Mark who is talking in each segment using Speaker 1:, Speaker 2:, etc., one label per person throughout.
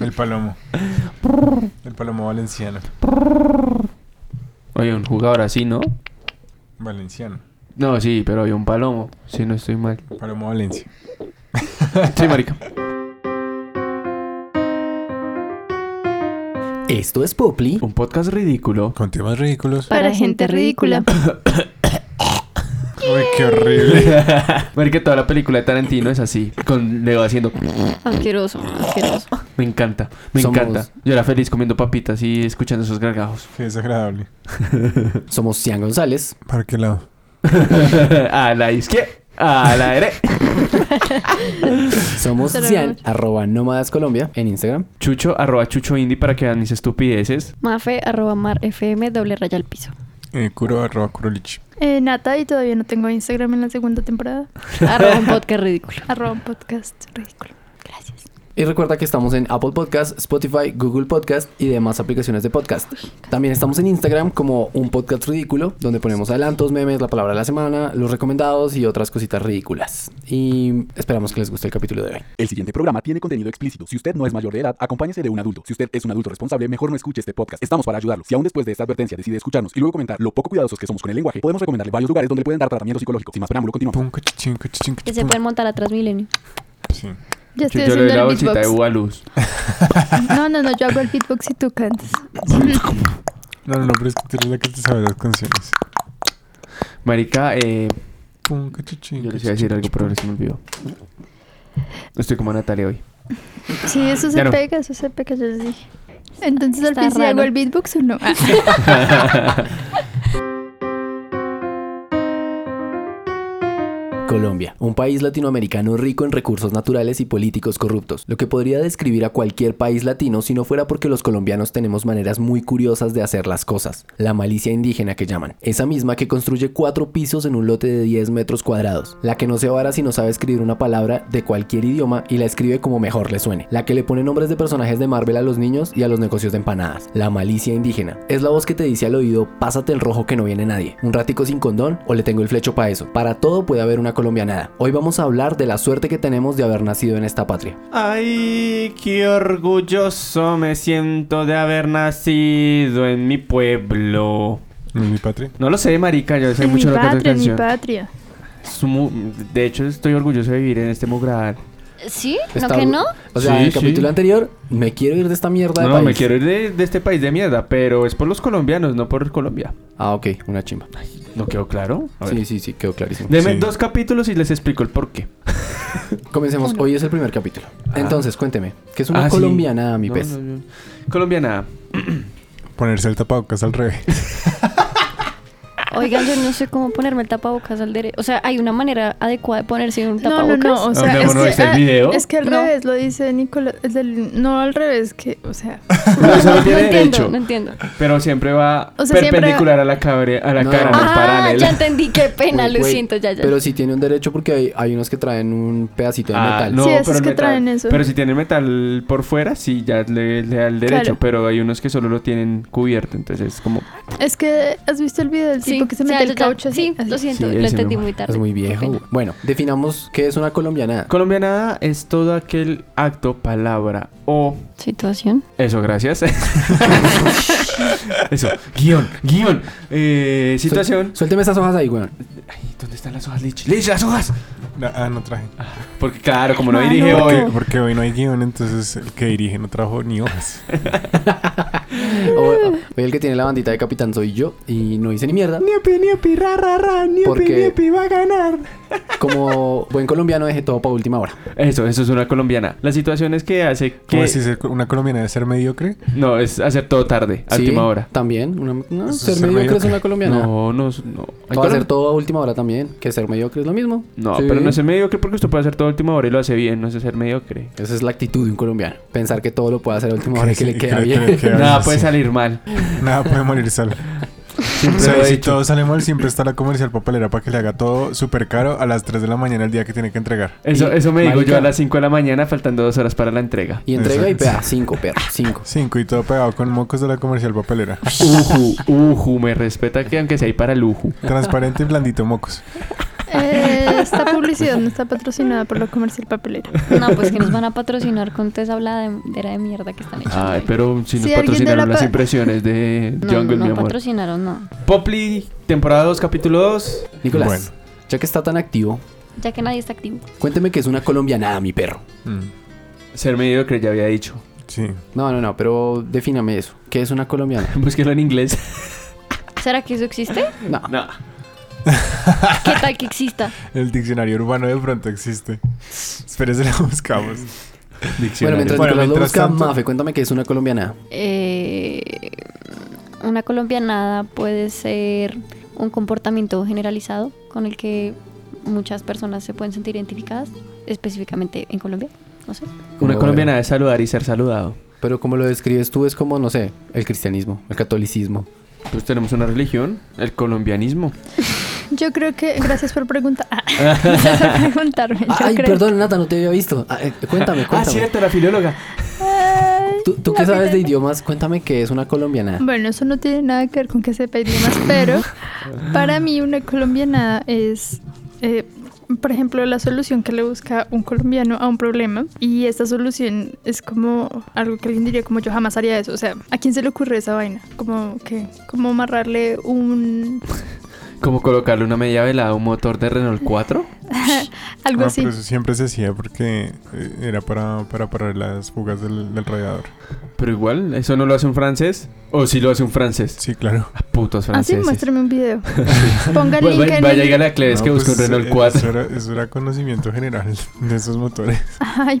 Speaker 1: El palomo. El palomo valenciano.
Speaker 2: Oye, un jugador así, ¿no?
Speaker 1: Valenciano.
Speaker 2: No, sí, pero había un palomo, si no estoy mal.
Speaker 1: Palomo Valencia.
Speaker 2: Sí, marica.
Speaker 3: Esto es Popli.
Speaker 2: Un podcast ridículo.
Speaker 1: Con temas ridículos.
Speaker 4: Para gente ridícula.
Speaker 1: Uy, qué horrible.
Speaker 2: Marica, toda la película de Tarantino es así, con Leo haciendo...
Speaker 4: Asqueroso, asqueroso.
Speaker 2: Me encanta, me
Speaker 3: Somos-
Speaker 2: encanta. Yo era feliz comiendo papitas y escuchando esos gargajos.
Speaker 1: Qué desagradable.
Speaker 3: Somos Cian González.
Speaker 1: ¿Para qué lado?
Speaker 2: a la izquierda, a la derecha.
Speaker 3: Somos
Speaker 4: Pero-
Speaker 3: Cian, arroba Nómadas Colombia en Instagram.
Speaker 2: Chucho, arroba chucho indie para que vean mis estupideces.
Speaker 4: Mafe, arroba mar fm, doble raya al piso.
Speaker 1: Eh, curo arroba curolich.
Speaker 5: Eh, Nata, y todavía no tengo Instagram en la segunda temporada.
Speaker 4: Arroba un podcast ridículo.
Speaker 5: Arroba un podcast ridículo. Gracias.
Speaker 3: Y recuerda que estamos en Apple Podcast, Spotify, Google Podcast y demás aplicaciones de podcast. También estamos en Instagram como un podcast ridículo, donde ponemos adelantos, memes, la palabra de la semana, los recomendados y otras cositas ridículas. Y esperamos que les guste el capítulo de hoy.
Speaker 6: El siguiente programa tiene contenido explícito. Si usted no es mayor de edad, acompáñese de un adulto. Si usted es un adulto responsable, mejor no escuche este podcast. Estamos para ayudarlo. Si aún después de esta advertencia decide escucharnos y luego comentar lo poco cuidadosos que somos con el lenguaje, podemos recomendarle varios lugares donde le pueden dar tratamiento psicológico. Sin más preámbulo, continuamos.
Speaker 1: Pum, cachín, cachín,
Speaker 4: Que se
Speaker 1: cachín.
Speaker 4: pueden montar atrás Milenio.
Speaker 1: Sí.
Speaker 5: Yo estoy
Speaker 2: Chucho le doy
Speaker 5: haciendo
Speaker 2: la
Speaker 5: el
Speaker 2: bolsita de
Speaker 5: beatbox.
Speaker 2: uva luz.
Speaker 5: No, no, no, yo hago el beatbox y tú cantas.
Speaker 1: No, no, no, pero es que tú eres la que te sabe las canciones.
Speaker 2: Marica, eh,
Speaker 1: Pum, cachín,
Speaker 2: yo les iba a decir algo, pero ahora se me olvidó. Estoy como Natalia hoy.
Speaker 5: Sí, eso
Speaker 2: Ah, Ya
Speaker 5: se
Speaker 2: no.
Speaker 5: pega, eso se pega, yo les dije. Entonces, ¿al
Speaker 4: Está
Speaker 5: fin sí hago
Speaker 4: raro.
Speaker 5: el beatbox o no? Ah,
Speaker 3: Colombia, un país latinoamericano rico en recursos naturales y políticos corruptos, lo que podría describir a cualquier país latino si no fuera porque los colombianos tenemos maneras muy curiosas de hacer las cosas, la malicia indígena que llaman, esa misma que construye cuatro pisos en un lote de 10 metros cuadrados, la que no se vara si no sabe escribir una palabra de cualquier idioma y la escribe como mejor le suene, la que le pone nombres de personajes de Marvel a los niños y a los negocios de empanadas, la malicia indígena, es la voz que te dice al oído, pásate el rojo que no viene nadie, un ratico sin condón o le tengo el flecho para eso, para todo puede haber una colombianada, hoy vamos a hablar de la suerte que tenemos de haber nacido en esta patria.
Speaker 2: Ay, qué orgulloso me siento de haber nacido en mi pueblo.
Speaker 1: ¿No es mi patria?
Speaker 2: No lo sé, marica, yo sé
Speaker 5: en mi
Speaker 2: mucho lo que es esa
Speaker 5: patria, en mi
Speaker 2: canción.
Speaker 5: patria.
Speaker 2: Es mu- De hecho, estoy orgulloso de vivir en este mugral.
Speaker 4: ¿Sí? ¿No
Speaker 3: Está-
Speaker 4: que no?
Speaker 3: O sea,
Speaker 2: Sí,
Speaker 3: en el
Speaker 2: sí.
Speaker 3: capítulo anterior, me quiero ir de esta mierda de
Speaker 2: No,
Speaker 3: país.
Speaker 2: me quiero ir de, de este país de mierda, pero es por los colombianos, no por Colombia.
Speaker 3: Ah, ok, una chimba.
Speaker 2: ¿No quedó claro? A ver.
Speaker 3: Sí, sí, sí, quedó clarísimo.
Speaker 2: Deme
Speaker 1: Sí.
Speaker 2: dos capítulos y les explico el porqué.
Speaker 3: Comencemos, hoy es el primer capítulo. Entonces, cuénteme, ¿qué es una
Speaker 2: Ah, sí.
Speaker 3: colombiana, mi
Speaker 2: No,
Speaker 3: pez?
Speaker 2: no, no. Colombiana.
Speaker 1: Ponerse el tapabocas al revés.
Speaker 4: Oigan, yo no sé cómo ponerme el tapabocas al derecho. O sea, hay una manera adecuada de ponerse un
Speaker 5: No, no,
Speaker 4: tapabocas.
Speaker 5: no, o
Speaker 2: ¿Tapabocas?
Speaker 5: sea,
Speaker 2: Ah, mi amor, ¿no
Speaker 5: es,
Speaker 2: viste
Speaker 5: que,
Speaker 2: el
Speaker 5: ah,
Speaker 2: video?
Speaker 5: es que al
Speaker 4: No.
Speaker 5: revés lo dice Nicolás, es del- no al revés, que, o sea,
Speaker 2: No, eso no tiene
Speaker 4: entiendo,
Speaker 2: derecho.
Speaker 4: no entiendo.
Speaker 2: Pero siempre va
Speaker 5: O sea, siempre-
Speaker 2: perpendicular a la, cabre- a la
Speaker 3: No.
Speaker 2: cara, no
Speaker 4: Ah, ya
Speaker 2: paralela.
Speaker 4: entendí, qué pena,
Speaker 3: Güey,
Speaker 4: lo
Speaker 3: güey,
Speaker 4: siento, ya, ya.
Speaker 3: Pero sí tiene un derecho porque hay, hay unos que traen un pedacito de
Speaker 2: Ah,
Speaker 3: metal.
Speaker 2: no,
Speaker 5: Sí, esos
Speaker 2: pero el
Speaker 5: que
Speaker 2: metal-
Speaker 5: traen eso.
Speaker 2: Pero si tiene metal por fuera, sí, ya le, le da el derecho.
Speaker 5: Claro.
Speaker 2: Pero hay unos que solo lo tienen cubierto, entonces es como...
Speaker 5: es que has visto el video del
Speaker 4: Sí,
Speaker 5: tipo que se
Speaker 4: o sea,
Speaker 5: mete
Speaker 4: yo
Speaker 5: el
Speaker 4: ya-
Speaker 5: caucho así.
Speaker 4: Sí, lo
Speaker 5: así.
Speaker 4: siento,
Speaker 2: Sí,
Speaker 4: lo
Speaker 2: ese
Speaker 4: entendí
Speaker 2: mismo.
Speaker 4: muy tarde.
Speaker 3: Es muy
Speaker 4: Qué
Speaker 3: viejo.
Speaker 4: pena.
Speaker 3: güey. Bueno, definamos qué es una colombiana.
Speaker 2: Colombianada es todo aquel acto, palabra o...
Speaker 4: Situación.
Speaker 2: Eso, gracias. Eso, guión, guión. Eh, situación...
Speaker 3: Suel- suélteme esas hojas ahí, weón.
Speaker 2: Ay, ¿Dónde están las hojas, Lich? ¡Lich, las hojas!
Speaker 1: No, ah, no traje.
Speaker 2: Porque claro, como no
Speaker 5: Ah,
Speaker 2: dirige
Speaker 5: no.
Speaker 2: hoy...
Speaker 1: Porque, porque hoy no hay guión, entonces el que dirige no trajo ni hojas.
Speaker 3: Hoy hoy el que tiene la bandita de capitán soy yo y no hice ni mierda.
Speaker 2: Niepi, niepi, ra, ra, ra, niepi,
Speaker 3: Porque-
Speaker 2: niepi, va a ganar.
Speaker 3: Como buen colombiano dejé todo para última hora.
Speaker 2: Eso, eso es una colombiana. La situación es que hace que...
Speaker 1: ¿Cómo así ser- una colombiana debe ser mediocre?
Speaker 2: No, es hacer todo tarde, a
Speaker 3: Sí,
Speaker 2: última hora.
Speaker 3: También. Una, no,
Speaker 1: Eso
Speaker 3: ser
Speaker 1: es ser
Speaker 3: mediocre es
Speaker 1: mediocre.
Speaker 3: una colombiana.
Speaker 2: No, no, es- no. Hay
Speaker 3: O
Speaker 2: colom-
Speaker 3: hacer todo a última hora también, que ser mediocre es lo mismo.
Speaker 2: No,
Speaker 3: Sí.
Speaker 2: pero no es ser mediocre porque usted puede hacer todo a última hora y lo hace bien, no es ser mediocre.
Speaker 3: Esa es la actitud de un colombiano. Pensar que todo lo puede hacer a última hora y que le
Speaker 1: Sí,
Speaker 3: queda
Speaker 1: creo que
Speaker 3: bien.
Speaker 1: le queda
Speaker 2: Nada
Speaker 1: bien,
Speaker 2: puede
Speaker 1: sí.
Speaker 2: salir mal.
Speaker 1: Nada puede morir sal.
Speaker 2: Siempre
Speaker 1: O sea,
Speaker 2: lo he
Speaker 1: y si
Speaker 2: dicho.
Speaker 1: todo sale mal, siempre está la comercial papelera para que le haga todo súper caro a las 3 de la mañana el día que tiene que entregar.
Speaker 2: Eso,
Speaker 3: Y-
Speaker 2: eso me digo yo
Speaker 3: marica.
Speaker 2: a las 5 de la mañana, faltando dos horas para la entrega.
Speaker 3: Y entrega y
Speaker 1: Exacto.
Speaker 3: pega. Cinco, perro. Cinco.
Speaker 1: Cinco y todo pegado con mocos de la comercial papelera.
Speaker 2: Uju, uju, me respeta que aunque sea ahí para el uju.
Speaker 1: Transparente y blandito mocos.
Speaker 5: Eh, esta publicidad no está patrocinada por la comercial papelera.
Speaker 4: No, pues que nos van a patrocinar con toda esa habladera de mierda que están echando.
Speaker 2: Ay,
Speaker 4: ahí.
Speaker 2: pero si nos
Speaker 5: Si alguien de
Speaker 2: patrocinaron
Speaker 5: la
Speaker 2: las
Speaker 5: pa-
Speaker 2: impresiones de
Speaker 4: no,
Speaker 2: Jungle,
Speaker 4: no,
Speaker 2: mi
Speaker 4: no
Speaker 2: amor.
Speaker 4: patrocinaron, no.
Speaker 7: Popli, temporada 2, capítulo 2.
Speaker 3: Nicolás,
Speaker 1: Bueno.
Speaker 3: ya que está tan activo,
Speaker 4: Ya que nadie está activo.
Speaker 3: cuénteme que es una colombianada, mi perro.
Speaker 1: Mm,
Speaker 7: Ser mediocre, ya había dicho.
Speaker 1: Sí.
Speaker 3: No, no, no, pero defíname eso. ¿Qué es una colombiana?
Speaker 7: Búsquelo en inglés.
Speaker 4: ¿Será que eso existe?
Speaker 3: No.
Speaker 7: No.
Speaker 4: ¿Qué tal que exista?
Speaker 1: El diccionario urbano de pronto existe. Espérese, la buscamos.
Speaker 3: Bueno,
Speaker 2: Diccionario.
Speaker 3: mientras
Speaker 1: Bueno,
Speaker 3: Nicolás lo
Speaker 1: mientras
Speaker 3: busca,
Speaker 1: tanto-
Speaker 3: Mafe, cuéntame qué es una colombiana.
Speaker 4: Eh, una colombianada puede ser un comportamiento generalizado con el que muchas personas se pueden sentir identificadas, específicamente en Colombia. No sé.
Speaker 7: Una
Speaker 3: Como-
Speaker 7: colombiana es saludar y ser saludado.
Speaker 3: Pero como lo describes tú, es como, no sé, el cristianismo, el catolicismo.
Speaker 2: Pues tenemos una religión, el colombianismo.
Speaker 5: Yo creo que, gracias por preguntar. Ah, gracias por preguntarme. Yo
Speaker 3: Ah, Ay,
Speaker 5: creo-
Speaker 3: perdón, Nata, no te había visto. Ah, eh, cuéntame,
Speaker 7: Ah,
Speaker 3: cuéntame.
Speaker 7: cierto, la filóloga.
Speaker 3: ¿Tú, tú que sabes de idiomas, cuéntame qué es una colombiana.
Speaker 5: Bueno, eso no tiene nada que ver con que sepa idiomas, pero para mí una colombianada es, eh, por ejemplo, la solución que le busca un colombiano a un problema. Y esta solución es como algo que alguien diría como yo jamás haría eso. O sea, ¿a quién se le ocurre esa vaina? Como que, como amarrarle un...
Speaker 2: Como colocarle una media velada a un motor de Renault 4.
Speaker 5: algo
Speaker 1: Ah,
Speaker 5: así.
Speaker 1: pero eso siempre se hacía porque eh, era para, para parar las fugas del, del radiador.
Speaker 2: Pero igual, ¿eso no lo hace un francés? ¿O sí lo hace un francés?
Speaker 1: Sí, claro.
Speaker 2: Putos
Speaker 5: Así,
Speaker 2: franceses.
Speaker 5: muéstrame un video. Ponga Ah, el
Speaker 2: Va-
Speaker 5: link
Speaker 2: va-
Speaker 5: en
Speaker 2: Vaya,
Speaker 5: el-
Speaker 2: dígale a Cleves
Speaker 1: No,
Speaker 2: que busque
Speaker 1: pues,
Speaker 2: un Renault
Speaker 1: eh,
Speaker 2: 4.
Speaker 1: Eso era, eso era conocimiento general de esos motores.
Speaker 5: Ay,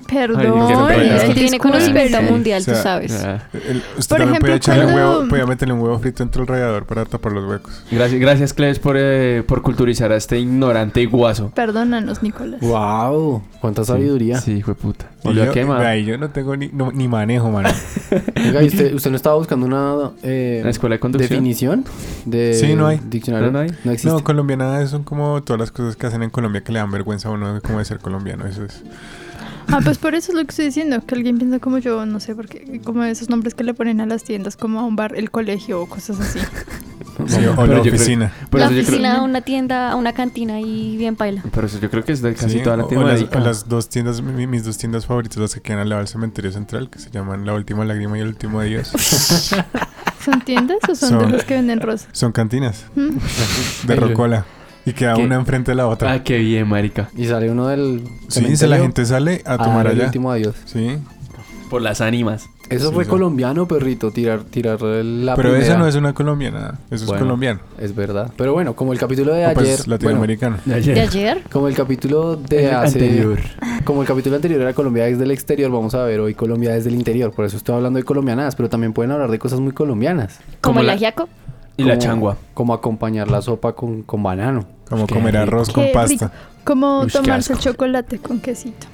Speaker 2: Ay, que no
Speaker 5: perdón.
Speaker 2: puede.
Speaker 4: Es que
Speaker 5: disculpe.
Speaker 4: tiene conocimiento
Speaker 1: Sí.
Speaker 4: mundial,
Speaker 1: O
Speaker 4: tú
Speaker 1: sea,
Speaker 4: sabes.
Speaker 2: Ah,
Speaker 1: El- usted
Speaker 5: Por
Speaker 1: también
Speaker 5: ejemplo,
Speaker 1: podía, echarle un
Speaker 5: cuando-
Speaker 1: huevo, podía meterle un huevo frito entre el radiador para tapar los huecos.
Speaker 2: gracias, gracias Cleves, por, eh, por culturizar a este ignorante y guaso.
Speaker 5: Perdónanos, Nicolás.
Speaker 3: ¡Wow! ¡Cuánta sabiduría!
Speaker 2: Sí, hijo de puta.
Speaker 1: Y
Speaker 2: Volvió a
Speaker 1: yo-
Speaker 2: quemar.
Speaker 1: de ahí yo no tengo ni, no- ni manejo, mano.
Speaker 3: Oiga, ¿y usted, usted no estaba buscando una eh,
Speaker 2: ¿La escuela de conducción?
Speaker 3: definición de
Speaker 1: Sí, no hay.
Speaker 3: diccionario?
Speaker 2: No, no hay.
Speaker 3: existe.
Speaker 1: No, colombiana son como todas las cosas que hacen en Colombia que le dan vergüenza a uno como de ser colombiano. Eso es.
Speaker 5: Ah, pues por eso es lo que estoy diciendo, que alguien piensa como yo, no sé, porque como esos nombres que le ponen a las tiendas, como a un bar, el colegio o cosas así.
Speaker 1: Sí, o
Speaker 2: pero
Speaker 1: la
Speaker 2: yo creo-
Speaker 1: oficina.
Speaker 2: Por
Speaker 4: la
Speaker 2: eso yo creo-
Speaker 4: oficina, una tienda, una cantina y bien paila.
Speaker 2: Pero eso yo creo que es de casi
Speaker 1: Sí,
Speaker 2: toda la
Speaker 1: o- o las,
Speaker 2: Latinoamérica.
Speaker 1: o las dos tiendas, mi- mis dos tiendas favoritas, las que quedan al lado del cementerio central, que se llaman La Última Lágrima y El Último Dios,
Speaker 5: ¿Son tiendas o son,
Speaker 1: Son.
Speaker 5: de los que venden rosas?
Speaker 1: son cantinas
Speaker 5: ¿Mm?
Speaker 1: de
Speaker 2: Ay, yo-
Speaker 1: Rocola. Y queda
Speaker 2: ¿Qué?
Speaker 1: una enfrente de la otra.
Speaker 2: Ah, qué bien, marica.
Speaker 3: Y sale uno del.
Speaker 1: sí, dice la
Speaker 3: cementerio
Speaker 1: gente sale a tomar
Speaker 3: dar el
Speaker 1: allá.
Speaker 3: último adiós.
Speaker 1: Sí,
Speaker 2: Por las ánimas.
Speaker 3: Eso
Speaker 1: Sí,
Speaker 3: fue
Speaker 1: sí.
Speaker 3: colombiano, perrito, tirar, tirar la
Speaker 1: pero
Speaker 3: primera.
Speaker 1: esa no es una colombiana, eso
Speaker 3: Bueno.
Speaker 1: es colombiano.
Speaker 3: Es verdad. Pero bueno, como el capítulo de
Speaker 1: O
Speaker 3: ayer.
Speaker 1: pues
Speaker 3: bueno,
Speaker 1: latinoamericano.
Speaker 4: ¿De ayer?
Speaker 3: Como el capítulo de
Speaker 2: El
Speaker 3: Eh, hace-
Speaker 2: anterior.
Speaker 3: Como el capítulo anterior era Colombia desde el exterior, vamos a ver hoy Colombia desde el interior. Por eso estoy hablando de colombianas, pero también pueden hablar de cosas muy colombianas.
Speaker 4: ¿Como
Speaker 2: Como
Speaker 4: el
Speaker 2: la-
Speaker 4: ajiaco?
Speaker 2: Y la
Speaker 3: Como-
Speaker 2: changua.
Speaker 3: Como acompañar la sopa con, con banano.
Speaker 1: Como
Speaker 3: Qué
Speaker 1: comer
Speaker 3: rico.
Speaker 1: arroz con
Speaker 5: Qué
Speaker 1: pasta.
Speaker 5: rico. Como
Speaker 2: Ush, qué
Speaker 5: tomarse el
Speaker 2: asco.
Speaker 5: chocolate con quesito.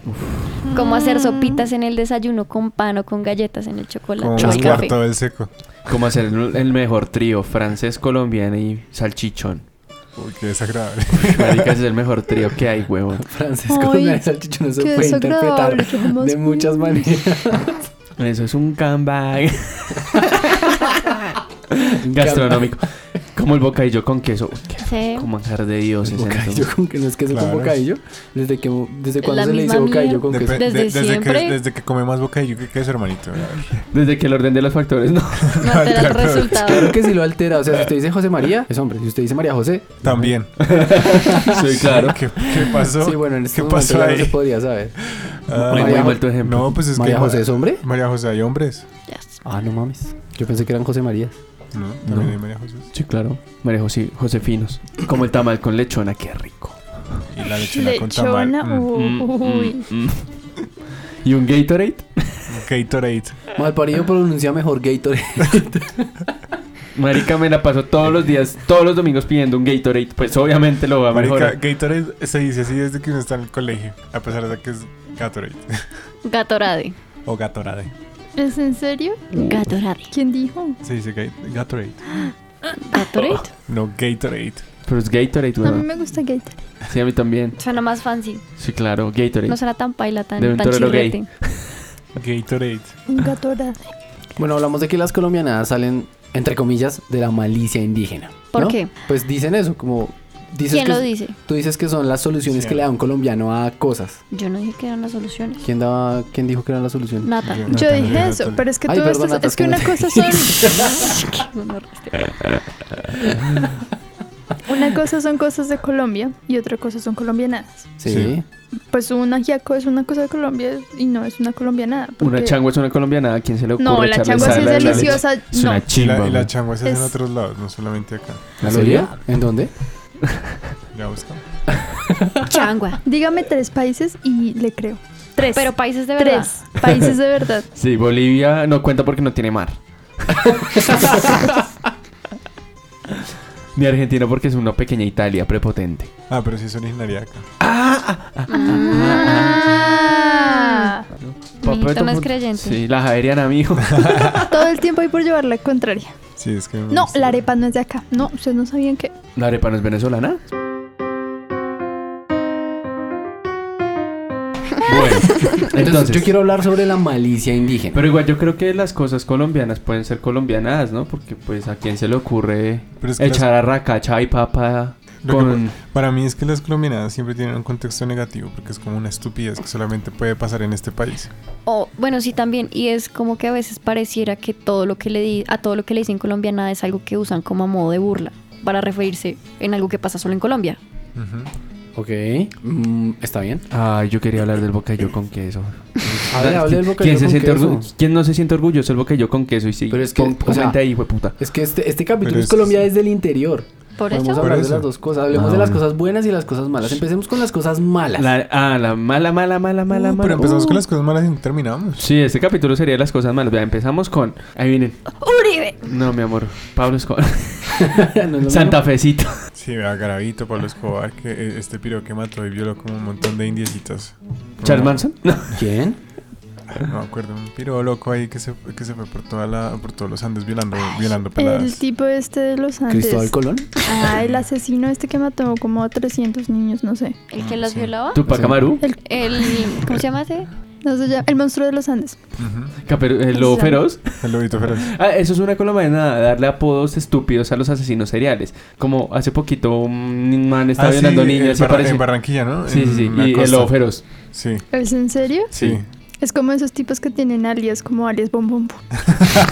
Speaker 4: ¿Cómo
Speaker 2: Mm.
Speaker 4: hacer sopitas en el desayuno con pan o con galletas en el chocolate
Speaker 1: Como
Speaker 4: o el
Speaker 1: un
Speaker 4: café?
Speaker 1: cuarto del seco.
Speaker 2: Como hacer el el mejor trío francés, colombiano y salchichón.
Speaker 1: Uy, qué desagradable.
Speaker 2: Marica, ese es el mejor trío que hay, huevón.
Speaker 3: Francés
Speaker 5: Ay,
Speaker 3: colombiano y salchichón no se
Speaker 5: qué
Speaker 3: puede interpretar
Speaker 5: desagradable, qué más
Speaker 3: de muchas maneras.
Speaker 2: Eso es un comeback. Gastronómico. Como el bocadillo con queso. Uy, qué
Speaker 4: Sí.
Speaker 2: rico manjar de dioses. en estos
Speaker 3: Bocadillo con que no es queso
Speaker 1: Claro.
Speaker 3: con bocadillo. ¿Desde, que, desde
Speaker 4: La
Speaker 3: cuándo se le
Speaker 4: misma
Speaker 3: dice bocadillo con
Speaker 1: Depe-
Speaker 3: queso?
Speaker 1: de-
Speaker 4: Desde
Speaker 1: que,
Speaker 4: siempre.
Speaker 1: desde que come más bocadillo que queso, hermanito. A ver.
Speaker 2: Desde que el orden de los factores, no.
Speaker 4: No altera el resultado.
Speaker 3: Claro que si lo altera. O sea, si usted dice José María, es hombre. Si usted dice María José,
Speaker 1: También.
Speaker 2: Soy claro.
Speaker 1: ¿Qué, qué pasó?
Speaker 3: sí, bueno, en este
Speaker 1: ¿Qué
Speaker 3: momento
Speaker 1: pasó
Speaker 3: ya no se
Speaker 1: ahí?
Speaker 3: podría saber.
Speaker 1: Ah,
Speaker 2: Muy, muy
Speaker 3: María-
Speaker 2: mal tu ejemplo.
Speaker 1: No, pues es
Speaker 3: ¿María
Speaker 1: que
Speaker 3: José es hombre?
Speaker 1: María José hay hombres.
Speaker 4: Yes.
Speaker 3: Ah, no mames. Yo pensé que eran José María.
Speaker 1: No, también
Speaker 2: No.
Speaker 1: hay María José.
Speaker 2: Sí, claro. María José, Josefinos. Como el tamal con lechona, qué rico.
Speaker 1: Y la lechona con tamal.
Speaker 5: Lechona,
Speaker 1: Mm.
Speaker 2: Mm,
Speaker 5: uy.
Speaker 2: mm, mm. ¿Y un Gatorade?
Speaker 1: Gatorade.
Speaker 3: Malparido pronuncia mejor Gatorade.
Speaker 2: Marica me la paso todos los días, todos los domingos pidiendo un Gatorade. Pues obviamente lo va a
Speaker 1: Marica,
Speaker 2: mejorar.
Speaker 1: Gatorade se dice así desde que uno está en el colegio. A pesar de que es Gatorade.
Speaker 4: Gatorade.
Speaker 1: O Gatorade.
Speaker 5: ¿Es en serio?
Speaker 4: Gatorade.
Speaker 5: ¿Quién dijo?
Speaker 1: Se dice Ga- Gatorade.
Speaker 4: Gatorade.
Speaker 1: No, Gatorade.
Speaker 2: Pero es Gatorade,
Speaker 5: A mí
Speaker 2: weón.
Speaker 5: me gusta Gator.
Speaker 2: Sí, a mí también.
Speaker 4: Suena más fancy.
Speaker 2: Sí, claro, Gatorade.
Speaker 4: No suena tan paila, tan,
Speaker 2: De un
Speaker 4: tan
Speaker 2: torero gay.
Speaker 4: chirrete.
Speaker 1: Gatorade.
Speaker 5: Un gatorade.
Speaker 3: Bueno, hablamos de que las colombianadas salen, entre comillas, de la malicia indígena.
Speaker 4: ¿Por
Speaker 3: ¿no?
Speaker 4: qué?
Speaker 3: Pues dicen eso, como dices
Speaker 4: ¿Quién
Speaker 3: que-
Speaker 4: lo dice?
Speaker 3: Tú dices que son las soluciones
Speaker 1: Sí.
Speaker 3: que le da un colombiano a cosas.
Speaker 4: Yo no dije que eran las soluciones.
Speaker 3: ¿Quién, daba, quién dijo que eran las soluciones?
Speaker 4: Nata.
Speaker 1: Yo-
Speaker 5: Yo
Speaker 1: Natalia,
Speaker 5: dije eso,
Speaker 1: Natalia.
Speaker 5: pero es que
Speaker 3: Ay,
Speaker 5: tú
Speaker 3: perdón,
Speaker 5: estás.
Speaker 3: Nata,
Speaker 5: Es que
Speaker 3: es que
Speaker 5: una
Speaker 3: no
Speaker 5: cosa
Speaker 3: te-
Speaker 5: son. Una cosa son cosas de Colombia y otra cosa son colombianadas.
Speaker 3: Sí.
Speaker 1: Sí.
Speaker 5: Pues un ajiaco es una cosa de Colombia y no es una colombianada.
Speaker 2: Una
Speaker 5: porque-
Speaker 2: changua es una colombiana. ¿A quién se le ocurre
Speaker 5: No, la
Speaker 2: echarle
Speaker 5: changua sí
Speaker 2: sal a
Speaker 5: es
Speaker 2: la leche?
Speaker 5: deliciosa.
Speaker 2: Es
Speaker 5: No,
Speaker 2: una
Speaker 1: Y la,
Speaker 2: chimba.
Speaker 1: y la
Speaker 2: güey.
Speaker 1: changua se hace en
Speaker 5: Es-
Speaker 1: otros lados, no solamente acá.
Speaker 3: ¿En
Speaker 2: ¿En
Speaker 3: serio?
Speaker 2: serio?
Speaker 3: ¿En dónde?
Speaker 1: Ya busca.
Speaker 4: Changua.
Speaker 5: dígame tres países y le creo. Tres.
Speaker 4: Pero países de verdad.
Speaker 5: tres países de verdad.
Speaker 2: Sí, Bolivia no cuenta porque no tiene mar. Ni Argentina porque es una pequeña Italia prepotente.
Speaker 1: Ah, pero sí es originaria de acá.
Speaker 5: Ah.
Speaker 4: Miguelito no es
Speaker 2: Papá,
Speaker 4: creyente.
Speaker 2: Sí, la Javeriana, mijo.
Speaker 5: Todo el tiempo hay por llevar la contraria.
Speaker 1: Sí, es que.
Speaker 2: Mm,
Speaker 1: me
Speaker 5: No,
Speaker 1: gusta.
Speaker 5: la arepa no es de acá. No, ustedes no sabían que.
Speaker 2: ¿La arepa no es venezolana? Bueno,
Speaker 3: Entonces, yo quiero hablar sobre la malicia indígena.
Speaker 2: Pero igual yo creo que las cosas colombianas pueden ser colombianas, ¿no? Porque pues a quién se le ocurre
Speaker 1: Pero es que
Speaker 2: echar a racacha y papa
Speaker 1: Lo que
Speaker 2: con...
Speaker 1: Para mí es que las colombianas siempre tienen un contexto negativo porque es como una estupidez que solamente puede pasar en este país.
Speaker 4: O, bueno, sí también. Y es como que a veces pareciera que todo lo que le di, a todo lo que le dicen colombianada es algo que usan como a modo de burla para referirse en algo que pasa solo en Colombia.
Speaker 1: Ujú.
Speaker 3: Ok. Mm, Está bien.
Speaker 2: Ay, yo quería hablar del bocadillo con queso.
Speaker 3: A ver, hable del bocadillo
Speaker 2: ¿Quién, se
Speaker 3: con
Speaker 2: siente
Speaker 3: queso.
Speaker 2: orgu- ¿Quién no se siente orgulloso del bocadillo con queso? Y sí,
Speaker 3: Pero es que,
Speaker 2: pon-
Speaker 3: o sea,
Speaker 2: comenta ahí, hueputa.
Speaker 3: Es que este, este capítulo
Speaker 1: Pero
Speaker 3: es
Speaker 1: es-
Speaker 3: Colombia desde el interior.
Speaker 4: Por
Speaker 3: Podemos
Speaker 4: eso.
Speaker 1: Por
Speaker 3: hablar de
Speaker 1: eso.
Speaker 3: las dos cosas. Hablemos
Speaker 2: Ah,
Speaker 3: de las
Speaker 2: bueno.
Speaker 3: cosas buenas y las cosas malas. Empecemos con las cosas malas.
Speaker 2: La, ah, la mala, mala, mala, mala,
Speaker 1: Uh,
Speaker 2: mala.
Speaker 1: pero empezamos
Speaker 2: Uh.
Speaker 1: con las cosas malas y no terminamos.
Speaker 2: Sí, este capítulo sería las cosas malas. Vea, empezamos con... Ahí vienen.
Speaker 4: ¡Uribe!
Speaker 2: No, mi amor. Pablo Escobar.
Speaker 3: ¿No es lo
Speaker 2: Santa
Speaker 3: mismo?
Speaker 2: Fecito.
Speaker 1: Sí, vea, Garavito, Pablo Escobar, que eh, este piro que mató y violó como un montón de indiecitas.
Speaker 2: Charles
Speaker 1: Como-
Speaker 2: Manson. No.
Speaker 3: ¿Quién?
Speaker 1: No me acuerdo, un piro loco ahí que se, que se fue por, toda la, por todos los Andes violando, violando
Speaker 5: El
Speaker 1: peladas.
Speaker 5: tipo este de los Andes.
Speaker 3: Cristóbal Colón.
Speaker 5: Ah, el asesino este que mató como a 300 niños, no sé.
Speaker 4: ¿El que las
Speaker 1: Sí.
Speaker 4: violaba?
Speaker 2: Tupac
Speaker 3: Sí.
Speaker 2: Amaru.
Speaker 4: El, ¿Cómo se llama ese?
Speaker 5: No sé, ya- el monstruo de los Andes.
Speaker 1: Ujú.
Speaker 2: Caperu- eh, Lobo
Speaker 5: Sí.
Speaker 2: Feroz.
Speaker 1: El lobito feroz.
Speaker 2: Ah, eso es una colombiana, darle apodos estúpidos a los asesinos seriales. Como hace poquito un man estaba
Speaker 1: Ah, sí,
Speaker 2: violando
Speaker 1: en,
Speaker 2: niñas y
Speaker 1: Barra-
Speaker 2: aparece.
Speaker 1: en Barranquilla, ¿no?
Speaker 2: Sí, sí, sí.
Speaker 1: En la
Speaker 2: Y el
Speaker 1: costa.
Speaker 2: lobo feroz.
Speaker 1: Sí,
Speaker 5: ¿Es en serio?
Speaker 1: sí.
Speaker 5: Es como esos tipos que tienen alias, como alias bombón.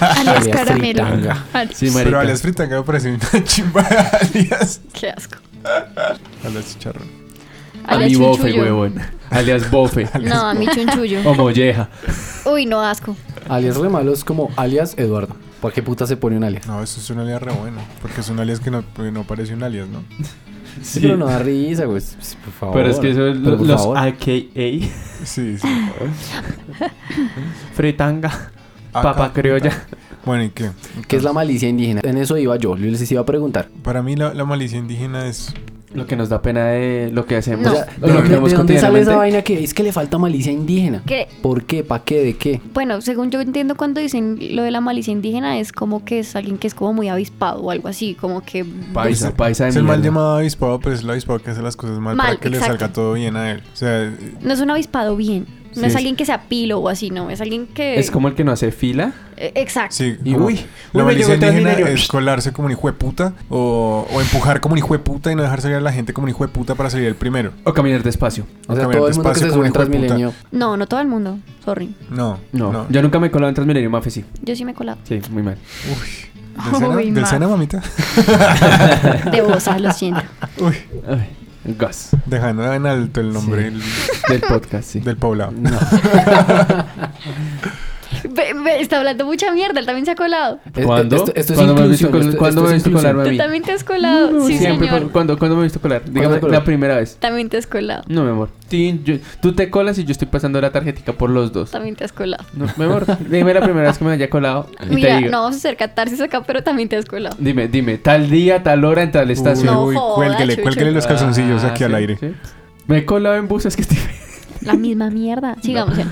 Speaker 5: alias
Speaker 3: Alias
Speaker 5: caramelo.
Speaker 3: fritanga.
Speaker 5: Alias-
Speaker 2: Sí, marica.
Speaker 1: Pero alias frita acaba parece una chimba de alias.
Speaker 4: Qué asco.
Speaker 1: Alias chicharrón.
Speaker 2: A mi bofe, huevón. Alias bofe.
Speaker 4: No, a mi chunchullo.
Speaker 2: o molleja.
Speaker 4: Uy, no, asco.
Speaker 3: Alias re malos como alias Eduardo. ¿Por qué puta se pone un alias?
Speaker 1: No, eso es un alias re bueno. Porque es un alias que no, que no parece un alias, ¿no?
Speaker 3: Sí, pero no da risa, güey. Pues, Por favor.
Speaker 2: Pero es que eso,
Speaker 3: Pero por
Speaker 2: los
Speaker 3: favor.
Speaker 2: AKA.
Speaker 1: Sí, sí.
Speaker 2: Fritanga.
Speaker 1: Acá-
Speaker 2: Papa criolla.
Speaker 1: Bueno, ¿y qué?
Speaker 3: ¿Qué es la malicia indígena? En eso iba yo. Yo les iba a preguntar.
Speaker 1: Para mí la, la malicia indígena es...
Speaker 2: Lo que nos da pena de lo que hacemos.
Speaker 3: O sea,
Speaker 2: de lo que
Speaker 3: ¿de,
Speaker 2: vemos
Speaker 3: de dónde sale esa
Speaker 2: cotidianamente.
Speaker 3: vaina que es que le falta malicia indígena?
Speaker 4: Que,
Speaker 3: ¿Por qué? ¿Para qué? ¿De qué?
Speaker 4: bueno, según yo entiendo cuando dicen lo de la malicia indígena es como que es alguien que es como muy avispado o algo así, como que...
Speaker 2: Paisa, paisa de
Speaker 1: Es el mal
Speaker 2: mierda.
Speaker 1: llamado avispado, pero es el avispado que hace las cosas mal,
Speaker 4: Mal,
Speaker 1: para que le
Speaker 4: exacto.
Speaker 1: salga todo bien a él. O sea, eh,
Speaker 4: No es un avispado bien. No
Speaker 2: Sí,
Speaker 4: es
Speaker 2: es-
Speaker 4: alguien que sea pilo o así, no. Es alguien que...
Speaker 2: Es como el que no hace fila.
Speaker 4: Eh, Exacto.
Speaker 1: sí.
Speaker 2: Y
Speaker 1: como-
Speaker 2: uy,
Speaker 1: la
Speaker 2: uy, me llegó
Speaker 1: malicia
Speaker 2: el
Speaker 1: indígena
Speaker 2: transmilenio.
Speaker 1: es colarse como un hijo de puta o, o empujar como un hijo de puta y no dejar salir a la gente como un hijo de puta para salir el primero.
Speaker 2: O caminar despacio.
Speaker 3: O sea,
Speaker 1: Caminar
Speaker 3: todo el mundo que
Speaker 1: despacio como
Speaker 3: se sube
Speaker 1: un
Speaker 3: en
Speaker 1: hijo de puta.
Speaker 3: Transmilenio.
Speaker 4: No, no todo el mundo. Sorry.
Speaker 1: No,
Speaker 2: No,
Speaker 1: no.
Speaker 2: yo nunca me he colado en Transmilenio, Mafe sí.
Speaker 4: Yo sí me he colado.
Speaker 2: Sí, muy mal.
Speaker 1: Uy. ¿Del Sena,
Speaker 5: Uy,
Speaker 1: del
Speaker 5: ma.
Speaker 1: Sena, mamita?
Speaker 4: De bosa, lo siento.
Speaker 1: Uy,
Speaker 2: Ay, gas.
Speaker 1: dejando en alto el nombre
Speaker 2: Del podcast, sí.
Speaker 1: del, del poblado.
Speaker 4: Ve- ve, está hablando mucha mierda. Él también se ha colado.
Speaker 3: Es-
Speaker 2: ¿Cuándo?
Speaker 3: Esto, esto es
Speaker 2: ¿Cuándo me has visto
Speaker 3: inclusión,
Speaker 2: col-
Speaker 3: esto-
Speaker 2: cuándo
Speaker 3: esto
Speaker 2: me
Speaker 3: es
Speaker 2: has visto
Speaker 3: inclusión.
Speaker 2: colar,
Speaker 4: Tú
Speaker 2: mí.
Speaker 4: también te has colado. sí,
Speaker 2: Siempre,
Speaker 4: señor.
Speaker 2: ¿cu- ¿cuándo, ¿Cuándo me he visto colar?
Speaker 3: me
Speaker 2: Dígame
Speaker 3: colé?
Speaker 2: la primera vez.
Speaker 4: También te has colado.
Speaker 2: No, mi amor. Sí, yo- tú te colas y yo estoy pasando la tarjetica por los dos.
Speaker 4: También te has colado.
Speaker 2: No, mi amor, dime la primera vez que me haya colado y te
Speaker 4: Mira,
Speaker 2: digo.
Speaker 4: no vamos a hacer catarsis acá, pero también te has colado.
Speaker 2: Dime, dime, tal día, tal hora en tal
Speaker 1: Uy,
Speaker 2: estación.
Speaker 4: No
Speaker 1: uy,
Speaker 4: joda,
Speaker 1: cuélguele,
Speaker 4: Chucho.
Speaker 1: cuélguele los calzoncillos aquí
Speaker 2: Ah,
Speaker 1: al
Speaker 2: sí,
Speaker 1: aire.
Speaker 2: sí. Me he colado en buses que estoy...
Speaker 4: La misma mierda. Sigamos. ya.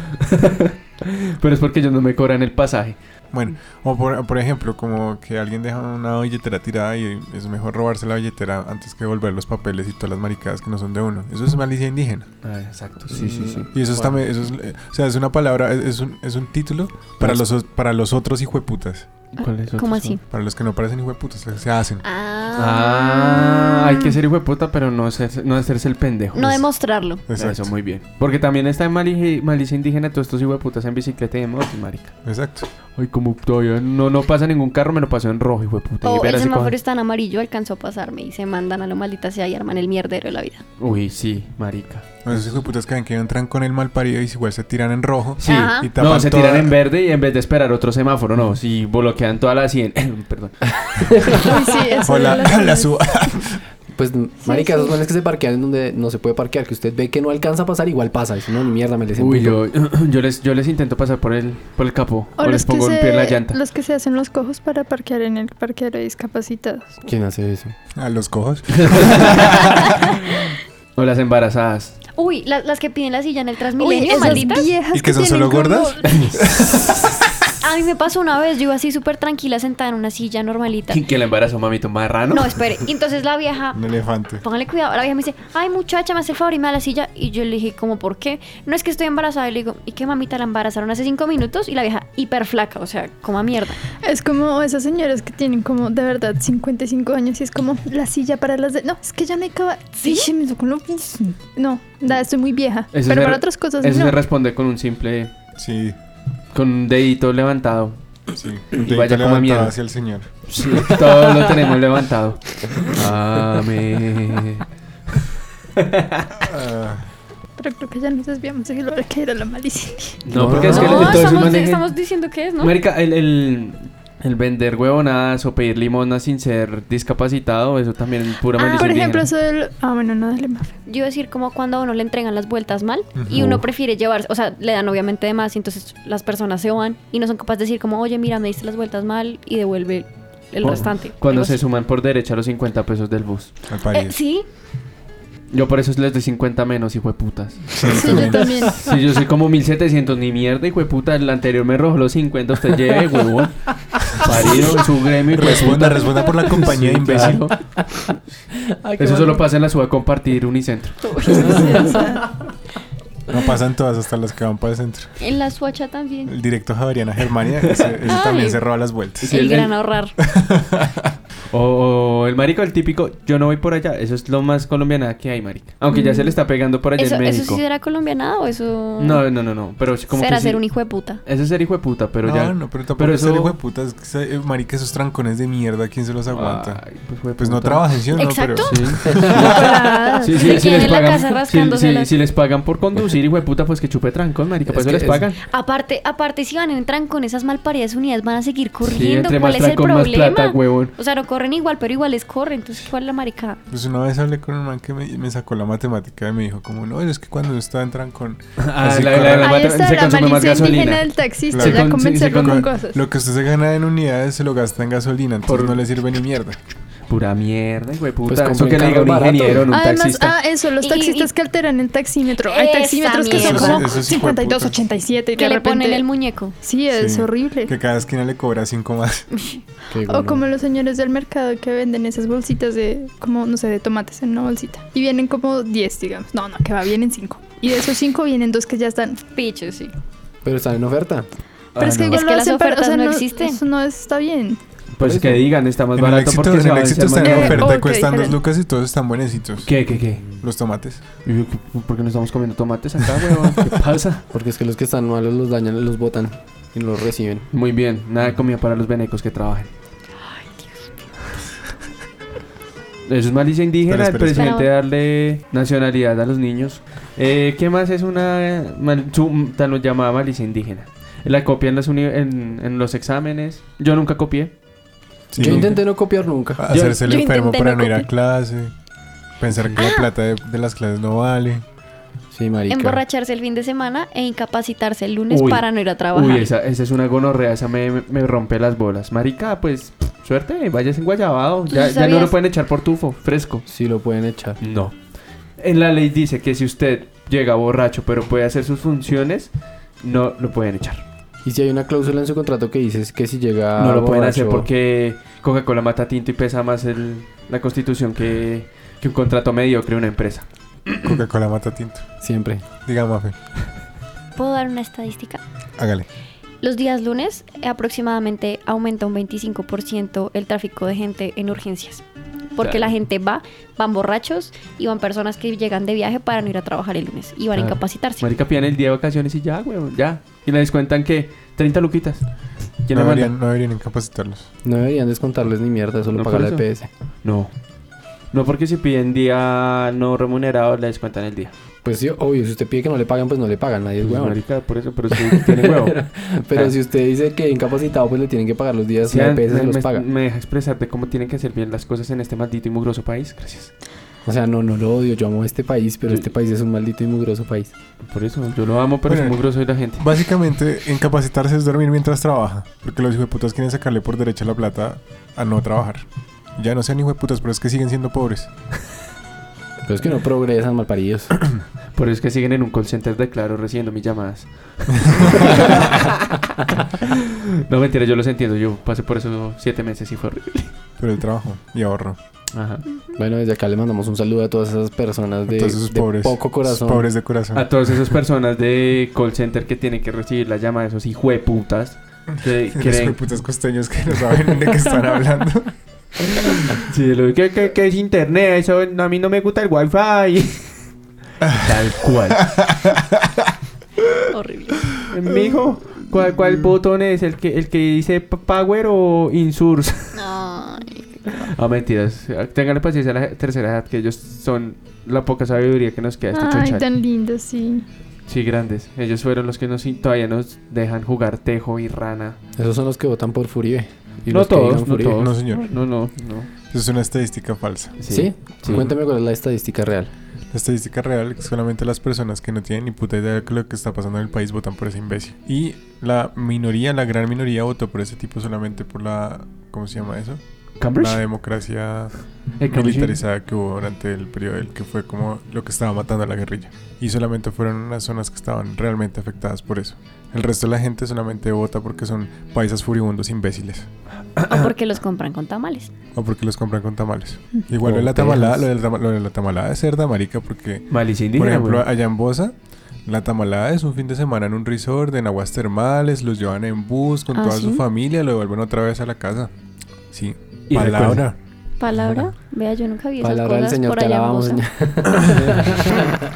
Speaker 2: Pero es porque ellos no me cobran el pasaje.
Speaker 1: Bueno, o por, por ejemplo, como que alguien deja una billetera tirada y es mejor robarse la billetera antes que devolver los papeles y todas las maricadas que no son de uno. Eso es malicia indígena.
Speaker 2: Ah, exacto, sí, sí, sí.
Speaker 1: Y eso es también, eso es, eh, o sea, es una palabra, es, es un, es un título para
Speaker 2: Pues
Speaker 1: los, o- para los otros hijueputas.
Speaker 2: ¿Cuáles
Speaker 4: Ah, ¿Cómo
Speaker 2: otros son?
Speaker 4: así?
Speaker 1: Para los que no parecen hijueputas, los que se hacen.
Speaker 4: Ah,
Speaker 2: Ah, pues. hay que ser hijo de puta, pero no, ser- no hacerse el pendejo.
Speaker 4: No demostrarlo.
Speaker 1: Exacto.
Speaker 2: Eso, muy bien. Porque también está en mali- malicia indígena, todos estos hijos de putas en bicicleta y en moto, marica.
Speaker 1: Exacto.
Speaker 2: Ay, como todavía no, no pasa ningún carro, me lo pasó en rojo, hijo de puta. Y
Speaker 5: Oh,
Speaker 4: O el
Speaker 2: verás si
Speaker 4: semáforo
Speaker 2: cojan-
Speaker 4: está en amarillo, alcanzó a pasarme y se mandan a lo maldita sea y arman el mierdero de la vida.
Speaker 2: Uy, sí, marica.
Speaker 1: No, Esos hijos de putas que ven que entran con el mal parido y igual se tiran en rojo.
Speaker 2: Sí.
Speaker 4: Ajá.
Speaker 1: Y tapan
Speaker 2: No, se
Speaker 1: toda-
Speaker 2: tiran en verde y en vez de esperar otro semáforo, no. Si bloquean toda la 100. Perdón.
Speaker 5: Uy, sí, eso
Speaker 1: O
Speaker 5: de
Speaker 1: la,
Speaker 5: las
Speaker 1: la
Speaker 5: zonas.
Speaker 1: suba.
Speaker 3: Pues, marica,
Speaker 4: sí.
Speaker 3: esos manes que se parquean en donde no se puede parquear, que usted ve que no alcanza a pasar, igual pasa. Dice, no, ni mierda, me les
Speaker 2: Uy,
Speaker 3: emputo".
Speaker 2: yo, yo, les, yo les intento pasar por el, por el capó. O,
Speaker 5: O
Speaker 2: les
Speaker 5: los que,
Speaker 2: pongo un pie en la
Speaker 5: se,
Speaker 2: llanta.
Speaker 5: los que se hacen los cojos para parquear en el parqueadero de discapacitados.
Speaker 3: ¿Quién hace eso?
Speaker 1: A los cojos.
Speaker 2: O las embarazadas.
Speaker 4: Uy, la- las que piden la silla en el
Speaker 5: Uy,
Speaker 4: Transmilenio,
Speaker 5: esas
Speaker 4: malditas.
Speaker 5: viejas
Speaker 1: ¿Y que son
Speaker 5: tienen
Speaker 1: solo
Speaker 5: como-
Speaker 1: gordas?
Speaker 4: A mí me pasó una vez, yo iba así súper tranquila sentada en una silla normalita.
Speaker 2: Que la embarazó, mamito, marrano.
Speaker 4: No, espere. Y entonces la vieja
Speaker 1: Un elefante.
Speaker 4: Póngale cuidado. La vieja me dice, ay muchacha, me hace el favor y me da la silla. Y yo le dije, ¿cómo por qué? No es que estoy embarazada. Y le digo, ¿y qué mamita la embarazaron hace cinco minutos? Y la vieja hiper flaca, o sea, como a mierda.
Speaker 5: Es como esas señoras que tienen como de verdad 55 años y es como la silla para las de... No, es que ya me acaba... Sí, se me tocó lo- No, da, estoy muy vieja.
Speaker 2: Eso
Speaker 5: pero
Speaker 2: se-
Speaker 5: para otras cosas
Speaker 2: Eso
Speaker 5: no.
Speaker 2: se responde con un simple.
Speaker 1: Sí,
Speaker 2: Con un dedito levantado.
Speaker 1: sí.
Speaker 2: vaya
Speaker 1: Dedito
Speaker 2: coma
Speaker 1: levantado
Speaker 2: mierda.
Speaker 1: hacia el señor.
Speaker 2: Todo lo tenemos levantado. Amén.
Speaker 1: Ah,
Speaker 5: Pero creo que ya nos desviamos de lo que era la malicia.
Speaker 2: No, porque es que
Speaker 4: no,
Speaker 2: entonces
Speaker 4: estamos,
Speaker 2: maneje-
Speaker 4: estamos diciendo que es, ¿no?
Speaker 2: Marica, el, el, el vender huevonadas o pedir limonas sin ser discapacitado, eso también es pura
Speaker 4: Ah,
Speaker 2: maldición.
Speaker 5: Por ejemplo,
Speaker 2: indígena.
Speaker 5: eso del... Ah, bueno, no, dale más.
Speaker 4: Yo iba a decir como cuando a uno le entregan las vueltas mal y uno prefiere llevarse, o sea, le dan obviamente de más y entonces las personas se van y no son capaces de decir como, oye, mira, me diste las vueltas mal y devuelve el
Speaker 2: Cu-
Speaker 4: restante.
Speaker 2: Oh, Cuando
Speaker 4: Algo
Speaker 2: se
Speaker 4: así.
Speaker 2: suman por derecha los 50 pesos del bus.
Speaker 1: al
Speaker 4: Eh,
Speaker 1: parido.
Speaker 4: sí,
Speaker 2: Yo por eso les doy 50 menos, hijo de putas.
Speaker 5: Sí, yo también.
Speaker 2: Si yo soy como 1700, ni mierda, hijo de puta. El anterior me rojó los 50, usted lleve, huevón. Parido en su gremio, hijo de
Speaker 1: Responda,
Speaker 2: puta.
Speaker 1: responda por la compañía,
Speaker 2: Sí,
Speaker 1: imbécil.
Speaker 2: claro. Eso solo pasa en la ciudad compartir unicentro.
Speaker 1: No pasan todas hasta las que van para el centro.
Speaker 4: en la suacha también.
Speaker 1: El directo Javeriana Germania, ese, ese
Speaker 4: Ay.
Speaker 1: también se roba las vueltas.
Speaker 2: Sí,
Speaker 4: el
Speaker 2: el-
Speaker 4: gran ahorrar.
Speaker 2: O, o el marico, el típico, yo no voy por allá. Eso es lo más colombiana que hay, marica. Aunque ya se le está pegando por allá
Speaker 4: Mm. Eso,
Speaker 2: en
Speaker 4: ¿Eso
Speaker 2: México.
Speaker 4: sí será colombianada o eso...?
Speaker 2: No, no, no, no. Pero es como
Speaker 4: será
Speaker 2: que sí.
Speaker 4: ser un hijo de puta.
Speaker 2: Ese es ser hijo de puta, pero
Speaker 1: no,
Speaker 2: ya.
Speaker 1: no, pero tampoco
Speaker 2: pero
Speaker 1: es el
Speaker 2: eso-
Speaker 1: hijo de puta. Es que ese- eh, marica, esos trancones de mierda, ¿quién se los aguanta?
Speaker 2: Ay, pues, hijo de
Speaker 1: pues no
Speaker 2: puta.
Speaker 1: trabajen, ¿sí o no?
Speaker 4: Exacto.
Speaker 1: Pero,
Speaker 2: Sí. Sí, sí,
Speaker 4: Se
Speaker 2: si
Speaker 4: queda
Speaker 2: les
Speaker 4: en la
Speaker 2: pagan-
Speaker 4: casa
Speaker 2: sí,
Speaker 4: rascándosela.
Speaker 2: sí, si les pagan por conducir, hijo de puta, pues que chupe trancón, marica, para
Speaker 3: Es
Speaker 2: eso
Speaker 3: que
Speaker 2: les
Speaker 3: es-
Speaker 2: pagan.
Speaker 4: Aparte, aparte, si van entran con esas malparidas unidas, van a seguir
Speaker 2: Sí,
Speaker 4: corriendo.
Speaker 2: entre
Speaker 4: ¿Cuál
Speaker 2: más
Speaker 4: es el
Speaker 2: trancón, más
Speaker 4: problema?
Speaker 2: plata, huevón.
Speaker 4: o sea, no corren igual, pero igual les corre. Entonces, ¿cuál es la marica?
Speaker 1: Pues una vez hablé con un man que me, me sacó la matemática y me dijo, como, no, es que cuando está en trancón,
Speaker 2: Ah,
Speaker 1: Así
Speaker 2: la,
Speaker 1: corre.
Speaker 2: la, la,
Speaker 5: Ahí
Speaker 2: mata-
Speaker 5: está
Speaker 2: se
Speaker 5: la
Speaker 2: consume más
Speaker 5: malicia indígena
Speaker 2: gasolina.
Speaker 5: del taxista.
Speaker 1: Claro. Se
Speaker 2: con- sí,
Speaker 5: Ya
Speaker 2: se
Speaker 5: convencerlo
Speaker 2: con-
Speaker 5: con
Speaker 1: lo-
Speaker 5: cosas.
Speaker 1: lo que usted se gana en unidades se lo gasta en gasolina, entonces
Speaker 2: Por-
Speaker 1: no le sirve ni mierda.
Speaker 2: Pura mierda, hijo de
Speaker 3: Pues
Speaker 2: puta.
Speaker 3: compre
Speaker 2: eso
Speaker 3: un
Speaker 2: que le diga
Speaker 3: carro
Speaker 2: un
Speaker 3: barato.
Speaker 2: ingeniero, en un
Speaker 5: Además,
Speaker 2: taxista.
Speaker 5: ah, eso, los
Speaker 4: Y-
Speaker 5: taxistas
Speaker 4: y-
Speaker 5: que alteran el taxímetro. Hay
Speaker 4: Esa
Speaker 5: taxímetros que son
Speaker 4: mierda.
Speaker 5: como
Speaker 1: Eso es hijo de puta.
Speaker 5: 52, 87 y
Speaker 4: Que
Speaker 5: de
Speaker 4: le ponen
Speaker 5: repente-
Speaker 4: el muñeco.
Speaker 5: Sí, es
Speaker 1: Sí.
Speaker 5: horrible.
Speaker 1: Que cada esquina le cobra cinco más.
Speaker 5: O como los señores del mercado que venden esas bolsitas de, como, no sé, de tomates en una bolsita. Y vienen como 10, digamos. No, no, que va, vienen 5. Y de esos 5 vienen dos que ya están.
Speaker 2: Ah,
Speaker 4: Picho, sí.
Speaker 3: Pero están en oferta.
Speaker 5: Pero es que
Speaker 4: no.
Speaker 5: igual
Speaker 4: Es
Speaker 5: lo
Speaker 4: que las
Speaker 5: hacen para-
Speaker 4: ofertas no existen.
Speaker 5: Eso no está bien.
Speaker 2: Pues que digan, está más
Speaker 1: En el
Speaker 2: barato
Speaker 1: éxito,
Speaker 2: porque
Speaker 1: en
Speaker 2: se
Speaker 1: el
Speaker 2: va a
Speaker 1: éxito
Speaker 2: vencer
Speaker 1: están en
Speaker 2: más
Speaker 5: Eh,
Speaker 1: oferta,
Speaker 2: barato.
Speaker 5: ok,
Speaker 1: cuestan dos
Speaker 5: diferente.
Speaker 1: lucas y todos están buenecitos.
Speaker 2: ¿Qué, qué, qué?
Speaker 1: Los tomates.
Speaker 2: Y yo, ¿qué- ¿Por qué no estamos comiendo tomates acá, huevón? ¿Qué pasa?
Speaker 3: Porque es que los que están malos los dañan, los botan y no los reciben.
Speaker 2: Muy bien, nada de comida para los venecos que trabajen. Eso es malicia indígena,
Speaker 1: Espera, espera,
Speaker 2: el presidente
Speaker 4: espera.
Speaker 2: darle nacionalidad a los niños. Eh, ¿Qué más es una eh, mal- su- tan lo llamada malicia indígena? La copia en los, uni- en, en los exámenes. Yo nunca copié.
Speaker 1: Sí.
Speaker 3: Yo intenté no copiar nunca.
Speaker 1: Hacerse el
Speaker 4: yo
Speaker 1: enfermo
Speaker 4: intenté
Speaker 1: para
Speaker 4: no
Speaker 1: no ir a
Speaker 4: copiar.
Speaker 1: clase. Pensar que la plata de, de las clases no vale.
Speaker 3: Sí, marica.
Speaker 4: Emborracharse el fin de semana e incapacitarse el lunes
Speaker 2: Uy.
Speaker 4: para no ir a trabajar.
Speaker 2: Uy, esa, esa es una gonorrea, esa me, me- me rompe las bolas. Marica, pues pff, suerte, vayas en guayabado. Ya,
Speaker 4: sí
Speaker 2: ya no lo
Speaker 4: sabías?
Speaker 2: pueden echar por tufo, fresco.
Speaker 3: Sí lo pueden echar.
Speaker 2: No. En la ley dice que si usted llega borracho pero puede hacer sus funciones, no lo pueden echar.
Speaker 3: Y si hay una cláusula en su contrato que dice que si llega
Speaker 2: no lo pueden
Speaker 3: Ah, borracho-
Speaker 2: hacer porque Coca-Cola mata tinto y pesa más el- la constitución que, que un contrato mediocre de una empresa.
Speaker 1: Coca-Cola mata tinto.
Speaker 3: siempre.
Speaker 1: Diga, Mafe,
Speaker 4: ¿Puedo dar una estadística?
Speaker 1: hágale.
Speaker 4: Los días lunes eh, aproximadamente aumenta un 25% el tráfico de gente en urgencias. porque la gente va, van borrachos y van personas que llegan de viaje para no ir a trabajar el lunes y van a
Speaker 2: Claro.
Speaker 4: incapacitarse.
Speaker 2: Marica, pidan el día de vacaciones y ya, güey, ya. Y le descuentan que 30 luquitas. ¿Quién
Speaker 1: no,
Speaker 2: le
Speaker 1: deberían,
Speaker 2: manda?
Speaker 1: no deberían incapacitarlos.
Speaker 3: No deberían descontarles ni mierda, eso lo
Speaker 2: No,
Speaker 3: paga
Speaker 2: por
Speaker 3: la E
Speaker 2: eso.
Speaker 3: EPS.
Speaker 2: No. No, porque si piden día no remunerado, le descuentan el día.
Speaker 3: Pues sí, obvio, si usted pide que no le pagan, pues no le pagan, nadie es
Speaker 2: Pues,
Speaker 3: huevón.
Speaker 2: Marica, por eso, pero si tiene huevo.
Speaker 3: Pero
Speaker 2: Ah.
Speaker 3: si usted dice que incapacitado, pues le tienen que pagar los días,
Speaker 2: Sí,
Speaker 3: la
Speaker 2: me,
Speaker 3: EPS se los
Speaker 2: me-
Speaker 3: paga.
Speaker 2: me deja expresarte cómo tienen que hacer bien las cosas en este maldito y mugroso país. Gracias.
Speaker 3: O sea, no, no lo odio, yo amo este país, pero este país es un maldito y mugroso país.
Speaker 2: Por eso, yo lo amo, pero
Speaker 1: Bueno.
Speaker 2: es mugroso y la gente.
Speaker 1: Básicamente, incapacitarse es dormir mientras trabaja. Porque los hijueputas quieren sacarle por derecha la plata a no trabajar. Ya no sean hijueputas, pero es que siguen siendo pobres.
Speaker 3: Pero es que no progresan, malparidos.
Speaker 2: Por eso es que siguen en un call center de Claro recibiendo mis llamadas. no, mentira, yo los entiendo. Yo pasé por eso siete meses y fue horrible.
Speaker 1: Pero el trabajo y ahorro.
Speaker 2: Ajá.
Speaker 3: Bueno, desde acá le mandamos un saludo a todas esas personas de,
Speaker 1: Entonces, esos
Speaker 3: de
Speaker 1: pobres.
Speaker 3: poco corazón. Ah,
Speaker 1: esos pobres de corazón.
Speaker 2: A todas esas personas de call center que tienen que recibir la llamada de esos hijueputas. Que
Speaker 1: Los
Speaker 2: creen.
Speaker 1: hijueputas costeños que no saben de qué están hablando.
Speaker 2: Sí, lo que, que- que es internet, eso a mí no me gusta el wifi. Tal cual.
Speaker 4: Horrible.
Speaker 2: Mijo, ¿cuál, cuál botón es? ¿El que, ¿El que dice p- Power o Insurce?
Speaker 4: Ay,
Speaker 2: Ah, mentiras. Ténganle paciencia a la tercera edad, que ellos son la poca sabiduría que nos queda. Este
Speaker 5: Ay,
Speaker 2: chochal.
Speaker 5: tan lindo, sí.
Speaker 2: Sí, grandes. Ellos fueron los que nos, todavía nos dejan jugar tejo y rana.
Speaker 3: Esos son los que votan por Furibe. Y
Speaker 2: No
Speaker 3: los que
Speaker 2: todos,
Speaker 3: digan
Speaker 2: no todos.
Speaker 1: No, señor.
Speaker 2: No, no, no.
Speaker 1: Eso es una estadística falsa.
Speaker 3: Sí, Cuéntame cuál es la estadística real.
Speaker 1: La estadística real es que solamente las personas que no tienen ni puta idea de lo que está pasando en el país votan por ese imbécil. Y la minoría, la gran minoría votó por ese tipo solamente por la... ¿Cómo se llama eso?
Speaker 2: ¿Cambridge?
Speaker 1: La democracia
Speaker 2: ¿El Cambridge?
Speaker 1: militarizada que hubo durante el periodo del que fue como lo que estaba matando a la guerrilla. Y solamente fueron unas zonas que estaban realmente afectadas por eso. El resto de la gente solamente vota porque son paisas furibundos imbéciles.
Speaker 4: o porque los compran con tamales.
Speaker 1: O porque los compran con tamales. Igual lo de
Speaker 3: Oh,
Speaker 1: la tamalada,
Speaker 3: penas.
Speaker 1: lo de la, tama- lo de la tamalada de cerda, marica, porque...
Speaker 2: Malicia
Speaker 1: Por
Speaker 2: indígena,
Speaker 1: ejemplo,
Speaker 2: güey.
Speaker 1: allá en Bosa, la tamalada es un fin de semana en un resort, en aguas termales, los llevan en bus con
Speaker 4: ¿Ah,
Speaker 1: toda
Speaker 4: sí?
Speaker 1: su familia, lo devuelven otra vez a la casa. Sí.
Speaker 2: Y recuerda-
Speaker 1: Palabra.
Speaker 4: Palabra, vea, yo nunca vi esas
Speaker 3: Palabra del
Speaker 4: cosas
Speaker 3: Señor,
Speaker 4: por
Speaker 3: te
Speaker 4: allá en
Speaker 3: alabamos,
Speaker 4: Bosa.
Speaker 3: Señor.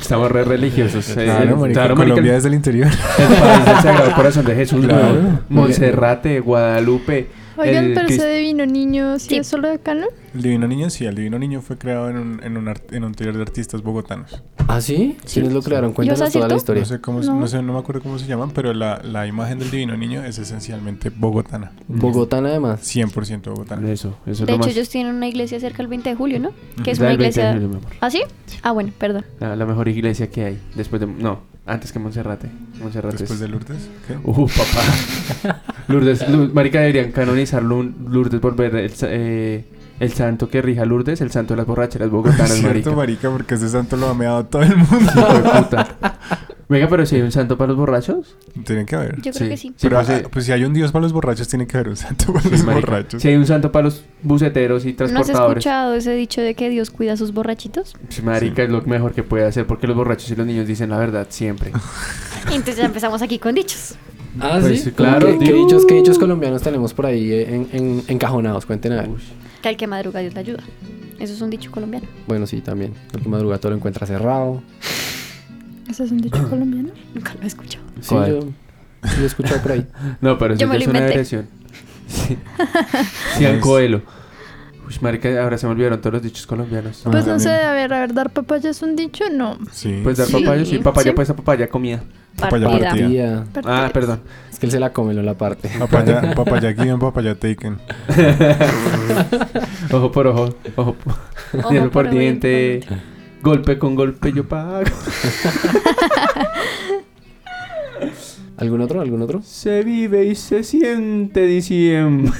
Speaker 2: Estamos re religiosos. eh,
Speaker 1: Claro, marica,
Speaker 2: claro, marica,
Speaker 1: Colombia es del interior.
Speaker 2: El país del Sagrado Corazón de Jesús,
Speaker 1: Claro.
Speaker 2: güey. Monserrate, Guadalupe.
Speaker 5: Oigan,
Speaker 2: el
Speaker 5: pero
Speaker 2: Crist-
Speaker 5: ese divino niño, ¿sí
Speaker 4: Sí.
Speaker 5: es solo de acá, no?
Speaker 1: El Divino Niño, sí, el Divino Niño fue creado en un, en un, art- en un taller de artistas bogotanos.
Speaker 3: ¿Ah, sí?
Speaker 1: Sí,
Speaker 3: ¿Quiénes lo
Speaker 1: sí.
Speaker 3: crearon?
Speaker 4: ¿Yo
Speaker 3: Cuéntanos
Speaker 4: sé
Speaker 3: toda la
Speaker 4: cierto?
Speaker 3: historia.
Speaker 1: No sé cómo, no.
Speaker 5: No.
Speaker 1: sé, no me acuerdo cómo se llaman, pero la, la imagen del Divino Niño es esencialmente bogotana.
Speaker 3: Bogotana, además.
Speaker 1: 100% bogotana.
Speaker 2: Eso, eso
Speaker 4: De
Speaker 2: es lo
Speaker 4: hecho,
Speaker 2: más.
Speaker 4: ellos tienen una iglesia cerca del 20 de julio, ¿no? Que es
Speaker 2: Da
Speaker 4: una
Speaker 2: el 20 de
Speaker 4: iglesia...
Speaker 2: julio, mi amor.
Speaker 4: ¿Ah, sí? Ah, bueno, perdón.
Speaker 2: La, la mejor iglesia que hay. Después de. No, antes que Monserrate. Monserrate
Speaker 1: Después
Speaker 2: es-
Speaker 1: de Lourdes. ¿qué?
Speaker 2: Uh, papá. Lourdes, Lu- Marica, deberían canonizar Lu- Lourdes, volver el, sa- eh, el santo que rija Lourdes, el santo de las borracheras bogotanas,
Speaker 1: Cierto,
Speaker 2: Marica.
Speaker 1: marica, porque ese santo lo ha meado todo el mundo.
Speaker 2: Hijo de puta. Venga, pero si hay un santo para los borrachos.
Speaker 1: Tienen que haber.
Speaker 4: Yo creo que sí.
Speaker 1: Pero,
Speaker 2: pues,
Speaker 1: ah,
Speaker 2: eh,
Speaker 1: pues si hay un dios para los borrachos, tiene que haber un santo para
Speaker 2: sí,
Speaker 1: los
Speaker 2: marica.
Speaker 1: borrachos.
Speaker 2: Si hay un santo para los buceteros y
Speaker 4: ¿No has
Speaker 2: transportadores.
Speaker 4: escuchado ese dicho de que Dios cuida a sus borrachitos?
Speaker 2: Pues, marica, es lo mejor que puede hacer porque los borrachos y los niños dicen la verdad siempre.
Speaker 4: Entonces ya empezamos aquí con dichos.
Speaker 3: Ah,
Speaker 2: Pues, sí, claro,
Speaker 3: ¿Qué, qué
Speaker 2: Dios.
Speaker 3: dichos, qué dichos colombianos tenemos por ahí eh, en, en- encajonados? Cuenten a ver.
Speaker 2: Uy.
Speaker 4: Que al que madruga Dios le ayuda. Eso es un dicho colombiano.
Speaker 3: Bueno, sí, también. El que madruga todo lo encuentra cerrado.
Speaker 5: ¿Ese es un dicho colombiano?
Speaker 4: Nunca lo he escuchado.
Speaker 3: Sí,
Speaker 2: ¿Cuál?
Speaker 3: yo lo he escuchado por ahí.
Speaker 2: No, pero eso
Speaker 4: Yo me
Speaker 2: ya
Speaker 4: lo
Speaker 2: es una
Speaker 4: inventé.
Speaker 2: agresión. Sí. Cian
Speaker 1: Es-
Speaker 2: Coelho. Uy, marica, ahora se me olvidaron todos los dichos colombianos.
Speaker 5: Pues
Speaker 1: también.
Speaker 5: no sé, a ver, a ver, dar papaya es un dicho, no.
Speaker 1: Sí.
Speaker 2: Pues dar
Speaker 4: Sí.
Speaker 2: papaya, sí, papaya,
Speaker 5: Sí.
Speaker 2: pues a papaya comida.
Speaker 1: Papaya
Speaker 4: Partida.
Speaker 1: partida.
Speaker 3: Tía,
Speaker 5: Partida.
Speaker 2: Ah, perdón.
Speaker 3: Es que él se la come, no la parte.
Speaker 1: Papaya, papaya given, papaya taken.
Speaker 2: Ojo por ojo, ojo por,
Speaker 4: Ojo
Speaker 2: diente
Speaker 4: por
Speaker 2: por
Speaker 4: ojo,
Speaker 2: diente,
Speaker 4: diente
Speaker 2: golpe con golpe yo pago.
Speaker 3: ¿Algún otro? ¿Algún otro?
Speaker 2: Se vive y se siente diciembre.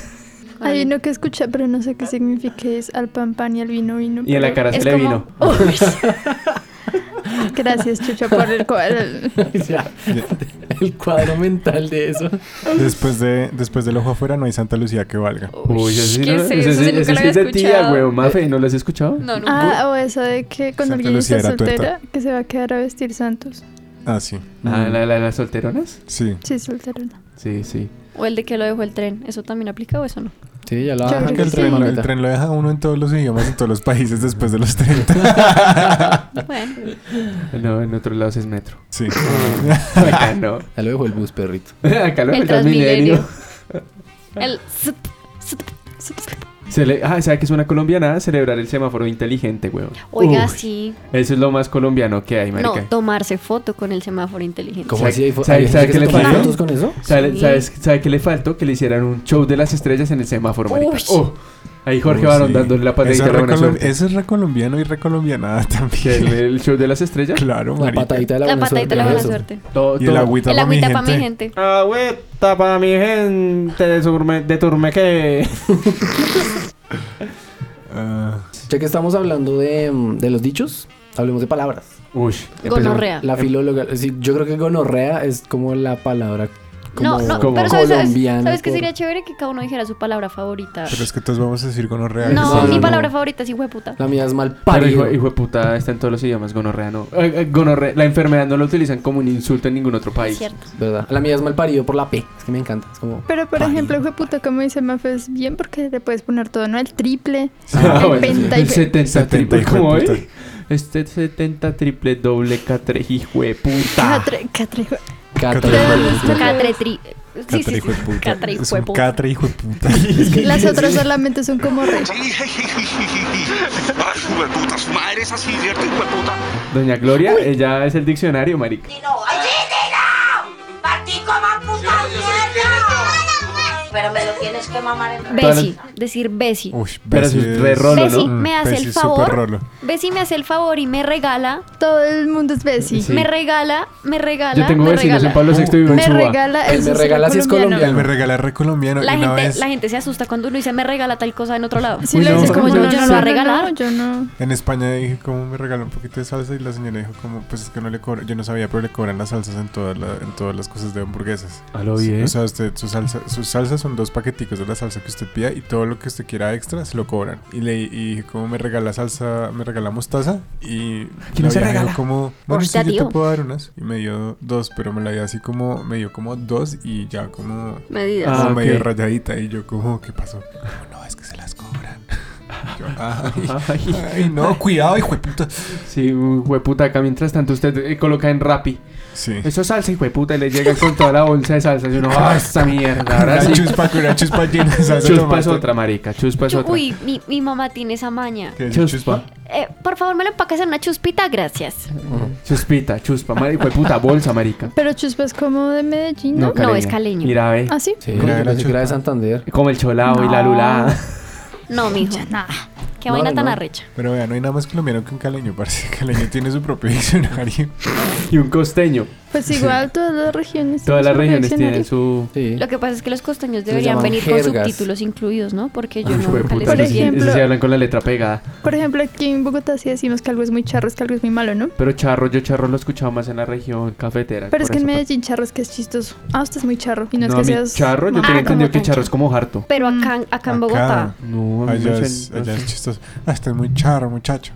Speaker 5: Hay uno que escuché, pero no sé qué significa, es al pan pan y al vino vino.
Speaker 2: Y en la
Speaker 5: pero-
Speaker 2: cara se
Speaker 4: Es
Speaker 2: le
Speaker 4: como-
Speaker 2: vino.
Speaker 4: Uy,
Speaker 5: Gracias, Chucho, por el cual.
Speaker 3: Ya, el cuadro mental de eso.
Speaker 1: Después, de, después del ojo afuera no hay Santa Lucía que valga.
Speaker 2: Uy, ese sí,
Speaker 4: ¿qué
Speaker 2: no,
Speaker 4: es
Speaker 2: ese
Speaker 4: eso?
Speaker 2: sí-
Speaker 4: Yo nunca
Speaker 2: ese
Speaker 4: lo
Speaker 2: sí es de
Speaker 4: había
Speaker 2: tía,
Speaker 4: escuchado.
Speaker 2: weón. Mafe, ¿no lo has escuchado?
Speaker 4: No, no.
Speaker 5: Ah, o eso de que
Speaker 1: Santa
Speaker 5: cuando alguien
Speaker 1: Lucía
Speaker 5: está
Speaker 1: era tuerta.
Speaker 5: soltera, que se va a quedar a vestir santos.
Speaker 1: Ah, sí.
Speaker 2: Ah, la, la- las solteronas.
Speaker 1: Sí.
Speaker 5: Sí, solterona.
Speaker 2: Sí, sí.
Speaker 4: O el de que lo dejó el tren. ¿Eso también aplica o eso no?
Speaker 3: Sí, ya la
Speaker 5: Yo
Speaker 3: bajan
Speaker 1: Ah,
Speaker 3: del
Speaker 5: creo que
Speaker 1: El
Speaker 3: tren,
Speaker 5: sí.
Speaker 1: tren, el
Speaker 3: mamita.
Speaker 1: tren lo deja uno en todos los idiomas, en todos los países después de los 30.
Speaker 2: Ah.
Speaker 4: Bueno,
Speaker 2: No, en otros lados es metro.
Speaker 1: Sí.
Speaker 2: Acá no.
Speaker 3: Ya lo dejó el bus, perrito.
Speaker 2: Acá lo
Speaker 4: el
Speaker 2: el milenio.
Speaker 4: transmilenio. El sup, sup, sup, sup.
Speaker 2: ah, ¿sabes que es una colombianada? Celebrar el semáforo inteligente, weón.
Speaker 4: Oiga,
Speaker 2: Uy.
Speaker 4: sí.
Speaker 2: Eso es lo más colombiano que hay, marica.
Speaker 4: No, tomarse foto con el semáforo inteligente.
Speaker 3: ¿Cómo
Speaker 2: ¿Sabe-
Speaker 3: así? ¿Hay fo-
Speaker 2: sabe-
Speaker 3: hay gente
Speaker 2: sabe
Speaker 3: que
Speaker 2: qué
Speaker 3: se
Speaker 2: le
Speaker 3: toma
Speaker 4: faltó?
Speaker 3: fotos con eso?
Speaker 2: ¿Sabe-
Speaker 4: Sí.
Speaker 2: ¿Sabes, ¿sabe qué le faltó? Que le hicieran un show de las estrellas en el semáforo, marica.
Speaker 4: Uy.
Speaker 2: Oh, ahí Jorge
Speaker 1: Uy,
Speaker 2: Barón
Speaker 1: sí.
Speaker 2: dándole la patadita
Speaker 1: Eso
Speaker 2: a
Speaker 1: es
Speaker 2: la buena
Speaker 1: recolo-
Speaker 2: suerte.
Speaker 1: Eso es recolombiano y recolombianada
Speaker 2: Que el,
Speaker 1: también.
Speaker 2: el show de las estrellas.
Speaker 1: Claro,
Speaker 3: La
Speaker 1: marica.
Speaker 3: patadita de la
Speaker 4: La
Speaker 3: buena
Speaker 4: patadita de la
Speaker 3: suerte,
Speaker 4: buena
Speaker 3: eso.
Speaker 4: suerte.
Speaker 2: Todo,
Speaker 1: Y el
Speaker 2: todo-
Speaker 1: agüita
Speaker 4: El
Speaker 1: para mi
Speaker 4: agüita para mi
Speaker 1: gente.
Speaker 4: gente.
Speaker 7: Agüita para mi gente de, Turme- de Turmeque.
Speaker 1: Ah,
Speaker 3: Ya que estamos hablando de, mm, de los dichos, hablemos de palabras.
Speaker 2: Uy.
Speaker 4: Gonorrea.
Speaker 2: Em,
Speaker 3: La filóloga, sí, yo creo que gonorrea es como la palabra como
Speaker 4: No, no,
Speaker 2: como
Speaker 4: pero ¿sabes, sabes,
Speaker 3: colombiana,
Speaker 4: sabes que
Speaker 3: por-
Speaker 4: sería chévere que cada uno dijera su palabra favorita?
Speaker 1: pero es que todos vamos a decir con los
Speaker 4: No,
Speaker 1: reales.
Speaker 3: no,
Speaker 4: mi
Speaker 3: no.
Speaker 4: palabra favorita es hueputa.
Speaker 3: La mía es mal
Speaker 2: Pero
Speaker 3: parido.
Speaker 2: hijo, hijo de puta, está en todos los idiomas, gonorrea no. Eh, eh, gonorrea- la enfermedad no la utilizan como un insulto en ningún otro país.
Speaker 4: Cierto.
Speaker 3: ¿Verdad? La mía es mal parido por la P. Es que me encanta. Es como.
Speaker 5: Pero por
Speaker 3: Vale.
Speaker 5: ejemplo, hijo de puta, como dice Mafe, es bien porque le puedes poner todo, ¿no? El triple.
Speaker 2: Ah,
Speaker 5: El
Speaker 2: bueno, sí.
Speaker 5: 70 y-
Speaker 2: el 70
Speaker 1: 70
Speaker 2: triple,
Speaker 1: hijo de
Speaker 2: ¿cómo
Speaker 1: puta.
Speaker 2: es? Este 70 triple doble catre, hijo de puta.
Speaker 5: Catre, catre, hijo-
Speaker 3: Cata
Speaker 1: Cata-
Speaker 3: de maldito.
Speaker 4: Catre tri. Sí,
Speaker 1: Catre
Speaker 4: sí,
Speaker 1: hijo de
Speaker 4: sí.
Speaker 1: puta.
Speaker 4: Catre
Speaker 1: Es
Speaker 4: hijo de
Speaker 1: un
Speaker 4: puta.
Speaker 1: catre hijo de puta.
Speaker 5: Las otras solamente son como re.
Speaker 8: Ay, hueputa, su madre es así, ¿cierto, hueputa?
Speaker 2: Doña Gloria, ella es el diccionario, marica.
Speaker 9: Pero me lo tienes que mamar en
Speaker 4: Besi. Decir Besi.
Speaker 1: Uy,
Speaker 2: Pero
Speaker 1: Bessie
Speaker 2: es re rolo,
Speaker 4: Bessie,
Speaker 1: Mm,
Speaker 4: me hace
Speaker 1: Bessie
Speaker 4: el
Speaker 1: es súper
Speaker 4: favor.
Speaker 1: rolo.
Speaker 4: Besi me hace el favor y me regala.
Speaker 5: Todo el mundo es Bessie.
Speaker 2: Sí.
Speaker 4: Me regala, me regala.
Speaker 2: Yo tengo
Speaker 4: me
Speaker 2: vecinos en
Speaker 4: regala.
Speaker 2: Pablo VI y vivo en
Speaker 5: Me
Speaker 2: Suba.
Speaker 5: regala
Speaker 3: El
Speaker 5: eso
Speaker 3: me
Speaker 5: sí
Speaker 3: regala sí es
Speaker 1: El
Speaker 3: colombiano.
Speaker 1: me regala re colombiano.
Speaker 4: La
Speaker 1: y una
Speaker 4: gente,
Speaker 1: vez
Speaker 4: la gente se asusta cuando uno dice me regala tal cosa en otro lado.
Speaker 5: Sí,
Speaker 2: Uy,
Speaker 5: le
Speaker 2: no.
Speaker 5: dices como
Speaker 4: Como
Speaker 5: yo
Speaker 4: yo, yo
Speaker 5: no
Speaker 4: no
Speaker 5: lo
Speaker 4: lo
Speaker 5: a
Speaker 4: voy a regalar.
Speaker 5: yo no.
Speaker 1: en España dije, ¿cómo me regala un poquito de salsa? Y la señora dijo, como, pues es que no le cobran. Yo no sabía, pero le cobran las salsas en, todas la- en todas las cosas de hamburguesas.
Speaker 2: A lo
Speaker 1: Sí,
Speaker 2: Oh, bien.
Speaker 1: O sea, usted, su salsa, sus salsas son dos paqueticos de la salsa que usted pida y todo lo que usted quiera extra se lo cobran. Y le y como me regala salsa, me regala mostaza y
Speaker 2: Aquí no se
Speaker 1: vieja dijo
Speaker 2: regala.
Speaker 1: como, bueno, sí,
Speaker 4: Hostia,
Speaker 1: yo
Speaker 4: tío.
Speaker 1: te puedo dar unas. Y me dio dos, pero me la dio así como, me dio como dos y ya como,
Speaker 4: Medidas.
Speaker 2: Ah,
Speaker 1: como
Speaker 2: ok.
Speaker 1: medio rayadita. Y yo como, ¿qué pasó? Como, no, es que se las cobran. Yo, ay,
Speaker 2: Ay,
Speaker 1: ay, no, cuidado, hijo de puta.
Speaker 2: sí, hueputa, acá mientras tanto usted eh, coloca en Rappi.
Speaker 1: Sí.
Speaker 2: Eso es salsa, hijo de puta, y le llegan con toda la bolsa de salsa. Y uno, ¡ah, esta mierda! Ahora
Speaker 1: Una
Speaker 2: sí.
Speaker 1: chuspa, con una chuspa llena de salsa de
Speaker 2: Chuspa es
Speaker 1: tomate.
Speaker 2: otra, marica. Chuspa es
Speaker 4: Yo-
Speaker 2: otra.
Speaker 4: uy, mi, mi mamá tiene esa maña.
Speaker 1: ¿Qué es
Speaker 2: Chuspa.
Speaker 1: chuspa?
Speaker 4: Eh, por favor, me lo empacas en una chuspita, gracias.
Speaker 2: Chuspita, chuspa, marica, puta, bolsa, marica.
Speaker 5: Pero Chuspa es como de Medellín, ¿no?
Speaker 4: No, es caleño.
Speaker 2: Mira, ve.
Speaker 5: ¿Ah, sí?
Speaker 3: Sí,
Speaker 1: Mira, la
Speaker 3: yo pensé que era
Speaker 1: chupa.
Speaker 3: de Santander.
Speaker 2: Como el cholao y la lulada.
Speaker 4: No, mijo. Qué
Speaker 3: No,
Speaker 4: vaina
Speaker 3: no,
Speaker 4: tan
Speaker 3: no.
Speaker 4: arrecha.
Speaker 1: Pero vea, no hay nada más colombiano que un caleño, parece que caleño tiene su propio diccionario.
Speaker 2: Y un costeño.
Speaker 5: Pues igual todas las regiones.
Speaker 2: Todas las
Speaker 5: su
Speaker 2: regiones
Speaker 5: diccionario.
Speaker 2: tienen su.
Speaker 3: Sí.
Speaker 4: Lo que pasa es que los costeños
Speaker 3: Se
Speaker 4: deberían
Speaker 3: llaman
Speaker 4: venir con
Speaker 3: jergas.
Speaker 4: subtítulos incluidos, ¿no? Porque yo
Speaker 2: Hijo de
Speaker 4: nunca les
Speaker 2: puta,
Speaker 5: Por
Speaker 2: esos
Speaker 4: entendí.
Speaker 2: sí- esos
Speaker 5: ejemplo-
Speaker 2: sí hablan con la letra pegada.
Speaker 5: Por ejemplo, aquí en Bogotá sí decimos que algo es muy charro, es que algo es muy malo, ¿no?
Speaker 2: Pero charro, yo charro lo he escuchado más en la región cafetera.
Speaker 5: Pero es
Speaker 2: por
Speaker 5: que en
Speaker 2: eso.
Speaker 5: Medellín charro es que es chistoso. Ah, usted es muy charro. Y no,
Speaker 2: No,
Speaker 5: es que
Speaker 2: a mí
Speaker 5: seas...
Speaker 2: charro, yo
Speaker 5: malo.
Speaker 2: tenía
Speaker 4: como
Speaker 2: entendido que
Speaker 4: tan
Speaker 2: charro es como harto.
Speaker 4: Pero acá, acá en Bogotá.
Speaker 2: No, a mí
Speaker 1: Allá
Speaker 2: me
Speaker 1: es,
Speaker 2: suena- no
Speaker 1: allá es
Speaker 2: sé.
Speaker 1: chistoso. Ah, estás muy charro, muchacho.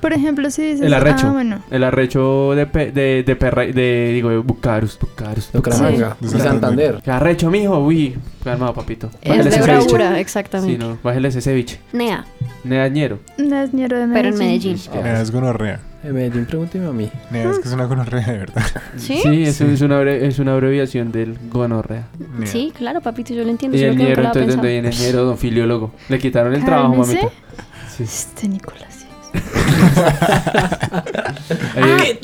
Speaker 5: Por ejemplo, si dices...
Speaker 2: El arrecho.
Speaker 5: Ah, bueno.
Speaker 2: El arrecho de, pe- de, de perra, de, digo, de bucarus, bucarus.
Speaker 3: Bucaramanga.
Speaker 1: Sí.
Speaker 3: Y Santander.
Speaker 2: ¿Qué arrecho, mijo? Uy, calmado, papito.
Speaker 4: Es
Speaker 2: Bájale
Speaker 4: de
Speaker 2: ese ceviche.
Speaker 4: bravura,
Speaker 2: Sí,
Speaker 4: exactamente.
Speaker 2: no, bájale ese ceviche.
Speaker 4: Nea,
Speaker 2: Neañero.
Speaker 5: No es ñero de Medellín.
Speaker 4: pero en Medellín.
Speaker 1: Nea es gonorrea.
Speaker 3: En Medellín, pregúnteme a mí.
Speaker 1: Nea es que es una gonorrea de verdad.
Speaker 4: ¿Sí? Sí,
Speaker 2: Sí, eso Es, una abre- es una abreviación del gonorrea.
Speaker 1: Nea.
Speaker 4: claro, papito, yo lo entiendo.
Speaker 2: Y
Speaker 4: solo
Speaker 2: el
Speaker 4: que nunca
Speaker 2: ñero,
Speaker 4: lo había
Speaker 2: entonces, donde
Speaker 4: pensado. Ah,
Speaker 2: viene ñero, don filiólogo. Le quitaron el trabajo,
Speaker 5: Cálmese.
Speaker 2: mamita. Sí.
Speaker 5: Este Nicolás.
Speaker 2: Eh,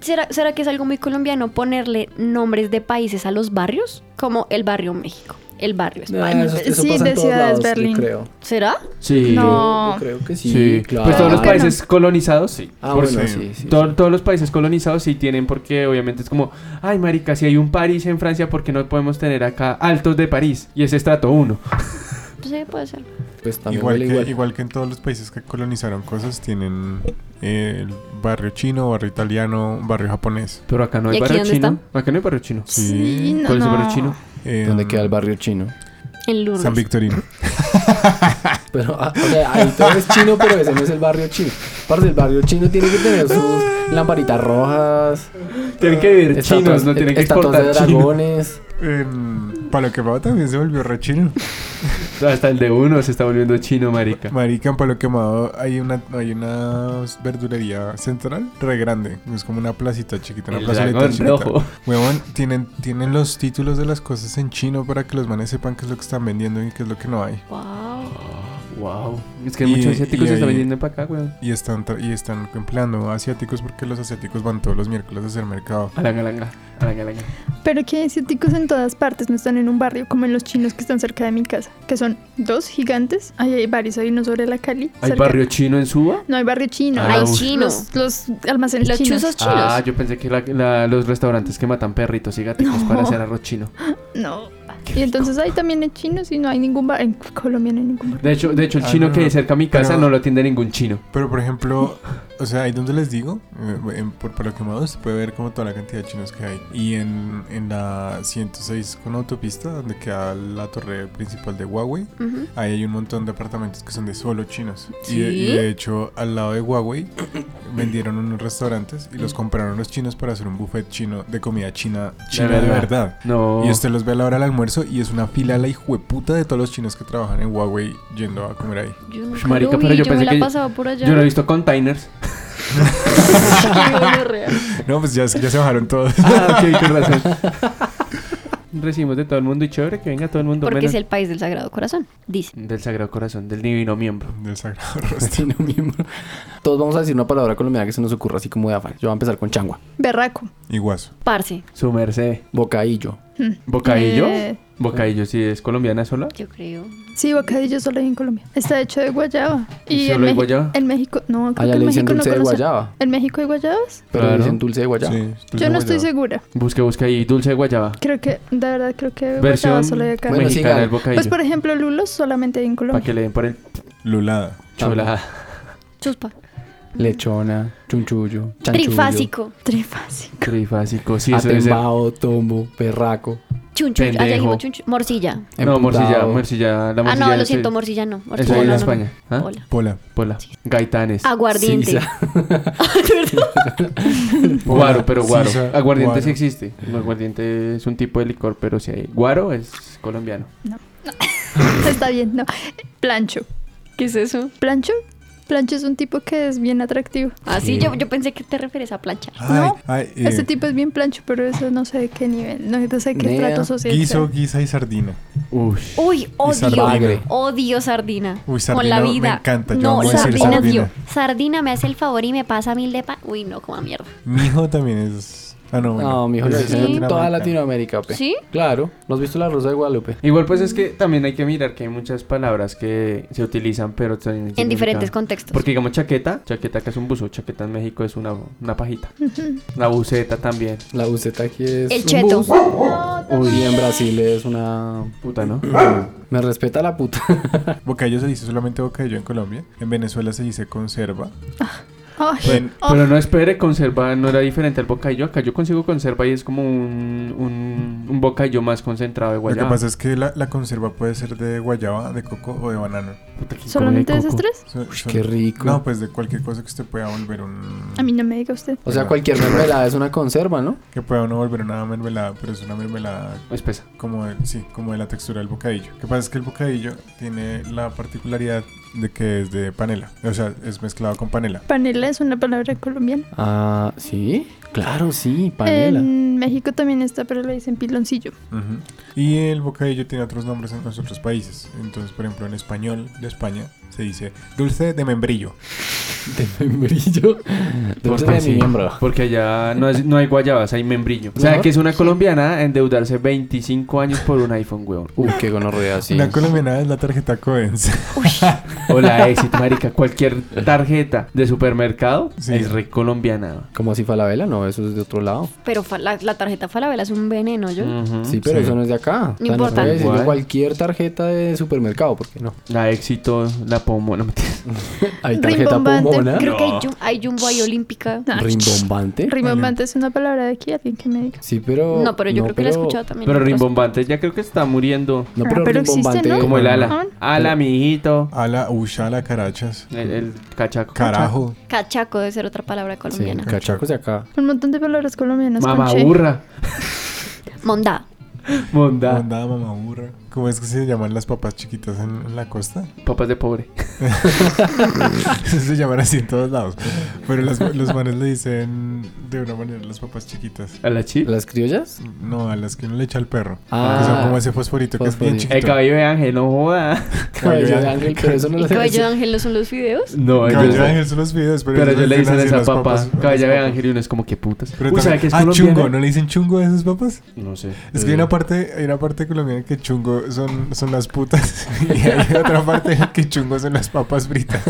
Speaker 4: ¿Será, será que es algo muy colombiano ponerle nombres de países a los barrios? Como el barrio México, el barrio España.
Speaker 3: Ah, eso, eso
Speaker 5: sí,
Speaker 3: pasa
Speaker 5: de
Speaker 3: en todos
Speaker 5: ciudades,
Speaker 3: lados, yo
Speaker 5: Berlín.
Speaker 3: creo.
Speaker 4: ¿Será?
Speaker 2: sí.
Speaker 5: No.
Speaker 3: Yo creo que sí,
Speaker 2: Sí,
Speaker 3: claro.
Speaker 2: Pues todos los
Speaker 5: Claro que
Speaker 2: países colonizados, sí.
Speaker 3: Ah,
Speaker 2: Por-
Speaker 3: bueno,
Speaker 1: sí.
Speaker 3: sí, sí.
Speaker 2: todo- todos los países colonizados sí tienen porque obviamente es como, ay marica, si hay un París en Francia, ¿por qué no podemos tener acá altos de París? Y ese es estrato 1.
Speaker 4: Sí, puede ser.
Speaker 3: Pues también
Speaker 1: Igual
Speaker 3: huele
Speaker 1: que,
Speaker 3: igual.
Speaker 1: igual que en todos los países que colonizaron cosas, tienen eh, el barrio chino, barrio italiano, barrio japonés.
Speaker 2: Pero acá no hay
Speaker 4: ¿Y aquí
Speaker 2: barrio
Speaker 4: dónde
Speaker 2: chino. Acá no hay barrio chino.
Speaker 1: Sí.
Speaker 5: no.
Speaker 2: ¿Cuál es el barrio
Speaker 5: no.
Speaker 2: chino?
Speaker 1: Eh,
Speaker 3: ¿Dónde queda el barrio chino?
Speaker 4: En Lourdes.
Speaker 1: San Victorino.
Speaker 3: Pero, ah, o sea, ahí todo es chino, pero ese no es el barrio chino. Parce, el barrio chino tiene que tener sus lamparitas rojas,
Speaker 2: Tienen que vivir
Speaker 3: estatuas-
Speaker 2: chinos, no tienen que
Speaker 3: estatuas
Speaker 2: exportar
Speaker 3: de
Speaker 2: chinos.
Speaker 3: dragones.
Speaker 1: Em, Palo que va también se volvió re chino.
Speaker 2: Hasta el de uno se está volviendo chino, marica.
Speaker 1: Marica, en Palo Quemado hay una, hay una verdulería central re grande. Es como una placita chiquita, una
Speaker 2: El
Speaker 1: plazoleta
Speaker 2: dragón
Speaker 1: chiquita.
Speaker 2: rojo.
Speaker 1: Huevón, tienen, tienen los títulos de las cosas en chino para que los manes sepan qué es lo que están vendiendo y qué es lo que no hay.
Speaker 4: Wow.
Speaker 2: Wow. Es que
Speaker 1: Y-
Speaker 2: muchos asiáticos
Speaker 1: y
Speaker 2: se están
Speaker 1: ahí-
Speaker 2: vendiendo para acá, weón.
Speaker 1: Y están, tra- y están empleando asiáticos porque los asiáticos van todos los miércoles a hacer mercado.
Speaker 2: Alanga, alanga. Alanga, alanga.
Speaker 5: Pero que hay asiáticos en todas partes, no están en un barrio como en los chinos que están cerca de mi casa, que son dos gigantes. Ahí hay varios, hay uno sobre la Cali.
Speaker 2: ¿Hay
Speaker 5: cerca-
Speaker 2: barrio chino en Suba?
Speaker 5: No hay barrio chino.
Speaker 2: Ah,
Speaker 5: hay
Speaker 2: uy.
Speaker 4: chino.
Speaker 5: Los, los almacenes
Speaker 4: Los
Speaker 5: chinos.
Speaker 4: chuzos chinos.
Speaker 2: Ah, yo pensé que la- la- los restaurantes que matan perritos y gaticos para hacer arroz chino.
Speaker 5: No. Y entonces ahí también hay chinos y no hay ningún bar. En Colombia no hay ningún bar.
Speaker 2: De hecho, de hecho el
Speaker 1: Ah,
Speaker 2: chino
Speaker 1: no,
Speaker 2: que
Speaker 1: no.
Speaker 2: hay cerca a mi casa
Speaker 1: Pero-
Speaker 2: no lo atiende ningún chino.
Speaker 1: Pero por ejemplo, o sea, ahí donde les digo, eh, en, por Palo Quemado se puede ver como toda la cantidad de chinos que hay. Y en, en la 106 con autopista, donde queda la torre principal de Huawei,
Speaker 4: Ujú.
Speaker 1: Ahí hay un montón de apartamentos que son de solo chinos. Y,
Speaker 4: ¿Sí?
Speaker 1: de, y de hecho, al lado de Huawei vendieron unos restaurantes y los compraron los chinos para hacer un buffet chino de comida china, china de,
Speaker 2: verdad.
Speaker 1: verdad.
Speaker 2: No.
Speaker 1: Y usted los ve a la hora del almuerzo y es una fila a la hijueputa de todos los chinos que trabajan en Huawei yendo a comer ahí.
Speaker 4: Yo nunca
Speaker 2: marica,
Speaker 4: lo vi,
Speaker 2: pero yo
Speaker 4: yo,
Speaker 2: pensé
Speaker 4: me la
Speaker 2: que-
Speaker 4: pasaba por allá.
Speaker 2: Yo no he visto containers.
Speaker 1: No, pues ya, ya se bajaron todos.
Speaker 2: Ah, ok, con razón. Recibimos de todo el mundo y chévere que venga todo el mundo.
Speaker 4: Porque
Speaker 2: menos
Speaker 4: es el país del Sagrado Corazón, dice.
Speaker 2: Del Sagrado Corazón, del Divino Miembro.
Speaker 1: Del sagrado
Speaker 2: Pues
Speaker 1: rostro.
Speaker 3: Sí, no, miembro. Todos vamos a decir una palabra colombiana que se nos ocurra así como de afán. Yo voy a empezar con changua,
Speaker 5: Berraco.
Speaker 1: Iguazo.
Speaker 4: Parce,
Speaker 2: Su merced.
Speaker 3: bocaillo,
Speaker 2: ¿Bocadillo?
Speaker 5: Eh.
Speaker 2: ¿Bocadillo si es colombiana sola?
Speaker 4: yo creo.
Speaker 5: Sí, bocadillo solo hay en Colombia. Está hecho de guayaba.
Speaker 2: ¿Y
Speaker 5: en
Speaker 2: solo hay
Speaker 5: Meji-
Speaker 2: guayaba?
Speaker 5: En México, no, creo
Speaker 3: Allá
Speaker 5: que en
Speaker 3: le dicen
Speaker 5: México no
Speaker 3: dulce de
Speaker 5: conocen.
Speaker 3: guayaba,
Speaker 5: ¿En México hay guayabas?
Speaker 3: pero le
Speaker 2: Claro.
Speaker 3: dicen dulce de guayaba.
Speaker 1: Sí, pues
Speaker 5: Yo no estoy segura.
Speaker 2: Busque, busque ahí dulce de guayaba.
Speaker 5: Creo que, de verdad, creo que
Speaker 2: Versión
Speaker 5: guayaba solo hay acá.
Speaker 3: Bueno,
Speaker 2: mexicana
Speaker 3: siga.
Speaker 2: el bocadillo.
Speaker 5: pues, por ejemplo, lulos solamente hay en
Speaker 2: Para
Speaker 5: Colombia.
Speaker 2: que le den por el
Speaker 1: Lulada.
Speaker 2: chola.
Speaker 4: Chuspa.
Speaker 3: Lechona, chunchullo, chanchullo,
Speaker 4: Trifásico.
Speaker 5: Trifásico.
Speaker 2: Trifásico, sí, eso debe ser.
Speaker 3: atembao, tombo, perraco,
Speaker 4: Chun, chun, allá
Speaker 2: Pendejo.
Speaker 4: dijimos chun, chun. Morcilla.
Speaker 2: No,
Speaker 3: emputado.
Speaker 2: morcilla, morcilla. La
Speaker 4: Ah,
Speaker 2: morcilla
Speaker 4: no,
Speaker 2: es
Speaker 4: lo
Speaker 2: el-
Speaker 4: siento, morcilla no. Morcilla,
Speaker 2: Eso
Speaker 4: no,
Speaker 2: es en
Speaker 4: no,
Speaker 2: España.
Speaker 4: no.
Speaker 2: ¿Ah?
Speaker 4: Hola.
Speaker 1: Pola.
Speaker 2: Pola. Gaitanes.
Speaker 4: Aguardiente.
Speaker 3: Sisa.
Speaker 2: Guaro, pero guaro.
Speaker 1: Sisa,
Speaker 2: Aguardiente
Speaker 1: guaro.
Speaker 2: sí existe. El aguardiente es un tipo de licor, pero si hay. Guaro es colombiano.
Speaker 5: Está bien, no. Plancho.
Speaker 4: ¿Qué es eso?
Speaker 5: ¿Plancho? Plancho es un tipo que es bien atractivo.
Speaker 4: Así
Speaker 2: Sí.
Speaker 4: Ah, yo, yo pensé que te refieres a planchar.
Speaker 1: Ay,
Speaker 5: No,
Speaker 1: ay, eh,
Speaker 5: Este tipo es bien plancho, pero eso no sé de qué nivel, no sé de qué
Speaker 3: Nea.
Speaker 5: trato social.
Speaker 1: guiso,
Speaker 5: sea.
Speaker 1: guisa y sardina.
Speaker 2: Uy.
Speaker 4: Uy,
Speaker 1: sardina.
Speaker 4: odio. Odio sardina.
Speaker 1: Uy,
Speaker 4: Con
Speaker 1: sardina
Speaker 4: la
Speaker 1: me
Speaker 4: vida.
Speaker 1: encanta, yo
Speaker 4: No,
Speaker 1: amo decir
Speaker 4: sardina,
Speaker 1: sardina.
Speaker 4: Dios. Sardina me hace el favor y me pasa mil de pa. Uy, no, como a mierda.
Speaker 1: Mi hijo también es. Ah, no, bueno.
Speaker 3: No, mijo,
Speaker 1: Pero
Speaker 3: lo
Speaker 1: ese es
Speaker 3: dicen en toda
Speaker 1: latinoamericano.
Speaker 3: Latinoamérica, pe.
Speaker 4: ¿Sí?
Speaker 3: Claro, ¿no has visto la Rosa de Guadalupe?
Speaker 2: Igual pues es que también hay que mirar que hay muchas palabras que se utilizan, pero tienen
Speaker 4: En
Speaker 2: significado.
Speaker 4: diferentes contextos.
Speaker 2: Porque digamos chaqueta, chaqueta acá es un buzo, chaqueta en México es una, una pajita. La buceta también.
Speaker 3: La buceta aquí es.
Speaker 4: El
Speaker 3: un
Speaker 4: cheto.
Speaker 3: bus. Uy, en Brasil es una.
Speaker 2: Puta, ¿no?
Speaker 3: Me respeta la puta.
Speaker 1: Bocadillo se dice solamente bocadillo en Colombia. En Venezuela se dice conserva.
Speaker 5: Ay,
Speaker 1: En-
Speaker 4: Oh.
Speaker 2: Pero no espere, conserva no era diferente al bocadillo. Acá yo consigo conserva y es como un, un, un bocadillo más concentrado de
Speaker 1: lo que
Speaker 2: guayaba.
Speaker 1: pasa es que la, la conserva puede ser de guayaba, de coco o de banano.
Speaker 2: Puta, ¿quién come
Speaker 5: ¿Solamente
Speaker 2: coco?
Speaker 5: esas tres?
Speaker 1: Son- son-
Speaker 3: qué rico.
Speaker 1: No, pues de cualquier cosa que usted pueda volver un.
Speaker 5: A mí no me diga usted.
Speaker 3: O sea, cualquier mermelada es una conserva, ¿no?
Speaker 1: Que pueda uno volver una mermelada, pero es una mermelada
Speaker 2: Espesa.
Speaker 1: como de, sí, como de la textura del bocadillo. Lo que pasa es que el bocadillo tiene la particularidad de que es de panela. O sea, es mezclado con panela.
Speaker 5: Panela es una palabra colombiana.
Speaker 3: Ah, sí. Claro, sí, panela.
Speaker 4: Em.
Speaker 5: En México también está, pero le dicen piloncillo.
Speaker 1: Ujú. Y el bocadillo tiene otros nombres en los otros países. Entonces, por ejemplo, en español de España se dice dulce de membrillo.
Speaker 3: De membrillo. Dulce de
Speaker 2: sí,
Speaker 3: mi miembro.
Speaker 2: porque allá no, es- no hay guayabas, hay membrillo. O sea,
Speaker 3: Mejor.
Speaker 2: que es una colombiana endeudarse 25 años por un iPhone, weón.
Speaker 3: Uy, qué gonorrea, sí.
Speaker 1: La colombiana es la tarjeta Coens.
Speaker 2: O la Exit, marica. Cualquier tarjeta de supermercado
Speaker 1: Sí.
Speaker 2: es re colombiana.
Speaker 3: Como si Falabella, no, eso es de otro lado.
Speaker 4: Pero fa- la, la tarjeta Falabella es un veneno, yo.
Speaker 2: Ujú.
Speaker 3: Mm, Sí, pero
Speaker 1: Sí.
Speaker 3: eso no es de acá.
Speaker 4: No importa.
Speaker 3: puede decirle
Speaker 2: Igual.
Speaker 3: cualquier tarjeta de supermercado, porque no.
Speaker 2: La éxito, la pomo, no mentiras.
Speaker 3: Hay tarjeta
Speaker 5: Rimbombante.
Speaker 3: pomona.
Speaker 4: Creo que hay, jum- hay jumbo, hay olímpica.
Speaker 5: Ah,
Speaker 3: Rimbombante.
Speaker 5: Rimbombante es una palabra de aquí, alguien que me diga.
Speaker 3: Sí, pero.
Speaker 4: No, pero yo creo que la he escuchado también.
Speaker 2: Pero
Speaker 4: en otros-
Speaker 2: rimbombante ya creo que está muriendo.
Speaker 3: No,
Speaker 5: Ah,
Speaker 3: pero,
Speaker 5: pero existe,
Speaker 3: rimbombante.
Speaker 5: ¿no?
Speaker 2: Como el
Speaker 5: Ah,
Speaker 2: ala.
Speaker 5: bueno.
Speaker 2: Ala, mijito.
Speaker 1: Ala, ushala, carachas.
Speaker 2: El, el cachaco.
Speaker 1: Carajo.
Speaker 4: Cachaco debe ser otra palabra
Speaker 3: Sí,
Speaker 4: colombiana.
Speaker 3: cachacos de acá.
Speaker 5: Un montón de palabras colombianas. con
Speaker 2: Mamá
Speaker 5: che.
Speaker 2: burra.
Speaker 4: Mondá.
Speaker 2: Mondá.
Speaker 1: Mandada mamá burra. ¿Cómo es que se llaman las papas chiquitas en, en la costa?
Speaker 2: Papas de pobre.
Speaker 1: Eso se llaman así en todos lados. Pero las- los manes le dicen de una manera las papas chiquitas.
Speaker 2: A la chip.
Speaker 3: ¿Las criollas?
Speaker 1: No, a las que uno le echa al perro.
Speaker 3: Ah.
Speaker 1: que son como ese fosforito, que es bien
Speaker 3: Fosforito.
Speaker 1: chiquito.
Speaker 2: El cabello de ángel, no joda.
Speaker 3: Cabello de ángel, pero eso no
Speaker 4: ¿Y
Speaker 3: lo
Speaker 4: cabello de ángel no son los videos?
Speaker 2: No,
Speaker 1: Cabello
Speaker 2: ellos-
Speaker 1: de ángel son los videos, pero,
Speaker 2: Pero
Speaker 1: ellos
Speaker 2: yo le dicen
Speaker 1: así
Speaker 2: esa
Speaker 1: las
Speaker 2: papa.
Speaker 1: papas,
Speaker 2: Cabello
Speaker 1: las
Speaker 2: de
Speaker 1: papas.
Speaker 2: ángel y uno es como que putas.
Speaker 1: Pero
Speaker 2: Uy,
Speaker 1: también-
Speaker 2: ¿sabe que es
Speaker 1: ah,
Speaker 2: colombiana?
Speaker 1: chungo, ¿no le dicen chungo a esas papas?
Speaker 2: No sé.
Speaker 1: Es que hay una parte, hay una parte colombiana que chungo son, son las putas y hay otra parte que chungo son las papas fritas.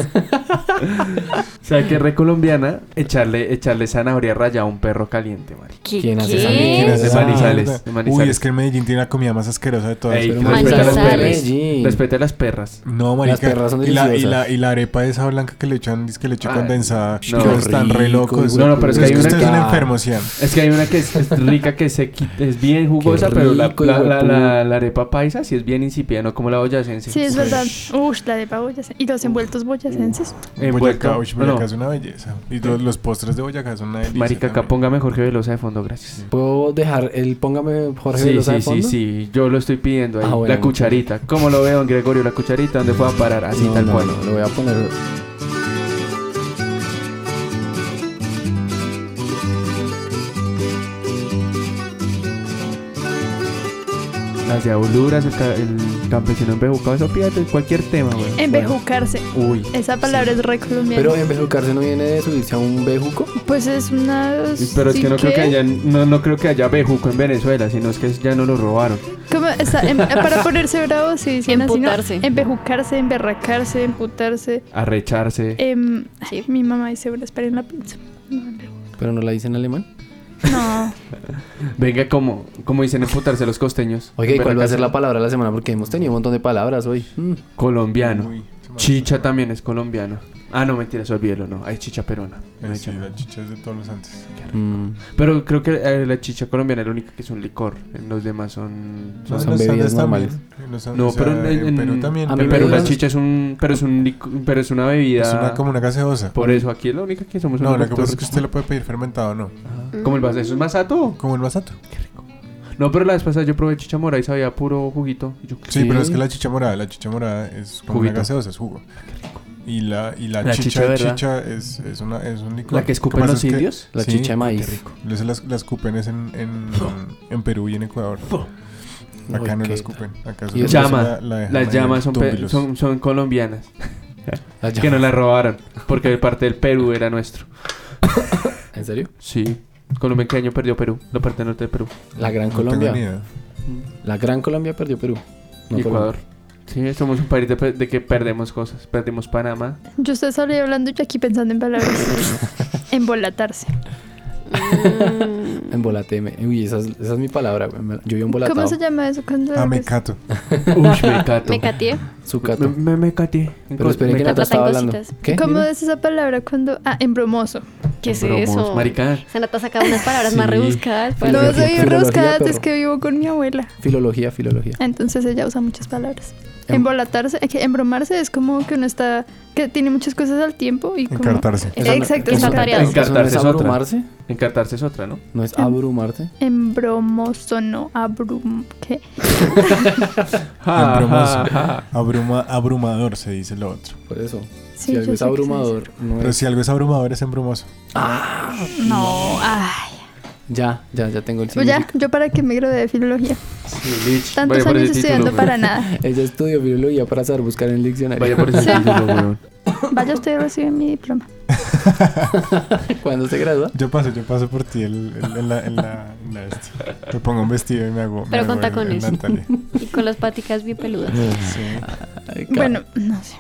Speaker 2: O sea, que re colombiana echarle, echarle zanahoria raya a un perro caliente, Mari.
Speaker 4: ¿Qué?
Speaker 3: ¿Quién hace
Speaker 4: qué?
Speaker 3: esa mierda?
Speaker 1: ¿Quién hace
Speaker 2: De
Speaker 1: esa
Speaker 2: Manizales,
Speaker 1: mierda?
Speaker 2: de Manizales.
Speaker 1: Uy, es que en Medellín tiene la comida más asquerosa de todas.
Speaker 2: Ey,
Speaker 3: pero
Speaker 2: respeta a las
Speaker 4: Manizales.
Speaker 2: perras.
Speaker 3: Medellín.
Speaker 2: Respeta a las perras.
Speaker 1: No, marica.
Speaker 3: perras son
Speaker 1: y, la, y,
Speaker 3: deliciosas.
Speaker 1: la, y la arepa esa blanca que le echan disque leche
Speaker 2: Ay,
Speaker 1: condensada.
Speaker 2: no.
Speaker 1: que están re
Speaker 3: Rico,
Speaker 1: locos.
Speaker 3: güey,
Speaker 2: No, no, pero es
Speaker 1: es
Speaker 2: que hay
Speaker 1: que
Speaker 2: una
Speaker 1: ustedes
Speaker 2: que-
Speaker 1: son enfermos, Ian.
Speaker 2: Es que hay una que es, es rica, que se qui- es bien jugosa,
Speaker 3: Qué
Speaker 2: pero la,
Speaker 3: rico,
Speaker 2: la,
Speaker 3: hijo de
Speaker 2: la,
Speaker 3: puta.
Speaker 2: la- la arepa paisa sí es bien insípida, no como la boyacense.
Speaker 5: Sí, es verdad. Ush, la de boyacense. Y los envueltos boyacenses.
Speaker 2: Envuelto.
Speaker 1: Boyacá, uy,
Speaker 2: No,
Speaker 1: Boyacá
Speaker 2: no.
Speaker 1: es una belleza. Y los, los postres de Boyacá son una delicia.
Speaker 2: Marica, acá
Speaker 1: también.
Speaker 2: póngame Jorge Velosa de fondo, gracias.
Speaker 3: ¿Puedo dejar el póngame Jorge
Speaker 2: Sí,
Speaker 3: Velosa
Speaker 2: sí,
Speaker 3: de
Speaker 2: sí,
Speaker 3: fondo?
Speaker 2: sí, yo lo estoy pidiendo ahí.
Speaker 3: Ah, bueno,
Speaker 2: la cucharita. ¿Cómo lo veo, don Gregorio? La cucharita, ¿dónde pueda parar? Así
Speaker 3: No,
Speaker 2: tal
Speaker 3: no,
Speaker 2: cual.
Speaker 3: no, lo voy a poner.
Speaker 2: Las diaboluras, el, ca- el campesino embejucado, eso pídate cualquier tema, güey.
Speaker 5: Embejucarse.
Speaker 2: Uy.
Speaker 5: Esa palabra es re colombiana.
Speaker 3: Pero embejucarse no viene de subirse a un bejuco.
Speaker 5: Pues es una.
Speaker 2: Pues, Pero es
Speaker 5: sí,
Speaker 2: que no creo
Speaker 5: ¿qué?
Speaker 2: que haya, no, no creo que haya bejuco en Venezuela, sino es que ya no lo robaron.
Speaker 5: ¿Cómo está? Em- para ponerse bravo, sí, dicen así, ¿no?
Speaker 4: Emputarse.
Speaker 5: Embejucarse, emberracarse, emputarse.
Speaker 2: Arrecharse.
Speaker 5: Em,
Speaker 4: Sí.
Speaker 5: mi mamá dice, bueno, esperen la pinza.
Speaker 3: Pero no la dice en alemán.
Speaker 5: No,
Speaker 2: Venga, como, como dicen emputarse los costeños.
Speaker 3: Oiga, ¿y
Speaker 2: Ven
Speaker 3: cuál
Speaker 2: acá,
Speaker 3: va a ser la palabra de la semana? Porque hemos tenido un montón de palabras hoy. Mm.
Speaker 2: Colombiano.
Speaker 1: Uy, se me-
Speaker 2: Chicha también es colombiano. Ah, no, mentiras, olvídelo, no. Hay chicha peruana. No
Speaker 1: Eh,
Speaker 2: hay
Speaker 1: sí,
Speaker 2: chicha.
Speaker 1: la chicha es de todos los antes.
Speaker 3: Mm.
Speaker 2: Pero creo que eh, la chicha colombiana es la única que es un licor. Eh, Los demás son...
Speaker 1: No,
Speaker 3: son
Speaker 1: en los
Speaker 3: bebidas
Speaker 1: Andes
Speaker 3: normales.
Speaker 1: también. En los Andes,
Speaker 2: No,
Speaker 1: o sea,
Speaker 2: pero en, en-
Speaker 1: Perú también.
Speaker 3: a mí
Speaker 2: en
Speaker 1: pero
Speaker 2: Perú la
Speaker 3: me-
Speaker 2: chicha es un... Pero es un lico- pero es una bebida...
Speaker 1: Es una, como una gaseosa.
Speaker 2: Por eso, aquí es la única que somos
Speaker 1: No,
Speaker 2: una
Speaker 1: lo que pasa es que usted lo puede pedir fermentado, ¿no?
Speaker 4: Mm.
Speaker 2: Como el vaso, eso es masato.
Speaker 1: Como el masato.
Speaker 2: No, pero la vez pasada yo probé chicha mora y sabía puro juguito. Y yo,
Speaker 1: Sí,
Speaker 3: Sí.
Speaker 1: pero es que la chicha morada, la chicha morada es como
Speaker 2: Juguito.
Speaker 1: una gaseosa, es jugo. Y la, y la,
Speaker 2: La chicha,
Speaker 1: chicha,
Speaker 2: ¿verdad?
Speaker 1: chicha, es, es, una, es un licor.
Speaker 2: ¿La que escupen
Speaker 1: pasa
Speaker 2: los
Speaker 1: es que-
Speaker 2: indios?
Speaker 3: La
Speaker 1: sí,
Speaker 3: chicha de maíz.
Speaker 2: qué rico.
Speaker 1: les- Las, las escupen es en, en, en Perú y en Ecuador. Acá
Speaker 3: Uy,
Speaker 1: no
Speaker 3: qué
Speaker 1: la escupen. Acá solo
Speaker 3: Y
Speaker 2: llama.
Speaker 1: la- la dejan
Speaker 2: Las
Speaker 1: ahí
Speaker 2: llamas
Speaker 1: en
Speaker 2: son, pe-
Speaker 1: túmbilos.
Speaker 2: son, son colombianas.
Speaker 3: La
Speaker 2: Que
Speaker 3: llama.
Speaker 2: no la robaron. Porque parte del Perú era nuestro.
Speaker 3: ¿En serio?
Speaker 2: Sí. Colombia en qué año perdió Perú. La parte norte de Perú.
Speaker 3: La Gran
Speaker 1: No
Speaker 3: Colombia.
Speaker 1: tengo ni idea.
Speaker 3: La Gran Colombia perdió Perú. No
Speaker 2: y
Speaker 3: Colombia.
Speaker 2: Ecuador. Sí, somos un país de, pe- de que perdemos cosas. Perdimos Panamá.
Speaker 5: yo estoy solo ahí hablando y yo aquí pensando en palabras. Embolatarse.
Speaker 4: Mm,
Speaker 3: Embolateme. Uy, esa es, esa es mi palabra. güey. Me- Yo vi un
Speaker 5: ¿Cómo
Speaker 3: volatado.
Speaker 5: se llama eso? cuando
Speaker 1: Ah, mecato.
Speaker 2: Uy, me cato.
Speaker 4: me cateé.
Speaker 2: Me,
Speaker 3: Sucato.
Speaker 2: me, me caté.
Speaker 3: Pero esperen que
Speaker 4: me
Speaker 3: Nata
Speaker 4: tratan
Speaker 3: estaba hablando.
Speaker 4: cositas.
Speaker 3: ¿Qué?
Speaker 5: ¿Cómo
Speaker 3: Dime.
Speaker 5: es esa palabra cuando.? Ah, embromoso.
Speaker 4: ¿Qué es eso?
Speaker 2: Marica.
Speaker 4: Sanata sacaba unas palabras más
Speaker 2: Sí.
Speaker 4: rebuscadas. pues, para-
Speaker 5: No
Speaker 3: Filología,
Speaker 5: soy bien
Speaker 3: filología,
Speaker 5: rebuscada,
Speaker 3: perro.
Speaker 5: es que vivo con mi abuela.
Speaker 3: Filología, filología.
Speaker 5: Entonces ella usa muchas palabras.
Speaker 3: Em-
Speaker 5: Embolatarse, que embromarse es como que uno está. que tiene muchas cosas al tiempo y como.
Speaker 1: Encartarse.
Speaker 3: Esa no-
Speaker 5: Exacto,
Speaker 3: esa
Speaker 5: está
Speaker 3: no- esa
Speaker 4: tareado.
Speaker 3: no
Speaker 2: Encartarse
Speaker 3: es
Speaker 2: es otra.
Speaker 3: abrumarse.
Speaker 2: Encartarse es otra, ¿no?
Speaker 3: No es
Speaker 5: Em-
Speaker 3: abrumarte.
Speaker 5: Embromoso, no, abrum. ¿Qué?
Speaker 2: Ja,
Speaker 1: Embromoso.
Speaker 2: ja, ja. Pues
Speaker 1: Abruma, abrumador se dice lo otro.
Speaker 3: Por eso.
Speaker 5: Sí,
Speaker 3: si algo es
Speaker 5: yo sé que se dice.
Speaker 3: abrumador, no
Speaker 1: Pero
Speaker 3: es.
Speaker 1: si algo es abrumador, es embrumoso.
Speaker 5: No, ay.
Speaker 3: Ya, ya, ya tengo el
Speaker 5: Pues ya,
Speaker 3: significado.
Speaker 5: yo para que me gradué de filología.
Speaker 2: Sí, Lich.
Speaker 5: Tantos
Speaker 2: Vaya por
Speaker 5: años
Speaker 2: ese título,
Speaker 5: estudiando
Speaker 2: güey.
Speaker 5: para nada.
Speaker 3: Ella estudió filología para saber buscar en el diccionario.
Speaker 2: Vaya por ese
Speaker 5: Sí.
Speaker 2: título, weón.
Speaker 5: Vaya usted a recibir mi diploma.
Speaker 3: ¿Cuándo se gradúa?
Speaker 1: Yo paso, yo paso por ti el- el- en la, en la- en la este. Me pongo un vestido y me hago. me
Speaker 4: Pero con
Speaker 1: hago el- el
Speaker 4: tacones.
Speaker 1: Natalia.
Speaker 4: Y con las paticas bien peludas.
Speaker 3: Ay, ca-
Speaker 5: Bueno, no sé.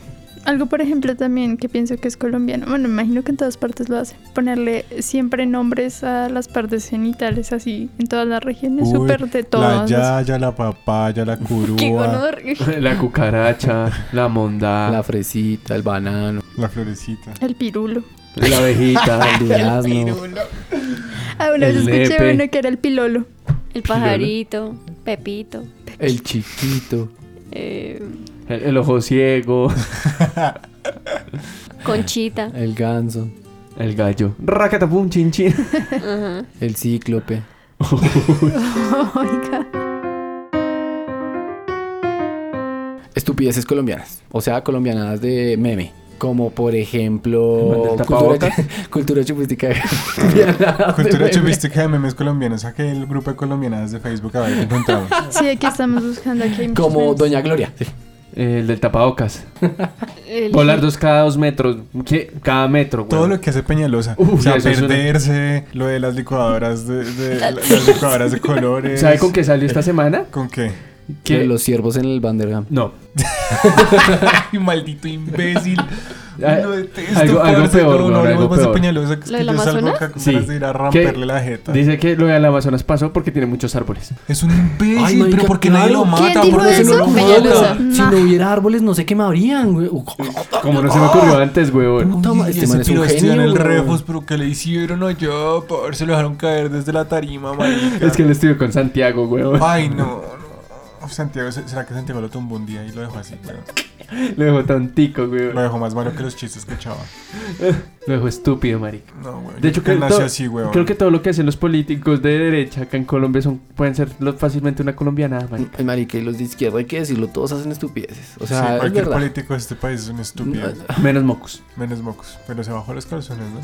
Speaker 5: Algo, por ejemplo, también que pienso que es colombiano. Bueno, me imagino que en todas partes lo hacen. Ponerle siempre nombres a las partes genitales, así, en todas las regiones,
Speaker 1: Uy,
Speaker 5: súper de
Speaker 1: La
Speaker 5: todas.
Speaker 1: yaya, la papaya, la
Speaker 4: ¡Qué
Speaker 1: curúa,
Speaker 4: honor!
Speaker 2: La cucaracha, la monda,
Speaker 3: La
Speaker 2: la,
Speaker 3: fresita, el banano,
Speaker 1: la florecita.
Speaker 5: El pirulo.
Speaker 2: abejita,
Speaker 3: el durazno.
Speaker 5: Ah, una vez
Speaker 2: El
Speaker 5: escuché
Speaker 2: nepe.
Speaker 5: uno que era el pilolo.
Speaker 4: El pajarito, Pepito.
Speaker 3: El chiquito.
Speaker 4: eh,
Speaker 2: el, el ojo ciego,
Speaker 4: Conchita.
Speaker 3: El ganso.
Speaker 2: el gallo. Racatapum, chin chin.
Speaker 4: Ajá.
Speaker 3: El cíclope.
Speaker 5: Oiga.
Speaker 3: estupideces colombianas, o sea, colombianadas de meme. Como por
Speaker 2: El man
Speaker 3: ejemplo,
Speaker 2: del
Speaker 3: cultura,
Speaker 2: tapabocas.
Speaker 3: cultura chupística. colombiana de
Speaker 1: Cultura
Speaker 3: meme.
Speaker 1: chupística este de memes colombianos. Saqué el grupo de colombianas de Facebook a ver qué encontramos.
Speaker 5: Sí, aquí estamos buscando. Aquí hay muchos
Speaker 3: Como
Speaker 5: memes.
Speaker 3: Doña Gloria.
Speaker 2: El del tapabocas.
Speaker 4: El-
Speaker 2: Volar dos cada dos metros. ¿Qué? Cada metro, güey.
Speaker 1: Todo lo que hace Peñalosa.
Speaker 2: Uf,
Speaker 1: o sea,
Speaker 2: eso es una-
Speaker 1: perderse, lo de las licuadoras de, de- la- las licuadoras de colores.
Speaker 2: ¿Sabe con qué salió esta semana?
Speaker 1: ¿Con qué?
Speaker 2: Que-
Speaker 3: de Los ciervos en el Vandergam.
Speaker 2: No.
Speaker 1: Ay, maldito imbécil.
Speaker 2: Ah,
Speaker 1: Lo detesto,
Speaker 2: algo- algo
Speaker 1: parce.
Speaker 2: peor,
Speaker 1: No,
Speaker 2: weón,
Speaker 1: no hablemos
Speaker 2: algo
Speaker 1: más de
Speaker 2: peor.
Speaker 1: Peñalosa. Que es
Speaker 4: ¿Lo
Speaker 1: que
Speaker 4: del
Speaker 1: yo salgo
Speaker 4: Amazonas?
Speaker 1: acá con
Speaker 2: Sí.
Speaker 1: ganas de ir a
Speaker 2: Que
Speaker 1: ramperle la jeta.
Speaker 2: Dice que lo del Amazonas pasó porque tiene muchos árboles.
Speaker 1: Es un imbécil,
Speaker 3: Ay, marica,
Speaker 1: pero ¿por qué nadie
Speaker 3: claro.
Speaker 1: lo mata?
Speaker 5: ¿Quién dijo
Speaker 1: ¿Por qué se
Speaker 5: eso?
Speaker 1: lo
Speaker 5: Peñalosa.
Speaker 1: mata?
Speaker 3: Si no hubiera árboles, no sé qué me habrían, güey. Ujú.
Speaker 2: Como no se me ocurrió antes, güey.
Speaker 3: Puta madre,
Speaker 1: Y
Speaker 3: este man
Speaker 1: ese
Speaker 3: es un
Speaker 1: piro estudia en
Speaker 3: genio,
Speaker 1: el
Speaker 3: weón.
Speaker 1: refos, pero ¿qué le hicieron allá? Por se lo dejaron caer desde la tarima, marica.
Speaker 2: Es que él estudió con Santiago, güey.
Speaker 1: Ay, no, no. Santiago, ¿será que Santiago lo tumbó un día y lo dejó así? weón?
Speaker 2: Lo dejó tontico, güey.
Speaker 1: Lo dejó más malo que los chistes que echaba.
Speaker 2: Lo dejó estúpido, marica.
Speaker 1: No, güey.
Speaker 2: De hecho, creo,
Speaker 1: él nació
Speaker 2: to-
Speaker 1: así, weón.
Speaker 2: creo que todo lo que hacen los políticos de derecha acá en Colombia son, pueden ser lo- fácilmente una colombiana, marica.
Speaker 3: Ay, marica, y los de izquierda hay que decirlo, todos hacen estupideces. O
Speaker 1: Sí,
Speaker 3: sea, es
Speaker 1: cualquier
Speaker 3: verdad. Mm, ah,
Speaker 1: político de este país es un estúpido.
Speaker 3: No,
Speaker 2: Menos mocos.
Speaker 1: Menos mocos. Pero se bajó los calzones, ¿no?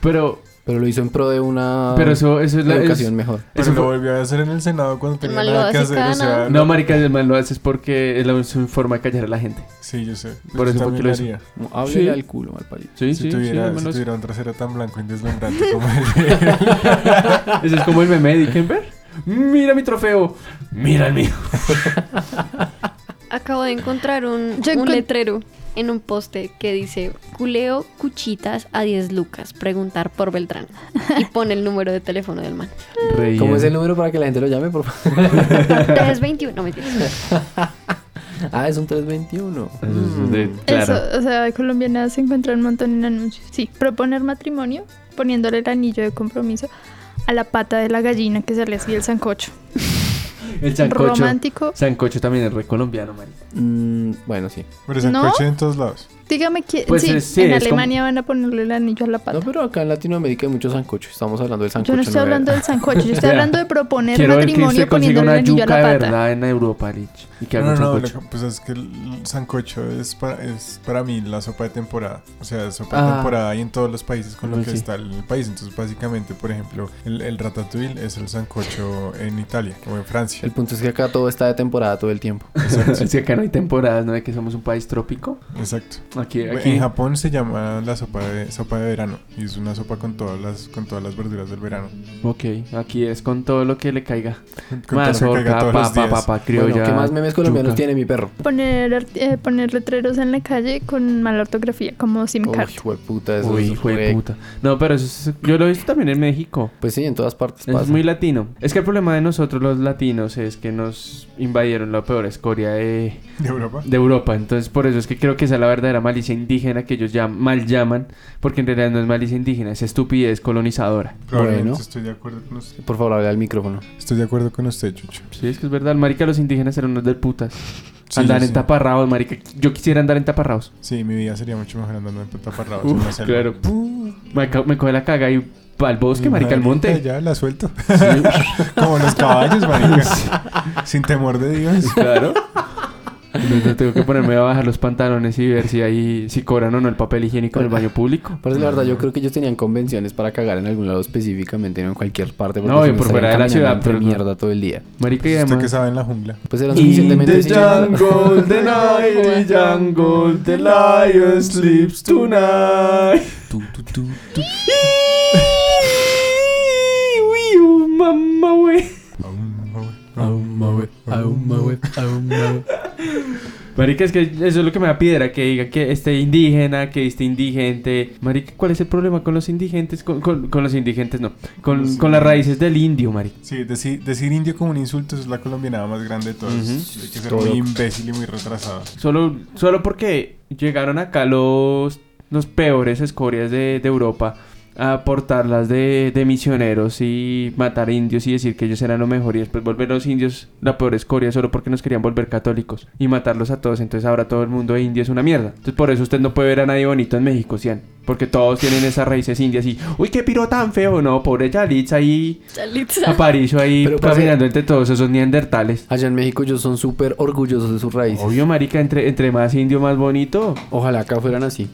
Speaker 2: Pero,
Speaker 3: Pero lo hizo en pro de una
Speaker 2: pero eso, eso es la... es-
Speaker 3: educación mejor.
Speaker 1: Pero
Speaker 2: eso
Speaker 1: lo
Speaker 2: fue-
Speaker 1: volvió a hacer en el Senado cuando tenía
Speaker 4: mal lo
Speaker 1: nada que
Speaker 4: hace
Speaker 1: hacer. O
Speaker 4: cada
Speaker 1: sea,
Speaker 4: nada.
Speaker 2: No, marica, el man lo haces porque es la su forma de callar a la gente.
Speaker 1: Sí, yo sé.
Speaker 2: Por
Speaker 1: Yo
Speaker 2: eso fue
Speaker 1: también
Speaker 2: que lo hizo.
Speaker 1: haría.
Speaker 3: Como, Háblele
Speaker 2: Sí.
Speaker 3: al culo, mal parido.
Speaker 2: Sí,
Speaker 1: Si, tuviera,
Speaker 2: el man
Speaker 1: si
Speaker 2: lo hace.
Speaker 1: tuviera un trasero tan blanco y deslumbrante como el de él.
Speaker 2: Ese es como el meme de Dickenberg. Mira mi trofeo. Mira el mío.
Speaker 4: Acabo de encontrar un,
Speaker 5: Yo
Speaker 4: un
Speaker 5: encon-
Speaker 4: letrero en un poste que dice culeo cuchitas a 10 lucas, preguntar por Beltrán. Y pone el número de teléfono del man.
Speaker 3: ¿Cómo es el número para que la gente lo llame, por favor?
Speaker 4: 321, no mentiras.
Speaker 3: Ah, es un Mm. 321.
Speaker 2: Ah, Claro.
Speaker 5: Mm, Eso, o sea, colombianas se encuentran un montón en anuncios. Sí, proponer matrimonio poniéndole el anillo de compromiso a la pata de la gallina que sale así el sancocho.
Speaker 2: El sancocho.
Speaker 5: Romántico.
Speaker 2: Sancocho también es re colombiano, marica.
Speaker 3: Mm, bueno, sí.
Speaker 1: Pero se
Speaker 5: ¿No?
Speaker 1: encoche en todos lados.
Speaker 5: Dígame que
Speaker 2: Pues
Speaker 5: sí,
Speaker 2: es- sí,
Speaker 5: en
Speaker 2: es
Speaker 5: Alemania van a ponerle el anillo a la pata.
Speaker 3: No, pero acá en Latinoamérica hay muchos sancochos. Estamos hablando del sancocho.
Speaker 5: yo no estoy
Speaker 3: de-
Speaker 5: hablando del sancocho, yo estoy
Speaker 2: Espera,
Speaker 5: hablando de proponer
Speaker 2: Quiero ver que
Speaker 5: matrimonio
Speaker 2: usted consiga
Speaker 5: poniéndole el
Speaker 2: una
Speaker 5: anillo a
Speaker 2: yuca
Speaker 5: la
Speaker 2: de
Speaker 5: pata.
Speaker 2: verdad en Europa, Rich. Y que haga
Speaker 1: No,
Speaker 2: un
Speaker 1: no,
Speaker 2: sancocho.
Speaker 1: lo que- pues es que el sancocho es para, es para mí la sopa de temporada. O sea, sopa de
Speaker 2: Ah.
Speaker 1: temporada hay en todos los países con lo
Speaker 2: Uy,
Speaker 1: que
Speaker 2: sí.
Speaker 1: está el país. Entonces, básicamente, por ejemplo, el, el ratatouille es el sancocho en Italia o en Francia.
Speaker 3: El punto es que acá todo está de temporada todo el tiempo.
Speaker 2: Es que acá no hay temporadas, ¿no? De que somos un país trópico.
Speaker 1: Exacto.
Speaker 2: Aquí, aquí.
Speaker 1: En Japón se llama la sopa de sopa de verano y es una sopa con todas las con todas las verduras del verano.
Speaker 2: Ok, aquí es con todo lo que le caiga.
Speaker 1: Con todo lo que caiga
Speaker 2: Mazorca,
Speaker 1: todos los
Speaker 2: papa,
Speaker 1: días.
Speaker 2: papa, criolla.
Speaker 3: Bueno, ¿qué más memes colombianos
Speaker 2: yuca.
Speaker 3: tiene mi perro?
Speaker 5: Poner, art- eh, poner letreros en la calle con mala ortografía, como SIM card.
Speaker 3: Uy, hueputa, eso
Speaker 2: Uy,
Speaker 3: es
Speaker 2: hijo de
Speaker 3: re-
Speaker 2: puta. No, pero eso es- yo lo he visto también en México.
Speaker 3: Pues sí, en todas partes
Speaker 2: Eso
Speaker 3: pasa.
Speaker 2: Es muy latino. Es que el problema de nosotros los latinos es que nos invadieron la peor escoria de,
Speaker 1: de Europa.
Speaker 2: de Europa. Entonces por eso es que creo que esa es la verdadera malicia indígena que ellos ya mal llaman. Porque en realidad no es malicia indígena, es estupidez colonizadora.
Speaker 1: Probablemente
Speaker 3: Bueno.
Speaker 1: estoy de acuerdo con usted.
Speaker 3: Por favor, habla al micrófono.
Speaker 1: Estoy de acuerdo con usted, Chucho.
Speaker 2: Sí, es que es verdad. Marica, los indígenas eran unos del putas.
Speaker 1: Sí,
Speaker 2: andar
Speaker 1: yo
Speaker 2: en
Speaker 1: sé.
Speaker 2: taparraos, marica. Yo quisiera andar en taparraos.
Speaker 1: Sí, mi vida sería mucho mejor andando en taparrabos en la
Speaker 2: Uf,
Speaker 1: selva.
Speaker 2: claro. Me, ca- me coge la caga y pa'l bosque,
Speaker 1: Mi
Speaker 2: marica, al
Speaker 1: madrita,
Speaker 2: monte.
Speaker 1: Ya la suelto. Como los caballos, marica. Sin temor de Dios.
Speaker 2: Claro. Entonces tengo que ponerme a bajar los pantalones y ver si ahí si cobran o no el papel higiénico en el baño público.
Speaker 3: Por eso, la verdad,
Speaker 2: Ah.
Speaker 3: yo creo que ellos tenían convenciones para cagar en algún lado específicamente, no en cualquier parte.
Speaker 2: No,
Speaker 3: si
Speaker 2: y por fuera de
Speaker 3: estarían
Speaker 2: la
Speaker 3: caminando
Speaker 2: ciudad,
Speaker 3: entre
Speaker 2: pero no.
Speaker 3: mierda todo el día.
Speaker 2: Marica y
Speaker 1: Usted que
Speaker 2: además.
Speaker 1: sabe en la jungla.
Speaker 3: Pues eran
Speaker 2: In
Speaker 3: suficientemente
Speaker 2: the
Speaker 3: sencillos.
Speaker 2: jungle, the night, the jungle, the lion sleeps tonight. Uy, uh, mamá, güey. Marica, es que eso es lo que me da piedra, que diga que este indígena, que este indigente. Marica, ¿cuál es el problema con los indigentes? Con, con- con los indigentes, no. Con, con las raíces del indio, marica.
Speaker 1: Sí, decir, decir indio como un insulto es la colombianada más grande de todas.
Speaker 2: Ujú.
Speaker 1: Hay que ser
Speaker 3: Todo.
Speaker 1: muy imbécil y muy retrasado.
Speaker 2: Solo, solo porque llegaron acá los, los peores escorias de, de Europa a portarlas de, de misioneros y matar indios y decir que ellos eran lo mejor y después volver los indios la peor escoria solo porque nos querían volver católicos y matarlos a todos. Entonces ahora todo el mundo de indio es una mierda. Entonces por eso usted no puede ver a nadie bonito en México, Cian. Porque todos tienen esas raíces indias y... ¡Uy, qué piro tan feo! No, pobre Yalitza ahí...
Speaker 4: Yalitza.
Speaker 2: Aparicio ahí
Speaker 3: Pero, parce-
Speaker 2: caminando entre todos esos neandertales.
Speaker 3: Allá en México ellos son súper orgullosos de sus raíces.
Speaker 2: Obvio, marica, entre, entre más indio más bonito.
Speaker 3: Ojalá acá fueran así.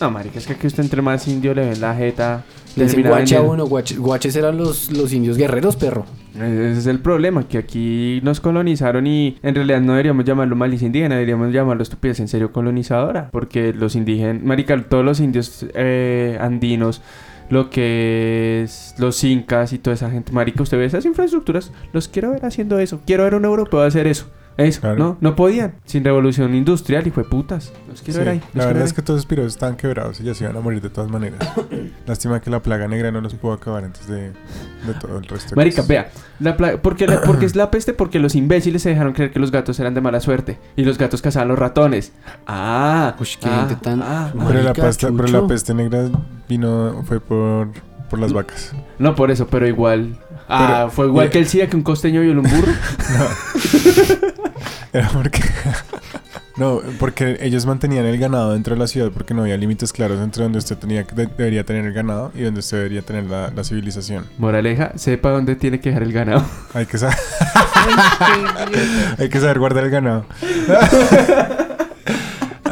Speaker 2: No, marica, es que aquí usted entre más indio le ven la jeta.
Speaker 3: Le dicen
Speaker 2: termina
Speaker 3: guache a
Speaker 2: vendiendo-
Speaker 3: uno, guache- guaches eran los, los indios guerreros, perro.
Speaker 2: E-, Ese es el problema, que aquí nos colonizaron y en realidad no deberíamos llamarlo malicia indígena, deberíamos llamarlo estupidez en serio colonizadora, porque los indígenas, marica, todos los indios eh, andinos, lo que es los incas y toda esa gente, marica, usted ve esas infraestructuras, los quiero ver haciendo eso, quiero ver a un europeo hacer eso. Eso,
Speaker 1: Claro.
Speaker 2: no, no podían, sin revolución industrial, hijo de putas. Los quiero
Speaker 1: Sí,
Speaker 2: ver ahí. los
Speaker 1: La
Speaker 2: quiero ver
Speaker 1: verdad es
Speaker 2: ahí.
Speaker 1: que todos los piros estaban quebrados y ya se iban a morir de todas maneras. Lástima que la plaga negra no los pudo acabar antes de, de todo el resto. de
Speaker 2: Marica,
Speaker 1: cosas.
Speaker 2: vea, la pla- porque, la- porque es la peste porque los imbéciles se dejaron creer que los gatos eran de mala suerte y los gatos cazaban los ratones. Ah,
Speaker 3: Ush, qué
Speaker 2: ah,
Speaker 3: gente tan-
Speaker 2: ah.
Speaker 1: Pero la,
Speaker 3: Marica,
Speaker 1: pasta, pero la
Speaker 3: chucho.
Speaker 1: peste negra vino, fue por, por
Speaker 2: Mm.
Speaker 1: las vacas.
Speaker 2: No por eso, pero igual. Ah,
Speaker 1: Pero-
Speaker 2: fue igual
Speaker 1: mira.
Speaker 2: que el SIDA que un costeño violó un burro.
Speaker 1: Era porque. No, porque ellos mantenían el ganado dentro de la ciudad porque no había límites claros entre donde usted tenía que- de- debería tener el ganado y donde usted debería tener la, la civilización.
Speaker 2: Moraleja, sepa dónde tiene que dejar el ganado.
Speaker 1: Hay que, sa- hay que saber guardar el ganado.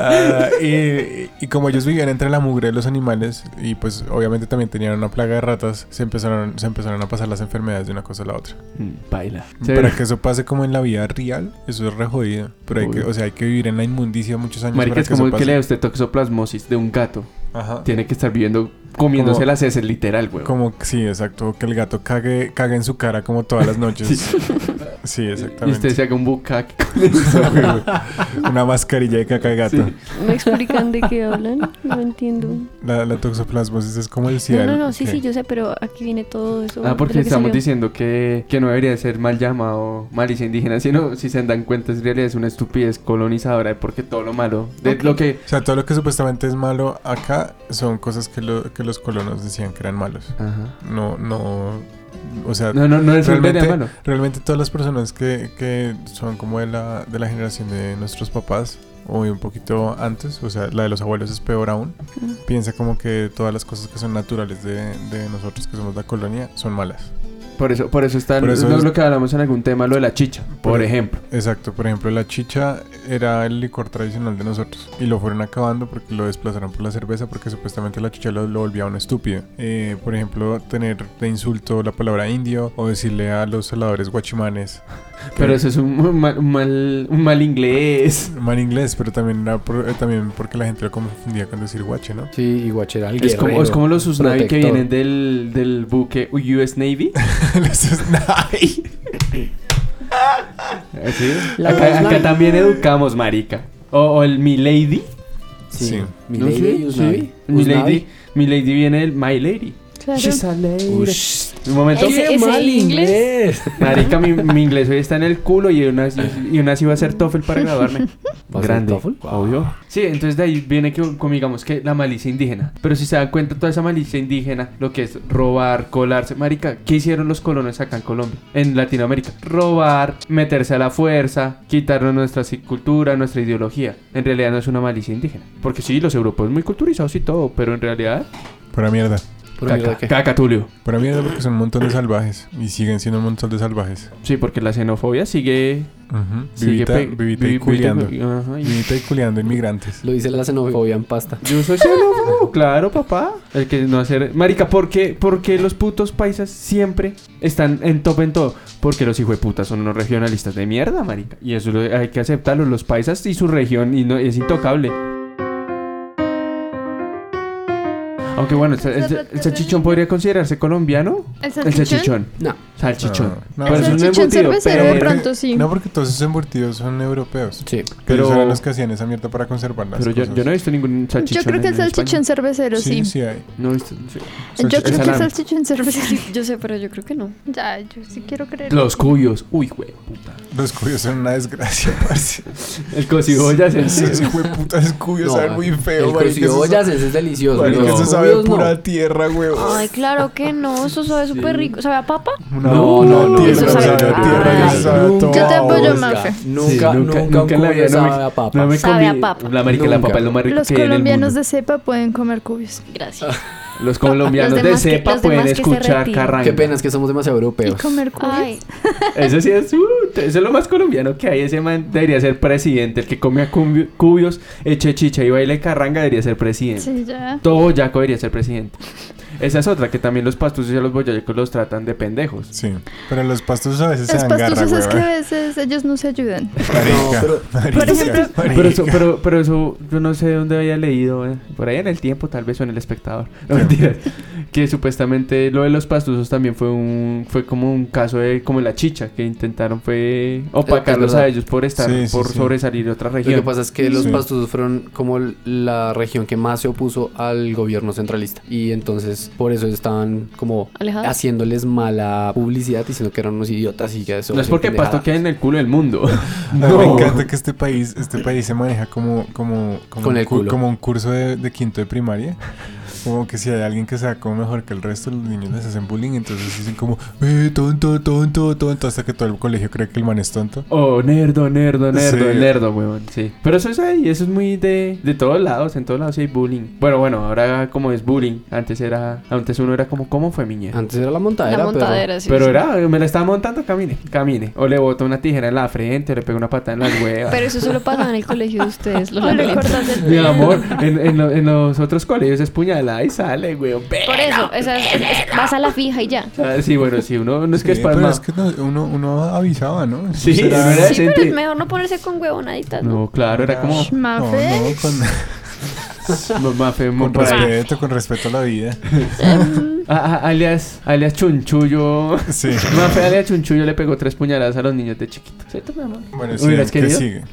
Speaker 1: Ah, y, y como ellos vivían entre la mugre de los animales y pues obviamente también tenían una plaga de ratas, se empezaron, se empezaron a pasar las enfermedades de una cosa a la otra.
Speaker 2: Baila.
Speaker 1: Para que eso pase como en la vida real, eso es re jodido. Pero hay que,
Speaker 2: Uy.
Speaker 1: o sea, hay que vivir en la inmundicia muchos años.
Speaker 2: Marica,
Speaker 1: para
Speaker 2: es como
Speaker 1: eso
Speaker 2: el que le da
Speaker 1: pase.
Speaker 2: usted toxoplasmosis de un gato.
Speaker 1: Ajá.
Speaker 2: Tiene que estar viviendo, comiéndose
Speaker 1: Como-
Speaker 2: las heces, literal, güey.
Speaker 1: Como, sí, exacto. Que el gato cague, cague en su cara como todas las noches. sí.
Speaker 2: Y usted
Speaker 1: exactamente.
Speaker 2: se haga un bucaque.
Speaker 1: Una mascarilla de caca de gato.
Speaker 2: Sí.
Speaker 4: ¿Me explican de qué hablan? No entiendo.
Speaker 1: La, la toxoplasmosis es como el
Speaker 4: No,
Speaker 1: cielo.
Speaker 4: no, no, sí,
Speaker 1: que-
Speaker 4: sí, yo sé, pero aquí viene todo eso.
Speaker 2: Ah,
Speaker 4: de
Speaker 2: porque
Speaker 4: lo que
Speaker 2: estamos
Speaker 4: salió.
Speaker 2: diciendo que, que no debería ser mal llamado malicia indígena, sino si se dan cuenta, en realidad es una estupidez colonizadora, porque todo lo malo, de
Speaker 4: Ok.
Speaker 2: lo que...
Speaker 1: O sea, todo lo que supuestamente es malo acá son cosas que, lo- que los colonos decían que eran malos.
Speaker 2: Ajá.
Speaker 1: No, no. O sea,
Speaker 2: No, no, no es en
Speaker 1: Realmente-
Speaker 2: realidad malo.
Speaker 1: Realmente todas las personas que, que son como de la, de la generación de nuestros papás o un poquito antes, o sea, la de los abuelos es peor aún,
Speaker 4: Mm.
Speaker 1: piensa como que todas las cosas que son naturales de, de nosotros que somos la colonia son malas.
Speaker 2: Por eso, por eso está
Speaker 1: Por eso
Speaker 2: lo,
Speaker 1: es-
Speaker 2: lo que hablamos en algún tema, lo de la chicha, por,
Speaker 1: Por-
Speaker 2: ejemplo.
Speaker 1: Exacto, por ejemplo, la chicha era el licor tradicional de nosotros y lo fueron acabando porque lo desplazaron por la cerveza porque supuestamente la chicha lo, lo volvía un estúpido. Eh, por ejemplo, tener de insulto la palabra indio o decirle a los saladores guachimanes. que-
Speaker 2: Pero eso es un, mal, un mal, un mal inglés.
Speaker 1: mal inglés, pero también, era por- eh, también porque la gente lo confundía con decir guache, ¿no?
Speaker 3: Sí, y guache era el
Speaker 2: Es como,
Speaker 3: guerrero,
Speaker 2: es como los Usnavi que
Speaker 3: protector.
Speaker 2: vienen del, del buque US Navy.
Speaker 1: Los Usnavi.
Speaker 2: ¿Sí?
Speaker 3: La
Speaker 2: Acá,
Speaker 3: Usnavi.
Speaker 2: acá también educamos, marica. O, o el Milady.
Speaker 3: Sí.
Speaker 1: Sí.
Speaker 3: Mi
Speaker 2: ¿No?
Speaker 3: lady,
Speaker 2: Sí,
Speaker 3: Usnavi.
Speaker 2: sí. Milady.
Speaker 3: Usnavi.
Speaker 2: Milady viene del My Lady.
Speaker 5: Claro.
Speaker 2: She's a lady.
Speaker 3: Ush.
Speaker 2: Un momento.
Speaker 4: Ese- ese inglés.
Speaker 2: Marica, mi, mi inglés hoy está en el culo y una, y una sí va a ser TOEFL para graduarme.
Speaker 3: ¿Va a ser
Speaker 2: Grande,
Speaker 3: TOEFL?
Speaker 2: obvio. Sí, entonces de ahí viene que, como digamos que la malicia indígena. Pero si se dan cuenta, toda esa malicia indígena, lo que es robar, colarse. Marica, ¿qué hicieron los colonos acá en Colombia? En Latinoamérica. Robar, meterse a la fuerza, quitarnos nuestra ci- cultura, nuestra ideología. En realidad no es una malicia indígena. Porque sí, los europeos muy culturizados y todo, pero en realidad...
Speaker 1: Pura mierda.
Speaker 3: Pura mierda que-
Speaker 2: caca, Tulio.
Speaker 1: Pura mierda porque son un montón de salvajes. Y siguen siendo un montón de salvajes.
Speaker 2: Sí, porque la xenofobia sigue...
Speaker 1: Ujú.
Speaker 2: sigue
Speaker 1: Vivita,
Speaker 2: pe-
Speaker 1: vivita
Speaker 2: vi-
Speaker 1: y culeando.
Speaker 2: ajá, y-
Speaker 1: Vivita y culeando inmigrantes.
Speaker 3: Lo dice la xenofobia en pasta.
Speaker 2: Yo soy xenófobo, claro, papá. El que no hacer. Marica, ¿por qué, por qué los putos paisas siempre están en top en todo? Porque los hijos de puta son unos regionalistas de mierda, marica. Y eso lo- hay que aceptarlo. Los paisas y su región y no, es intocable. Aunque bueno, ¿el, el- el salchichón podría considerarse colombiano?
Speaker 5: ¿El
Speaker 2: El salchichón.
Speaker 3: No.
Speaker 2: Salchichón.
Speaker 1: No,
Speaker 2: Pero
Speaker 1: no,
Speaker 5: El
Speaker 2: es un
Speaker 5: salchichón
Speaker 2: embutido,
Speaker 5: cervecero
Speaker 2: pero-
Speaker 5: de pronto sí.
Speaker 1: No, porque todos esos embutidos son europeos.
Speaker 3: Sí.
Speaker 1: Pero
Speaker 2: Pero-
Speaker 1: ellos eran los que hacían esa mierda para conservar las
Speaker 2: Pero yo,
Speaker 1: cosas.
Speaker 2: yo no he visto ningún
Speaker 5: Yo
Speaker 2: salchichón.
Speaker 5: creo que el
Speaker 2: en España.
Speaker 5: salchichón cervecero sí.
Speaker 1: Sí, sí hay.
Speaker 2: No he visto. sí.
Speaker 5: Yo
Speaker 1: Salchichón.
Speaker 5: creo que el
Speaker 2: Salami.
Speaker 5: salchichón cervecero.
Speaker 4: Yo sé, pero yo creo que no.
Speaker 5: Ya, yo sí quiero creer.
Speaker 2: Los cuyos. Uy, güey, puta.
Speaker 1: Los cuyos son una desgracia, parce.
Speaker 2: El cocibollas es.
Speaker 1: Esos hijueputas cuyos saben muy feo,
Speaker 3: El
Speaker 1: marica, esos son-
Speaker 3: cocibollas ese es delicioso.
Speaker 1: Marica,
Speaker 3: pero
Speaker 1: eso
Speaker 3: los
Speaker 1: sabe a
Speaker 3: judíos no.
Speaker 1: pura tierra, güey.
Speaker 4: Ay, claro que no. Eso sabe súper rico. ¿Sabe a papa?
Speaker 1: Una
Speaker 2: No,
Speaker 1: una
Speaker 2: no,
Speaker 1: tierra,
Speaker 4: eso
Speaker 1: o sea,
Speaker 4: sabe-
Speaker 1: la tierra
Speaker 4: Ay,
Speaker 1: ya se sabe
Speaker 3: nunca.
Speaker 1: todo.
Speaker 5: Yo te apoyo,
Speaker 1: Marica,
Speaker 5: Mafe.
Speaker 3: Nunca,
Speaker 2: Sí,
Speaker 3: nunca, un
Speaker 2: en la vida
Speaker 3: cuyo
Speaker 2: no me-
Speaker 3: sabe a papa.
Speaker 2: no me
Speaker 4: Sabe a
Speaker 2: comí-
Speaker 4: papa.
Speaker 2: La marica, la
Speaker 3: Nunca.
Speaker 2: papa es lo más rico
Speaker 5: Los
Speaker 2: que hay en el
Speaker 5: colombianos
Speaker 2: mundo.
Speaker 5: de cepa pueden comer cubios.
Speaker 4: Gracias.
Speaker 2: Los colombianos
Speaker 4: Los
Speaker 2: de
Speaker 4: demás que-
Speaker 2: cepa
Speaker 4: los
Speaker 2: pueden
Speaker 4: demás que se
Speaker 2: escuchar
Speaker 4: retiran.
Speaker 2: carranga.
Speaker 3: Qué pena, es que somos demasiado
Speaker 5: Y
Speaker 3: europeos.
Speaker 5: comer cubios.
Speaker 4: Ay,
Speaker 2: Eso sí es, uh, eso es lo más colombiano que hay. Ese man debería ser presidente. El que come a cubi- cubios, eche chicha y baile carranga debería ser presidente.
Speaker 5: Sí, ya.
Speaker 2: Todo boyaco debería ser presidente. Esa es otra, que también los pastusos y a los boyacos los tratan de pendejos.
Speaker 1: Sí, pero los pastusos a veces se
Speaker 5: Los
Speaker 1: dan garra,
Speaker 5: pastusos
Speaker 1: güey.
Speaker 5: es que a veces ellos no se ayudan.
Speaker 1: Marica,
Speaker 3: pero-
Speaker 1: marica,
Speaker 5: Por ejemplo-
Speaker 1: marica.
Speaker 2: Pero eso, pero, pero eso, yo no sé dónde había leído, eh, por ahí en el tiempo, tal vez o en el espectador. No mentiras. que supuestamente lo de los pastusos también fue un, fue como un caso de como la chicha, que intentaron fue opacarlos a
Speaker 3: verdad.
Speaker 2: ellos por estar,
Speaker 1: Sí, sí,
Speaker 2: por
Speaker 1: sí.
Speaker 2: sobresalir de otra
Speaker 3: Lo
Speaker 2: región.
Speaker 3: que pasa es que los
Speaker 1: Sí.
Speaker 3: pastusos fueron como la región que más se opuso al gobierno centralista. Y entonces por eso estaban como
Speaker 4: Alejados.
Speaker 3: haciéndoles mala publicidad, diciendo que eran unos idiotas y que eso.
Speaker 2: no es porque pasto queda en el culo del mundo.
Speaker 1: No, Me
Speaker 2: No.
Speaker 1: encanta que este país, este país se maneja como, como, como,
Speaker 3: Con
Speaker 1: un
Speaker 3: el
Speaker 1: cu-
Speaker 3: culo.
Speaker 1: como un curso de, de quinto de primaria. Como que si hay alguien que se como mejor que el resto, los niños les hacen bullying, entonces dicen como, eh, tonto, tonto, tonto, hasta que todo el colegio cree que el man es tonto.
Speaker 2: Oh, nerdo, nerdo, nerdo,
Speaker 1: Sí.
Speaker 2: nerdo, huevón, sí. Pero eso es ahí, eso es muy de, de todos lados, en todos lados hay bullying. Bueno, bueno, ahora como es bullying, antes era, antes uno era como, ¿cómo fue miñera?
Speaker 3: Antes era la montadera,
Speaker 4: la
Speaker 3: pero-
Speaker 4: montadera, sí.
Speaker 2: Pero
Speaker 4: sí.
Speaker 2: era, me la estaba montando, camine, camine. O le boto una tijera en la frente, o le pego una patada en las huevas.
Speaker 4: Pero eso solo pasaba en el colegio de ustedes, los
Speaker 5: O le
Speaker 4: laberintos.
Speaker 5: cortas el
Speaker 2: Mi
Speaker 5: pelo.
Speaker 2: amor, en, en lo- en los otros colegios es puñalada y sale, huevón.
Speaker 4: Por eso, esa es- es- es- vas a la fija y ya.
Speaker 2: Ah, Sí, bueno, sí, uno no es que
Speaker 1: Sí,
Speaker 2: es
Speaker 1: pero
Speaker 2: palma.
Speaker 1: es que no, uno, uno avisaba, ¿no? Eso
Speaker 2: Sí,
Speaker 1: será-
Speaker 2: no era
Speaker 4: Sí, pero
Speaker 2: decente.
Speaker 4: es mejor no ponerse con huevonaditas, ¿no?
Speaker 2: No, claro, era como
Speaker 1: No,
Speaker 5: Mafe.
Speaker 1: no, con,
Speaker 2: mamá fue muy
Speaker 1: con respeto, con respeto a la vida.
Speaker 2: Ah, alias, alias chunchullo.
Speaker 1: Sí.
Speaker 2: Una fea de Chunchullo le pegó tres puñaladas a los niños de chiquito. ¿Cierto, mi amor?
Speaker 1: Bueno, sí,
Speaker 2: ¿Hubieras
Speaker 1: ¿qué
Speaker 2: querido?
Speaker 1: sigue?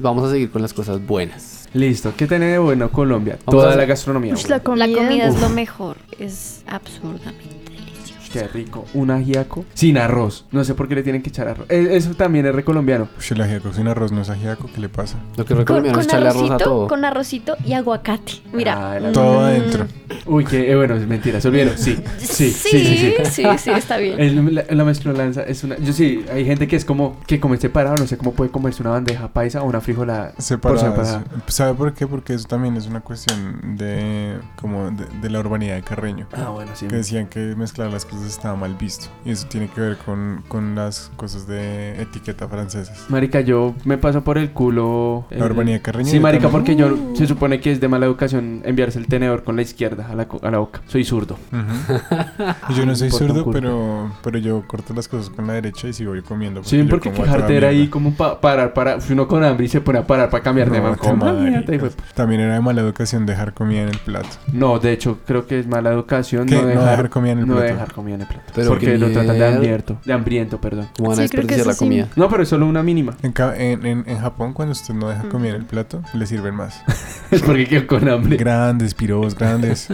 Speaker 3: Vamos a seguir con las cosas buenas.
Speaker 2: Listo. ¿Qué tiene de bueno Colombia?
Speaker 3: Vamos a
Speaker 2: Toda
Speaker 3: hacer-
Speaker 2: la gastronomía.
Speaker 5: Ush, la
Speaker 2: güey.
Speaker 5: comida.
Speaker 4: La comida es
Speaker 2: Uf.
Speaker 4: lo mejor. Es absurdamente delicioso.
Speaker 2: Qué rico. Un ajiaco sin arroz. No sé por qué le tienen que echar arroz. Eh, Eso también es recolombiano.
Speaker 1: Uy, Pues, el ajiaco sin arroz no es ajiaco, ¿qué le pasa?
Speaker 3: Lo que recomiendo
Speaker 4: con
Speaker 3: es echarle arroz a todo.
Speaker 4: arrocito, con arrocito y aguacate. Mira.
Speaker 2: Ah, el arroz.
Speaker 1: Todo
Speaker 4: Mm,
Speaker 1: adentro.
Speaker 2: Uy, qué eh, bueno, es mentira. Se olvidaron. Sí. Sí, sí, sí. sí.
Speaker 4: sí, sí, está bien.
Speaker 2: El- la, la mezclolanza es una. Yo sí, hay gente que es como que come separado. No sé cómo puede comerse una bandeja paisa o una frijolada
Speaker 1: separadas.
Speaker 2: por separado.
Speaker 1: ¿Sabe por qué? Porque eso también es una cuestión de como de, de la urbanidad de Carreño.
Speaker 2: Ah, bueno, sí.
Speaker 1: Que decían que mezclar las cosas estaba mal visto. Y eso tiene que ver con, con las cosas de etiqueta francesas.
Speaker 2: Marica, yo me paso por el culo.
Speaker 1: La
Speaker 2: el-
Speaker 1: urbanidad carreña.
Speaker 2: Sí,
Speaker 1: yo
Speaker 2: marica,
Speaker 1: también.
Speaker 2: porque yo se supone que es de mala educación enviarse el tenedor con la izquierda a la, co- a la boca. Soy zurdo.
Speaker 1: Ujú. Y yo no soy
Speaker 2: Importa un
Speaker 1: zurdo,
Speaker 2: culo.
Speaker 1: pero, pero yo corto las cosas con la derecha y si voy comiendo.
Speaker 2: Sí,
Speaker 1: yo
Speaker 2: porque
Speaker 1: como a toda
Speaker 2: quejarte era
Speaker 1: mierda.
Speaker 2: ahí como pa- parar para si uno con hambre y se pone a parar para cambiar de
Speaker 1: No,
Speaker 2: mano.
Speaker 1: te
Speaker 2: Como,
Speaker 1: madre. pues,
Speaker 2: "Ah, mierda, hijo de p-".
Speaker 1: También era de mala educación dejar comida en el plato.
Speaker 2: No, de hecho, creo que es mala educación
Speaker 1: ¿Qué?
Speaker 2: no dejar,
Speaker 1: comida en el
Speaker 2: no
Speaker 1: plato.
Speaker 2: dejar comida en el plato.
Speaker 3: Pero
Speaker 2: porque
Speaker 3: qué
Speaker 2: lo tratan de
Speaker 3: mierda.
Speaker 2: hambriento. De hambriento, perdón.
Speaker 3: ¿Cómo van a
Speaker 5: Sí, creo que
Speaker 3: desperdiciar
Speaker 5: eso
Speaker 3: la
Speaker 5: sí.
Speaker 3: comida?
Speaker 2: No, pero es solo una mínima.
Speaker 1: En, ca- en, en- en Japón, cuando usted no deja comida en el plato, le sirven más.
Speaker 2: Es porque quedo con hambre.
Speaker 1: grandes, pirobos, grandes.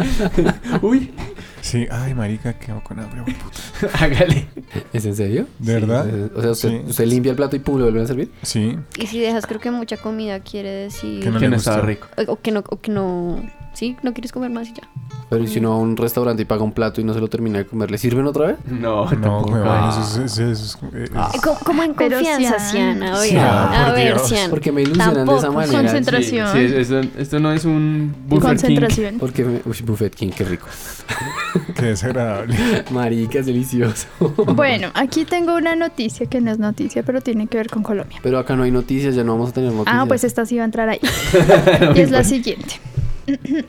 Speaker 2: Uy,
Speaker 1: Sí, ay, marica, quedo con hambre, güey, puta.
Speaker 2: hágale.
Speaker 3: ¿Es en serio?
Speaker 1: ¿De verdad?
Speaker 3: es- eh, O sea, usted,
Speaker 1: Sí.
Speaker 3: usted limpia el plato y pum, lo vuelven a servir.
Speaker 1: Sí,
Speaker 4: Y si dejas, creo que mucha comida quiere decir.
Speaker 1: Que No
Speaker 2: que
Speaker 1: le
Speaker 2: no estaba
Speaker 1: gustó.
Speaker 2: rico.
Speaker 4: O que no, o que no. Sí, no quieres comer más y ya.
Speaker 3: Pero ¿y si uno va a un restaurante y paga un plato y no se lo termina de comer, ¿le sirven otra vez?
Speaker 2: No,
Speaker 1: no,
Speaker 2: tampoco.
Speaker 1: güey,
Speaker 2: Ah.
Speaker 1: eso es... Eso es, eso es-
Speaker 4: Eh, co- Como en
Speaker 5: Pero
Speaker 4: confianza,
Speaker 5: Sian.
Speaker 4: Siana. Oiga,
Speaker 1: Sian,
Speaker 4: a
Speaker 1: por
Speaker 4: ver,
Speaker 1: Dios.
Speaker 4: Sian.
Speaker 3: Porque me ilusionan de esa
Speaker 4: Tampoco.
Speaker 3: manera.
Speaker 5: Concentra- Concentración.
Speaker 2: Sí, sí, esto, esto no es un Burger King.
Speaker 5: Concentración.
Speaker 3: Porque me... Uy, Buffet King, qué rico.
Speaker 1: Qué desagradable.
Speaker 3: Marica, es delicioso.
Speaker 5: Bueno, aquí tengo una noticia que no es noticia, pero tiene que ver con Colombia.
Speaker 4: Ah,
Speaker 5: pues
Speaker 3: Pero acá no hay noticias, ya no vamos a tener noticias.
Speaker 5: Ah, pues esta sí va a entrar ahí. y es la siguiente.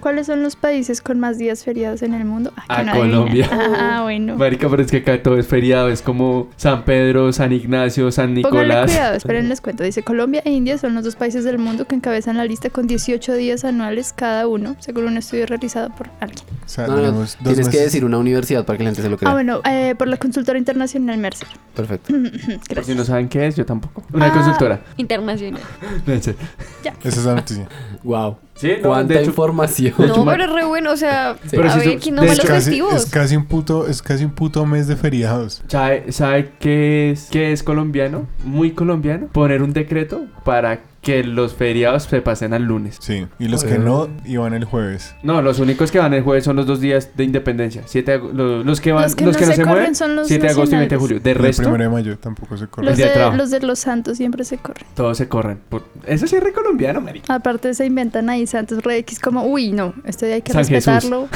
Speaker 5: ¿Cuáles son los países con más días feriados en el mundo? Ah, que
Speaker 2: Ah,
Speaker 5: no adivina.
Speaker 2: Colombia.
Speaker 5: Ah, ah, bueno.
Speaker 2: Marica, pero es que acá todo es feriado. Es como San Pedro, San Ignacio, San
Speaker 5: Pónganle
Speaker 2: Nicolás.
Speaker 5: cuidado, esperen, les cuento. Dice Colombia e India son los dos países del mundo que encabezan la lista con 18 días anuales cada uno, según un estudio realizado por alguien.
Speaker 1: O sea,
Speaker 3: No, no, no,
Speaker 1: tenemos dos
Speaker 3: Tienes que
Speaker 1: meses.
Speaker 3: decir una universidad para que la gente se lo crea.
Speaker 5: Ah, bueno, eh, por la consultora internacional Mercer. Mm,
Speaker 3: Perfecto.
Speaker 2: Por si
Speaker 5: Gracias.
Speaker 2: no saben qué es, yo tampoco. Una
Speaker 5: Ah.
Speaker 2: consultora.
Speaker 4: Internacional.
Speaker 1: Esa es la noticia.
Speaker 3: Wow.
Speaker 2: Sí, no,
Speaker 3: ¿Cuánta
Speaker 2: de hecho,
Speaker 3: información?
Speaker 4: No, pero es re bueno, o sea,
Speaker 2: Pero
Speaker 4: a
Speaker 2: si
Speaker 4: ver
Speaker 2: su-
Speaker 4: quién no
Speaker 2: de
Speaker 4: va a
Speaker 1: es,
Speaker 4: los
Speaker 2: hecho,
Speaker 1: casi,
Speaker 4: festivos.
Speaker 1: es casi un puto, es casi un puto mes de feriados.
Speaker 2: ¿Sabe, sabe qué, es, qué es colombiano? Muy colombiano. Poner un decreto para que los feriados se pasen al lunes.
Speaker 1: Sí. Y los que no iban el jueves.
Speaker 2: No, los únicos que van el jueves son los dos días de independencia. Siete de ago- lo- los, que van,
Speaker 5: Los
Speaker 2: los que
Speaker 5: que no
Speaker 2: no,
Speaker 5: se
Speaker 2: se,
Speaker 5: corren
Speaker 2: mueven,
Speaker 5: son los
Speaker 2: 7 de agosto y 20 de
Speaker 5: nacionales.
Speaker 2: julio. De
Speaker 1: El
Speaker 2: resto,
Speaker 1: primero de mayo tampoco se corre.
Speaker 5: Los
Speaker 2: El día de
Speaker 5: de,
Speaker 2: trabajo.
Speaker 5: los de los santos siempre se corren.
Speaker 2: todos se corren. Por- Eso sí es re colombiano, marica.
Speaker 5: Aparte se inventan ahí santos re X como, uy, no, esto hay que
Speaker 2: San Jesús.
Speaker 5: respetarlo.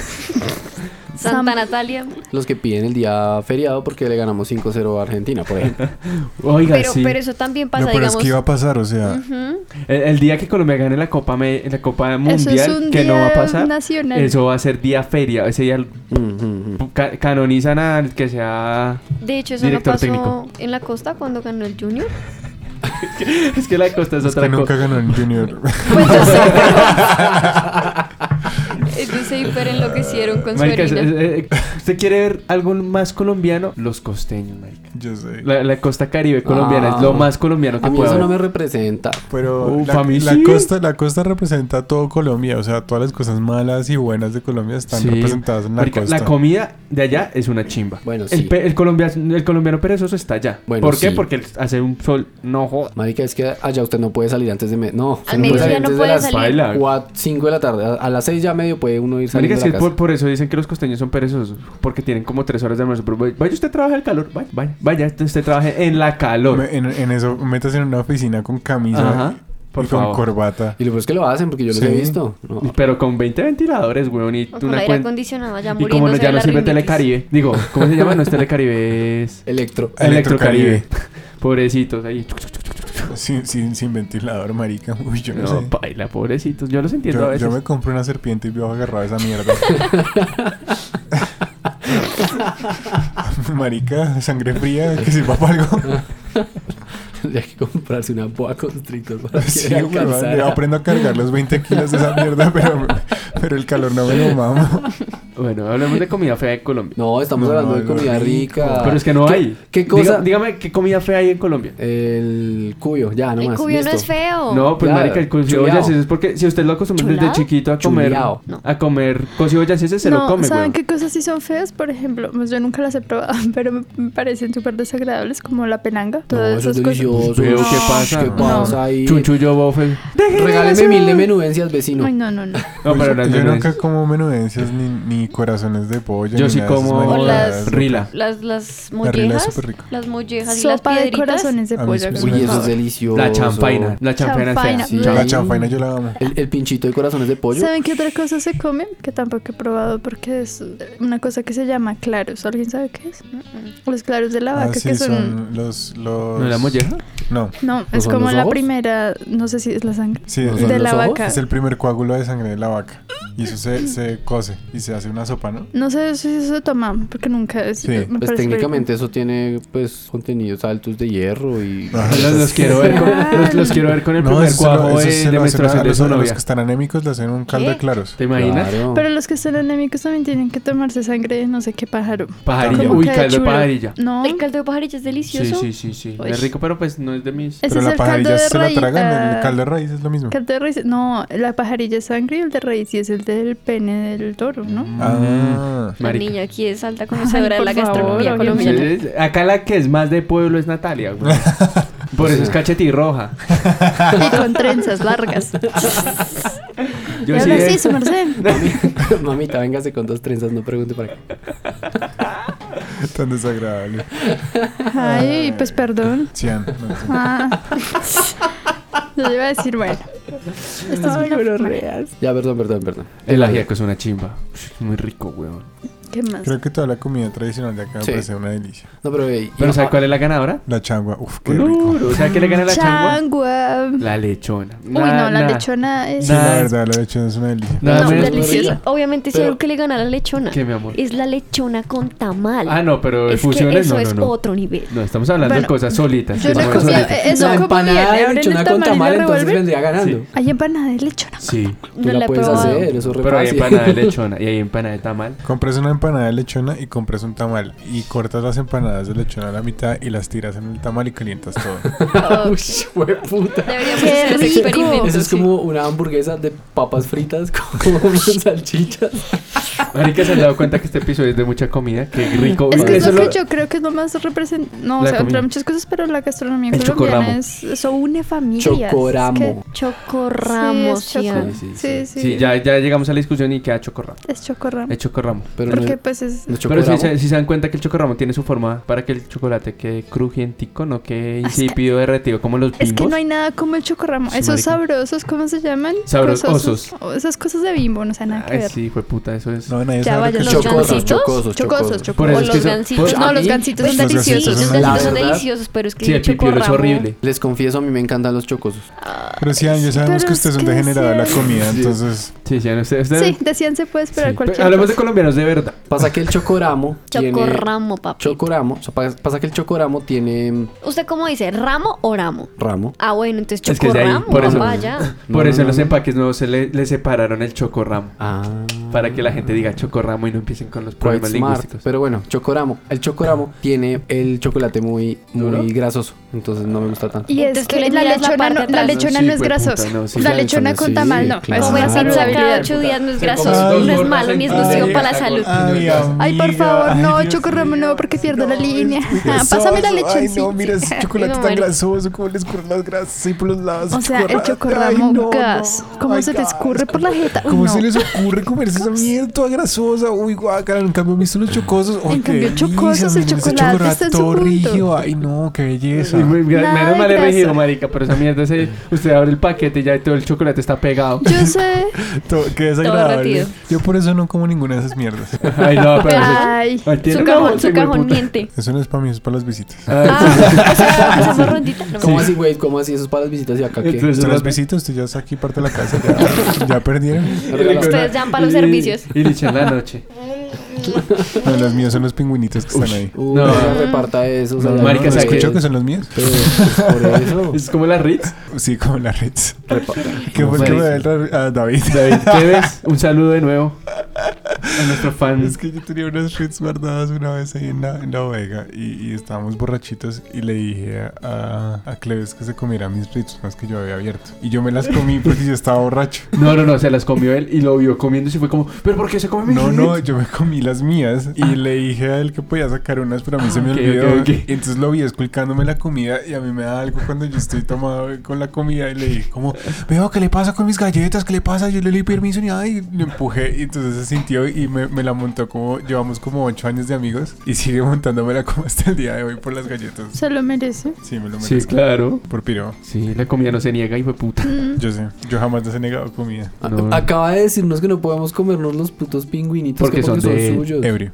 Speaker 4: Santa Natalia.
Speaker 3: Los que piden el día feriado porque le ganamos 5-0 a Argentina, por ejemplo.
Speaker 2: Oiga,
Speaker 4: Pero,
Speaker 2: sí.
Speaker 4: pero eso también pasa,
Speaker 1: no, pero
Speaker 4: digamos.
Speaker 1: es que iba a pasar, o sea,
Speaker 4: Ujú.
Speaker 2: El, el día que Colombia gane la Copa, Me- la Copa
Speaker 5: Eso
Speaker 2: Mundial,
Speaker 5: es un
Speaker 2: que
Speaker 5: día
Speaker 2: no va a pasar,
Speaker 5: nacional.
Speaker 2: eso va a ser día feria. Ese día
Speaker 3: Mm, mm, mm.
Speaker 2: ca- canonizan al que sea.
Speaker 4: De hecho, eso
Speaker 2: Director
Speaker 4: no pasó
Speaker 2: técnico.
Speaker 4: en la costa cuando ganó el Junior.
Speaker 2: Es que la costa es,
Speaker 1: es
Speaker 2: otra
Speaker 1: que nunca
Speaker 2: cosa.
Speaker 1: ganó el Junior.
Speaker 4: Pues yo sé, pero- Entonces hiper enloquecieron con su
Speaker 2: Marica, es-
Speaker 4: heroína.
Speaker 2: es- eh, ¿usted quiere ver algo más colombiano? Los costeños, marica.
Speaker 1: Yo sé.
Speaker 2: La, la costa caribe colombiana
Speaker 3: Ah.
Speaker 2: es lo más colombiano que
Speaker 3: A mí
Speaker 2: puede
Speaker 3: eso
Speaker 2: haber.
Speaker 3: no me representa.
Speaker 1: Pero
Speaker 2: Uf,
Speaker 1: la,
Speaker 2: a mí
Speaker 1: la
Speaker 2: sí.
Speaker 1: costa, la costa representa todo Colombia, o sea, todas las cosas malas y buenas de Colombia están
Speaker 2: Sí.
Speaker 1: representadas en la
Speaker 2: Marica,
Speaker 1: costa.
Speaker 2: comida de allá es una chimba.
Speaker 3: Bueno,
Speaker 2: el,
Speaker 3: sí.
Speaker 2: pe- el colombiano, el colombiano perezoso está allá.
Speaker 3: Bueno,
Speaker 2: ¿Por qué?
Speaker 3: sí.
Speaker 2: Porque el- hace un sol. No joda.
Speaker 3: Marica, es que allá usted no puede salir antes de... me- No, usted
Speaker 4: Al
Speaker 3: no puede salir
Speaker 4: mediodía no
Speaker 3: antes
Speaker 4: puede
Speaker 3: de
Speaker 4: salir.
Speaker 2: Baila.
Speaker 3: las 5 de la tarde. A- A las 6 ya medio puede uno ir
Speaker 2: Marica,
Speaker 3: saliendo
Speaker 2: es
Speaker 3: de
Speaker 2: que
Speaker 3: la
Speaker 2: por,
Speaker 3: casa.
Speaker 2: por eso dicen que los costeños son perezosos. Porque tienen como tres horas de almuerzo. Pero vaya, usted trabaja el calor. Vaya, vaya, vaya, usted trabaje en la calor.
Speaker 1: Me- en, en eso, metas en una oficina con camisa
Speaker 2: Ajá, por
Speaker 1: y con
Speaker 2: favor.
Speaker 1: corbata.
Speaker 3: Y lo peor es que lo hacen porque yo los
Speaker 1: Sí.
Speaker 3: he visto. No.
Speaker 2: Pero con 20 ventiladores, weón. Y
Speaker 4: O con
Speaker 2: una
Speaker 4: aire
Speaker 2: cuenta.
Speaker 4: acondicionado ya
Speaker 2: Y como no,
Speaker 4: muriéndose
Speaker 2: ya
Speaker 4: de
Speaker 2: no
Speaker 4: la
Speaker 2: sirve
Speaker 4: rinitis.
Speaker 2: Telecaribe. Digo, ¿cómo se llama? No es Telecaribe, es
Speaker 3: Electro.
Speaker 1: Electrocaribe.
Speaker 2: Electrocaribe. Pobrecitos ahí.
Speaker 1: Sin, sin, sin ventilador, marica. Uy, yo no,
Speaker 2: No,
Speaker 1: sé.
Speaker 2: paila, pobrecitos. Yo los entiendo a
Speaker 1: Yo,
Speaker 2: veces.
Speaker 1: yo me compré una serpiente y yo agarrado a esa mierda. marica, sangre fría, que sirva para algo.
Speaker 3: Tendría que comprarse una boa constrictor para que
Speaker 1: Sí,
Speaker 3: le
Speaker 1: weón,
Speaker 3: alcanzara.
Speaker 1: yo aprendo a cargar los 20 kilos de esa mierda, pero, pero el calor no me lo mama.
Speaker 2: Bueno, hablemos de comida fea en Colombia.
Speaker 3: No, estamos
Speaker 1: No,
Speaker 3: hablando de
Speaker 1: algo
Speaker 3: comida
Speaker 1: rico.
Speaker 3: rica.
Speaker 2: Pero es que no
Speaker 3: Ah, ¿Qué-
Speaker 2: hay.
Speaker 3: ¿Qué cosa?
Speaker 2: Diga- dígame, ¿qué comida fea hay en Colombia?
Speaker 3: El cuyo, ya, nomás.
Speaker 4: El cubio no
Speaker 3: listo.
Speaker 4: es feo.
Speaker 2: No, pues
Speaker 3: Ya,
Speaker 2: marica, el cocido
Speaker 3: chuleado.
Speaker 2: boyacense es porque si usted lo acostumbra desde
Speaker 4: ¿Chulado?
Speaker 2: chiquito a comer,
Speaker 3: Chuleado.
Speaker 4: No.
Speaker 2: a comer cocido boyacense se lo
Speaker 5: no,
Speaker 2: come,
Speaker 5: ¿saben
Speaker 2: weón.
Speaker 5: qué cosas sí son feas? Por ejemplo, pues yo nunca las he probado, pero me- me parecen súper desagradables, como la penanga.
Speaker 3: No,
Speaker 5: Todas
Speaker 3: eso es
Speaker 5: esas cosas.
Speaker 3: delicioso.
Speaker 2: Veo,
Speaker 5: No,
Speaker 2: ¿qué pasa?
Speaker 3: ¿Qué
Speaker 2: No.
Speaker 3: pasa ahí?
Speaker 2: Chunchullo bofe.
Speaker 3: Regáleme mil de menudencias, vecino.
Speaker 5: Ay, no, no, no.
Speaker 2: No, pero las
Speaker 1: yo nunca
Speaker 2: menudencias.
Speaker 1: como menudencias ni, ni corazones de pollo.
Speaker 2: Yo
Speaker 1: ni
Speaker 2: sí
Speaker 1: nada de esas
Speaker 2: como
Speaker 1: maricadas.
Speaker 4: las-
Speaker 2: rila.
Speaker 4: Las, las
Speaker 1: La regla es
Speaker 4: mollejas,
Speaker 1: súper rico.
Speaker 4: las mollejas y las
Speaker 5: Sopa de
Speaker 4: piedritas.
Speaker 5: corazones
Speaker 2: Ah,
Speaker 5: de
Speaker 1: A mí
Speaker 5: pollo.
Speaker 1: sí me
Speaker 5: hágame
Speaker 3: Uy,
Speaker 1: suena.
Speaker 5: el
Speaker 3: eso es
Speaker 5: favor.
Speaker 3: delicioso.
Speaker 2: La champaina. La champaina es fea.
Speaker 5: Chanfaina.
Speaker 3: Sí.
Speaker 1: La chanfaina yo la amo.
Speaker 3: El, el pinchito de corazones de pollo.
Speaker 5: ¿Saben qué otra cosa se come? Que tampoco he probado porque es una cosa que se llama claros. ¿Alguien sabe qué es? Los claros de la
Speaker 1: Ah,
Speaker 5: vaca,
Speaker 1: sí,
Speaker 5: que son...
Speaker 1: son los, los...
Speaker 2: ¿No la molleja?
Speaker 1: No,
Speaker 5: No, es
Speaker 3: son
Speaker 5: como
Speaker 3: los
Speaker 5: la
Speaker 3: ojos?
Speaker 5: primera, no sé si es la sangre.
Speaker 1: sí, eh,
Speaker 3: ¿No
Speaker 1: es,
Speaker 3: son
Speaker 5: de
Speaker 1: es-
Speaker 5: la
Speaker 3: los ojos?
Speaker 5: vaca.
Speaker 1: es el primer coágulo de sangre de la vaca. Y eso se, se cose y se hace una sopa, ¿no?
Speaker 5: No sé si eso se toma, porque nunca es...
Speaker 1: Sí.
Speaker 5: me
Speaker 3: Pues
Speaker 5: parece
Speaker 3: técnicamente eso tiene pues contenidos altos de hierro y
Speaker 1: Ajá.
Speaker 2: Los, los quiero ver con, los, los quiero ver con el primer
Speaker 1: eso se lo-
Speaker 2: cuajo
Speaker 1: eso
Speaker 2: de,
Speaker 1: se
Speaker 2: de
Speaker 1: lo hacen a-
Speaker 2: menstruación
Speaker 1: a
Speaker 2: de
Speaker 1: los,
Speaker 2: su
Speaker 1: a los
Speaker 2: novia.
Speaker 1: que están anémicos le hacen un caldo
Speaker 4: ¿Qué?
Speaker 1: de claros.
Speaker 2: ¿Te imaginas?
Speaker 3: Claro.
Speaker 5: Pero los que están anémicos también tienen que tomarse sangre de no sé qué pájaro.
Speaker 2: Pajarilla.
Speaker 5: Como
Speaker 2: Uy,
Speaker 5: que de
Speaker 2: caldo de
Speaker 5: chulo.
Speaker 2: pajarilla.
Speaker 5: No,
Speaker 4: El caldo de pajarilla es
Speaker 2: Sí,
Speaker 4: delicioso.
Speaker 2: sí, sí, sí.
Speaker 4: Uy.
Speaker 2: Es rico, pero pues no es de mis.
Speaker 5: ese
Speaker 1: Pero
Speaker 5: es
Speaker 1: la
Speaker 5: el caldo
Speaker 1: pajarilla
Speaker 5: de
Speaker 1: se la
Speaker 5: raíz.
Speaker 1: tragan,
Speaker 5: ah,
Speaker 1: el caldo de raíz es lo mismo.
Speaker 5: caldo de raíz. No, la pajarilla es sangre y el de raíz y es el del pene del toro, ¿no?
Speaker 1: Ah,
Speaker 4: La
Speaker 2: Marica.
Speaker 4: niña aquí es alta conocedora de la
Speaker 5: por favor,
Speaker 4: gastronomía
Speaker 5: obviamente.
Speaker 4: colombiana.
Speaker 2: Entonces, acá la que es más de pueblo es Natalia, güey. Por eso es cachetirroja.
Speaker 5: Y con trenzas largas.
Speaker 2: Yo
Speaker 5: y
Speaker 2: sí, ¿eh?
Speaker 5: ahora
Speaker 2: de-
Speaker 5: sí, su merced.
Speaker 3: Mamita, véngase con dos trenzas, no pregunte para qué.
Speaker 1: tan desagradable.
Speaker 5: Ay, pues perdón.
Speaker 1: Cian, no, no.
Speaker 5: Ah. Yo iba a decir, bueno. Esto es una-
Speaker 3: Ya, perdón, perdón, perdón.
Speaker 2: El ajiaco es una chimba. Muy rico, weón.
Speaker 5: ¿Qué más?
Speaker 1: Creo que toda la comida tradicional de acá me
Speaker 3: Sí.
Speaker 1: parece una delicia.
Speaker 3: No, pero, eh,
Speaker 2: Pero
Speaker 3: y-
Speaker 2: ¿sabes cuál es la ganadora?
Speaker 1: La changua, uff, qué rico.
Speaker 2: Uluru. ¿Sabes qué le gana la changua?
Speaker 5: Changua.
Speaker 2: La lechona.
Speaker 5: Uy, no, la lechona es...
Speaker 1: Sí, la
Speaker 2: Nada.
Speaker 1: verdad, la lechona es una delicia.
Speaker 2: Nada
Speaker 4: No,
Speaker 2: menos-
Speaker 4: sí,
Speaker 3: deliciosa.
Speaker 4: obviamente sí
Speaker 3: Pero-
Speaker 4: algo que le gana a la lechona.
Speaker 2: ¿Qué, mi amor?
Speaker 4: Es la lechona con tamal.
Speaker 2: Ah, no, pero
Speaker 4: es que
Speaker 2: fusiones
Speaker 4: eso
Speaker 2: no, no,
Speaker 4: es
Speaker 2: no.
Speaker 4: otro nivel.
Speaker 2: No, estamos hablando de
Speaker 5: Bueno,
Speaker 2: cosas solitas.
Speaker 5: yo
Speaker 2: que
Speaker 5: no
Speaker 2: son
Speaker 5: confío-
Speaker 2: solitas.
Speaker 5: eh, eso
Speaker 3: la
Speaker 5: como
Speaker 3: empanada
Speaker 5: viene,
Speaker 3: de
Speaker 5: abren el
Speaker 3: lechona con
Speaker 5: tamal y lo
Speaker 3: tamal, entonces
Speaker 5: revuelven.
Speaker 3: vendría ganando.
Speaker 2: Sí.
Speaker 5: Hay empanada de lechona.
Speaker 2: Sí,
Speaker 3: Tú
Speaker 4: No
Speaker 3: la,
Speaker 4: la he
Speaker 3: puedes
Speaker 4: probado.
Speaker 3: hacer, eso es re
Speaker 2: pero hay
Speaker 3: fácil.
Speaker 2: empanada de lechona y hay empanada de tamal.
Speaker 1: Compras una empanada de lechona y compras un tamal. Y cortas las empanadas de lechona a la mitad y las tiras en el tamal y calientas todo.
Speaker 3: Uy, hueputa.
Speaker 4: Deberíamos
Speaker 5: Qué
Speaker 4: hacer ese
Speaker 5: rico.
Speaker 4: experimento.
Speaker 3: Eso es
Speaker 4: sí.
Speaker 3: como una hamburguesa de papas fritas con salchichas.
Speaker 2: Marica, se han dado cuenta que este episodio es de mucha comida. Qué rico.
Speaker 5: Es que
Speaker 2: Eso
Speaker 5: es lo
Speaker 2: lo-
Speaker 5: que yo creo que es lo más representante. No, o
Speaker 2: La
Speaker 5: sea, entre
Speaker 2: comida.
Speaker 5: muchas cosas, pero la gastronomía
Speaker 2: El
Speaker 5: colombiana
Speaker 2: chocorramo.
Speaker 5: es. Eso une familias. es que-
Speaker 3: Chocoramo.
Speaker 4: Chocorramos.
Speaker 5: Sí, es
Speaker 4: Ian.
Speaker 5: choco. Sí, sí.
Speaker 2: Sí, ya, ya llegamos a la discusión y queda chocorramo.
Speaker 5: Es chocorramo.
Speaker 2: Es chocorramo.
Speaker 3: Pero no-
Speaker 5: Porque pues es.
Speaker 3: no
Speaker 2: Pero si,
Speaker 3: chocoramo.
Speaker 2: se- si se dan cuenta que el chocorramo tiene su forma para que el chocolate quede crujientico, no que
Speaker 5: Es que-
Speaker 2: insípido, derretido, como los
Speaker 5: Es que
Speaker 2: bimbos.
Speaker 5: no hay nada como el chocorramo.
Speaker 2: Sí,
Speaker 5: Esos
Speaker 2: marica.
Speaker 5: sabrosos, ¿cómo se llaman?
Speaker 2: Sabros-
Speaker 5: Gozosos. O Esas cosas de bimbo, no sé nada que
Speaker 2: Ay,
Speaker 5: ver.
Speaker 2: sí, fue puta, eso es.
Speaker 1: No, nadie
Speaker 5: Ya
Speaker 1: sabe lo
Speaker 4: vayan
Speaker 1: que
Speaker 4: los
Speaker 1: es
Speaker 4: chocorramo.
Speaker 1: chocorramo.
Speaker 3: chocosos, chocosos,
Speaker 5: Chocosos,
Speaker 3: chocosos.
Speaker 2: Por eso
Speaker 4: O
Speaker 2: es que
Speaker 4: los
Speaker 2: eso-
Speaker 4: gancitos.
Speaker 3: pues,
Speaker 5: No,
Speaker 3: a
Speaker 5: los
Speaker 3: mí-
Speaker 5: gancitos
Speaker 4: Pues
Speaker 5: son
Speaker 1: los
Speaker 4: sí,
Speaker 1: gancitos
Speaker 5: deliciosos.
Speaker 4: los
Speaker 1: La
Speaker 4: gancitos son
Speaker 3: verdad-
Speaker 4: deliciosos, pero es que
Speaker 2: Sí, el pipiolo es
Speaker 4: chocorramo-
Speaker 2: horrible.
Speaker 3: Les confieso, a mí me encantan los chocosos.
Speaker 1: Pero sí, ya sabemos
Speaker 5: Pero
Speaker 1: que
Speaker 5: es
Speaker 1: ustedes son
Speaker 5: que
Speaker 1: degenerados de la
Speaker 5: sí.
Speaker 1: comida, entonces
Speaker 2: Sí, sí, ustedes. ustedes-
Speaker 5: Sí, decían se puede esperar
Speaker 2: sí.
Speaker 5: cualquier.
Speaker 2: Pero Hablemos de
Speaker 5: cosa.
Speaker 2: colombianos de verdad.
Speaker 3: Pasa que el chocoramo tiene...
Speaker 4: Chocorramo, papi.
Speaker 3: Chocoramo. o sea, pa- pasa que el chocoramo tiene mm,
Speaker 4: ¿Usted cómo dice? ¿Ramo o ramo?
Speaker 3: ramo.
Speaker 4: Ah, bueno, entonces
Speaker 2: Es que es de ahí,
Speaker 4: chocorramo,
Speaker 2: por eso.
Speaker 4: papá, ya.
Speaker 3: No,
Speaker 2: Por
Speaker 3: no,
Speaker 2: eso en
Speaker 3: no,
Speaker 2: los
Speaker 3: no.
Speaker 2: empaques nuevos se le, le separaron el chocorramo.
Speaker 3: Ah.
Speaker 2: Para que la gente diga chocorramo y no empiecen con los
Speaker 3: Quite
Speaker 2: problemas
Speaker 3: smart.
Speaker 2: lingüísticos.
Speaker 3: Pero bueno, chocoramo. El chocoramo tiene el chocolate muy,
Speaker 2: ¿Duro?
Speaker 3: muy grasoso. Entonces no me gusta tanto.
Speaker 5: Y es
Speaker 4: Entonces tú
Speaker 5: que
Speaker 4: le
Speaker 5: la
Speaker 4: miras la
Speaker 5: lechona,
Speaker 4: parte
Speaker 5: no, la
Speaker 4: atrás, ¿no?
Speaker 5: lechona
Speaker 2: Sí,
Speaker 5: no es
Speaker 2: hijueputa,
Speaker 5: grasosa.
Speaker 2: no, sí,
Speaker 5: la
Speaker 3: la
Speaker 5: lechona
Speaker 3: lechona
Speaker 5: con
Speaker 3: sí,
Speaker 5: tamal no.
Speaker 3: claro.
Speaker 5: Es
Speaker 4: Comer
Speaker 5: una
Speaker 3: Claro.
Speaker 4: pizza cada
Speaker 5: saludabilidad.
Speaker 4: ocho días no es
Speaker 2: Se come
Speaker 4: grasoso,
Speaker 1: dos
Speaker 4: no es
Speaker 2: gordas
Speaker 4: malo
Speaker 2: en
Speaker 4: ni es
Speaker 2: pan.
Speaker 4: nocivo
Speaker 2: Ay,
Speaker 4: para la
Speaker 2: ay,
Speaker 4: salud.
Speaker 1: Ay,
Speaker 5: Ay, por
Speaker 1: amiga,
Speaker 5: favor,
Speaker 1: ay,
Speaker 5: no,
Speaker 1: Dios
Speaker 5: chocorramo
Speaker 1: mío,
Speaker 5: no, porque pierdo la
Speaker 1: no,
Speaker 5: línea.
Speaker 1: es muy
Speaker 5: Ah, pásame
Speaker 1: grasoso.
Speaker 5: la
Speaker 1: Ay, no,
Speaker 5: lechoncita.
Speaker 1: mira ese chocolate
Speaker 4: Ay, no,
Speaker 1: tan
Speaker 4: Mario.
Speaker 1: grasoso, cómo le escurren las grasas ahí por los lados.
Speaker 5: O sea, el chocorramo gas. ¿Cómo se te escurre por la jeta? Uy,
Speaker 1: ¿Cómo
Speaker 5: no.
Speaker 1: se les ocurre comer esa mierda toda grasosa? Uy, guácala, en cambio a mí son los chocosos. Uy,
Speaker 5: En
Speaker 1: qué
Speaker 5: cambio,
Speaker 1: delicia,
Speaker 5: chocosos, el
Speaker 1: miren, ese
Speaker 5: chocolate está en su
Speaker 1: todo
Speaker 5: punto.
Speaker 1: rígido. Ay, no, qué belleza.
Speaker 2: Sí, muy gra-
Speaker 5: Nada
Speaker 2: menos
Speaker 5: de
Speaker 2: mal he
Speaker 5: grasa.
Speaker 2: regido, marica, pero esa mierda se, usted abre el paquete y ya todo el chocolate está pegado.
Speaker 5: Yo sé.
Speaker 1: Todo- qué desagradable.
Speaker 4: retido.
Speaker 1: Yo por eso no como ninguna de esas mierdas.
Speaker 2: Ay, no, pero eso-
Speaker 5: Ay.
Speaker 2: Ay, tiene
Speaker 4: Su
Speaker 2: una
Speaker 4: cajón,
Speaker 2: bolsa,
Speaker 4: su
Speaker 2: hijueputa.
Speaker 4: cajón miente.
Speaker 1: Eso no es para mí, eso es para las visitas.
Speaker 4: Ah, esa esa morrondita. No,
Speaker 3: ¿Cómo así, güey? ¿Cómo así? Eso es para las visitas y acá qué.
Speaker 2: Entonces,
Speaker 1: Usted las
Speaker 2: la-
Speaker 1: visitas, usted ya está aquí parte de la casa. Ya, ya perdieron.
Speaker 4: Ustedes dan para los
Speaker 2: Y-
Speaker 4: servicios.
Speaker 2: Y dicha en la noche.
Speaker 1: No, los míos son los pingüinitos que están ahí.
Speaker 3: Uy,
Speaker 2: No.
Speaker 3: Uh, no, se reparta eso. o sea,
Speaker 2: No,
Speaker 3: ya
Speaker 2: marica,
Speaker 1: ¿No
Speaker 2: o sea,
Speaker 1: escuchó
Speaker 2: que-
Speaker 1: que son los míos?
Speaker 3: Pero, pues, por eso.
Speaker 2: Es como la Ritz.
Speaker 1: Sí, como la Ritz.
Speaker 3: repa-
Speaker 1: ¿Qué fue el que
Speaker 2: Marica.
Speaker 1: me da el ra- a David?
Speaker 2: David, ¿qué ves? Un saludo de nuevo a nuestro fan.
Speaker 1: Es que yo tenía unas Ritz guardadas una vez ahí en la, en la bodega y, y estábamos borrachitos y le dije a, a Cleves que se comiera mis Ritz, unas que yo había abierto. Y yo me las comí porque yo estaba borracho.
Speaker 2: No, no, no, se las comió él y lo vio comiendo y fue como, ¿pero por qué se come mi
Speaker 1: No,
Speaker 2: Ritz?"
Speaker 1: no, yo me comí las mías y le dije a él que podía sacar unas, pero a mí se me
Speaker 2: Ah. ok,
Speaker 1: olvidó.
Speaker 2: ok, ok.
Speaker 1: Y entonces lo vi esculcándome la comida y a mí me da algo cuando yo estoy tomado con la comida y le dije como, veo, ¿qué le pasa con mis galletas? ¿Qué le pasa? Yo le di permiso ni nada y lo empujé y entonces se sintió y me, me la montó como, llevamos como ocho años de amigos y sigue montándomela como hasta el día de hoy por las galletas.
Speaker 5: Se lo merece.
Speaker 1: Sí, me lo merezco.
Speaker 2: Sí, claro.
Speaker 1: Por piro.
Speaker 2: Sí, la comida no se niega y fue puta.
Speaker 1: Yo sé, yo jamás les he negado comida.
Speaker 3: A-
Speaker 2: No.
Speaker 3: Acaba de decirnos que no podemos comernos los putos pingüinitos
Speaker 2: Porque
Speaker 3: que
Speaker 2: son de él.
Speaker 3: suyos.
Speaker 1: Ebrio.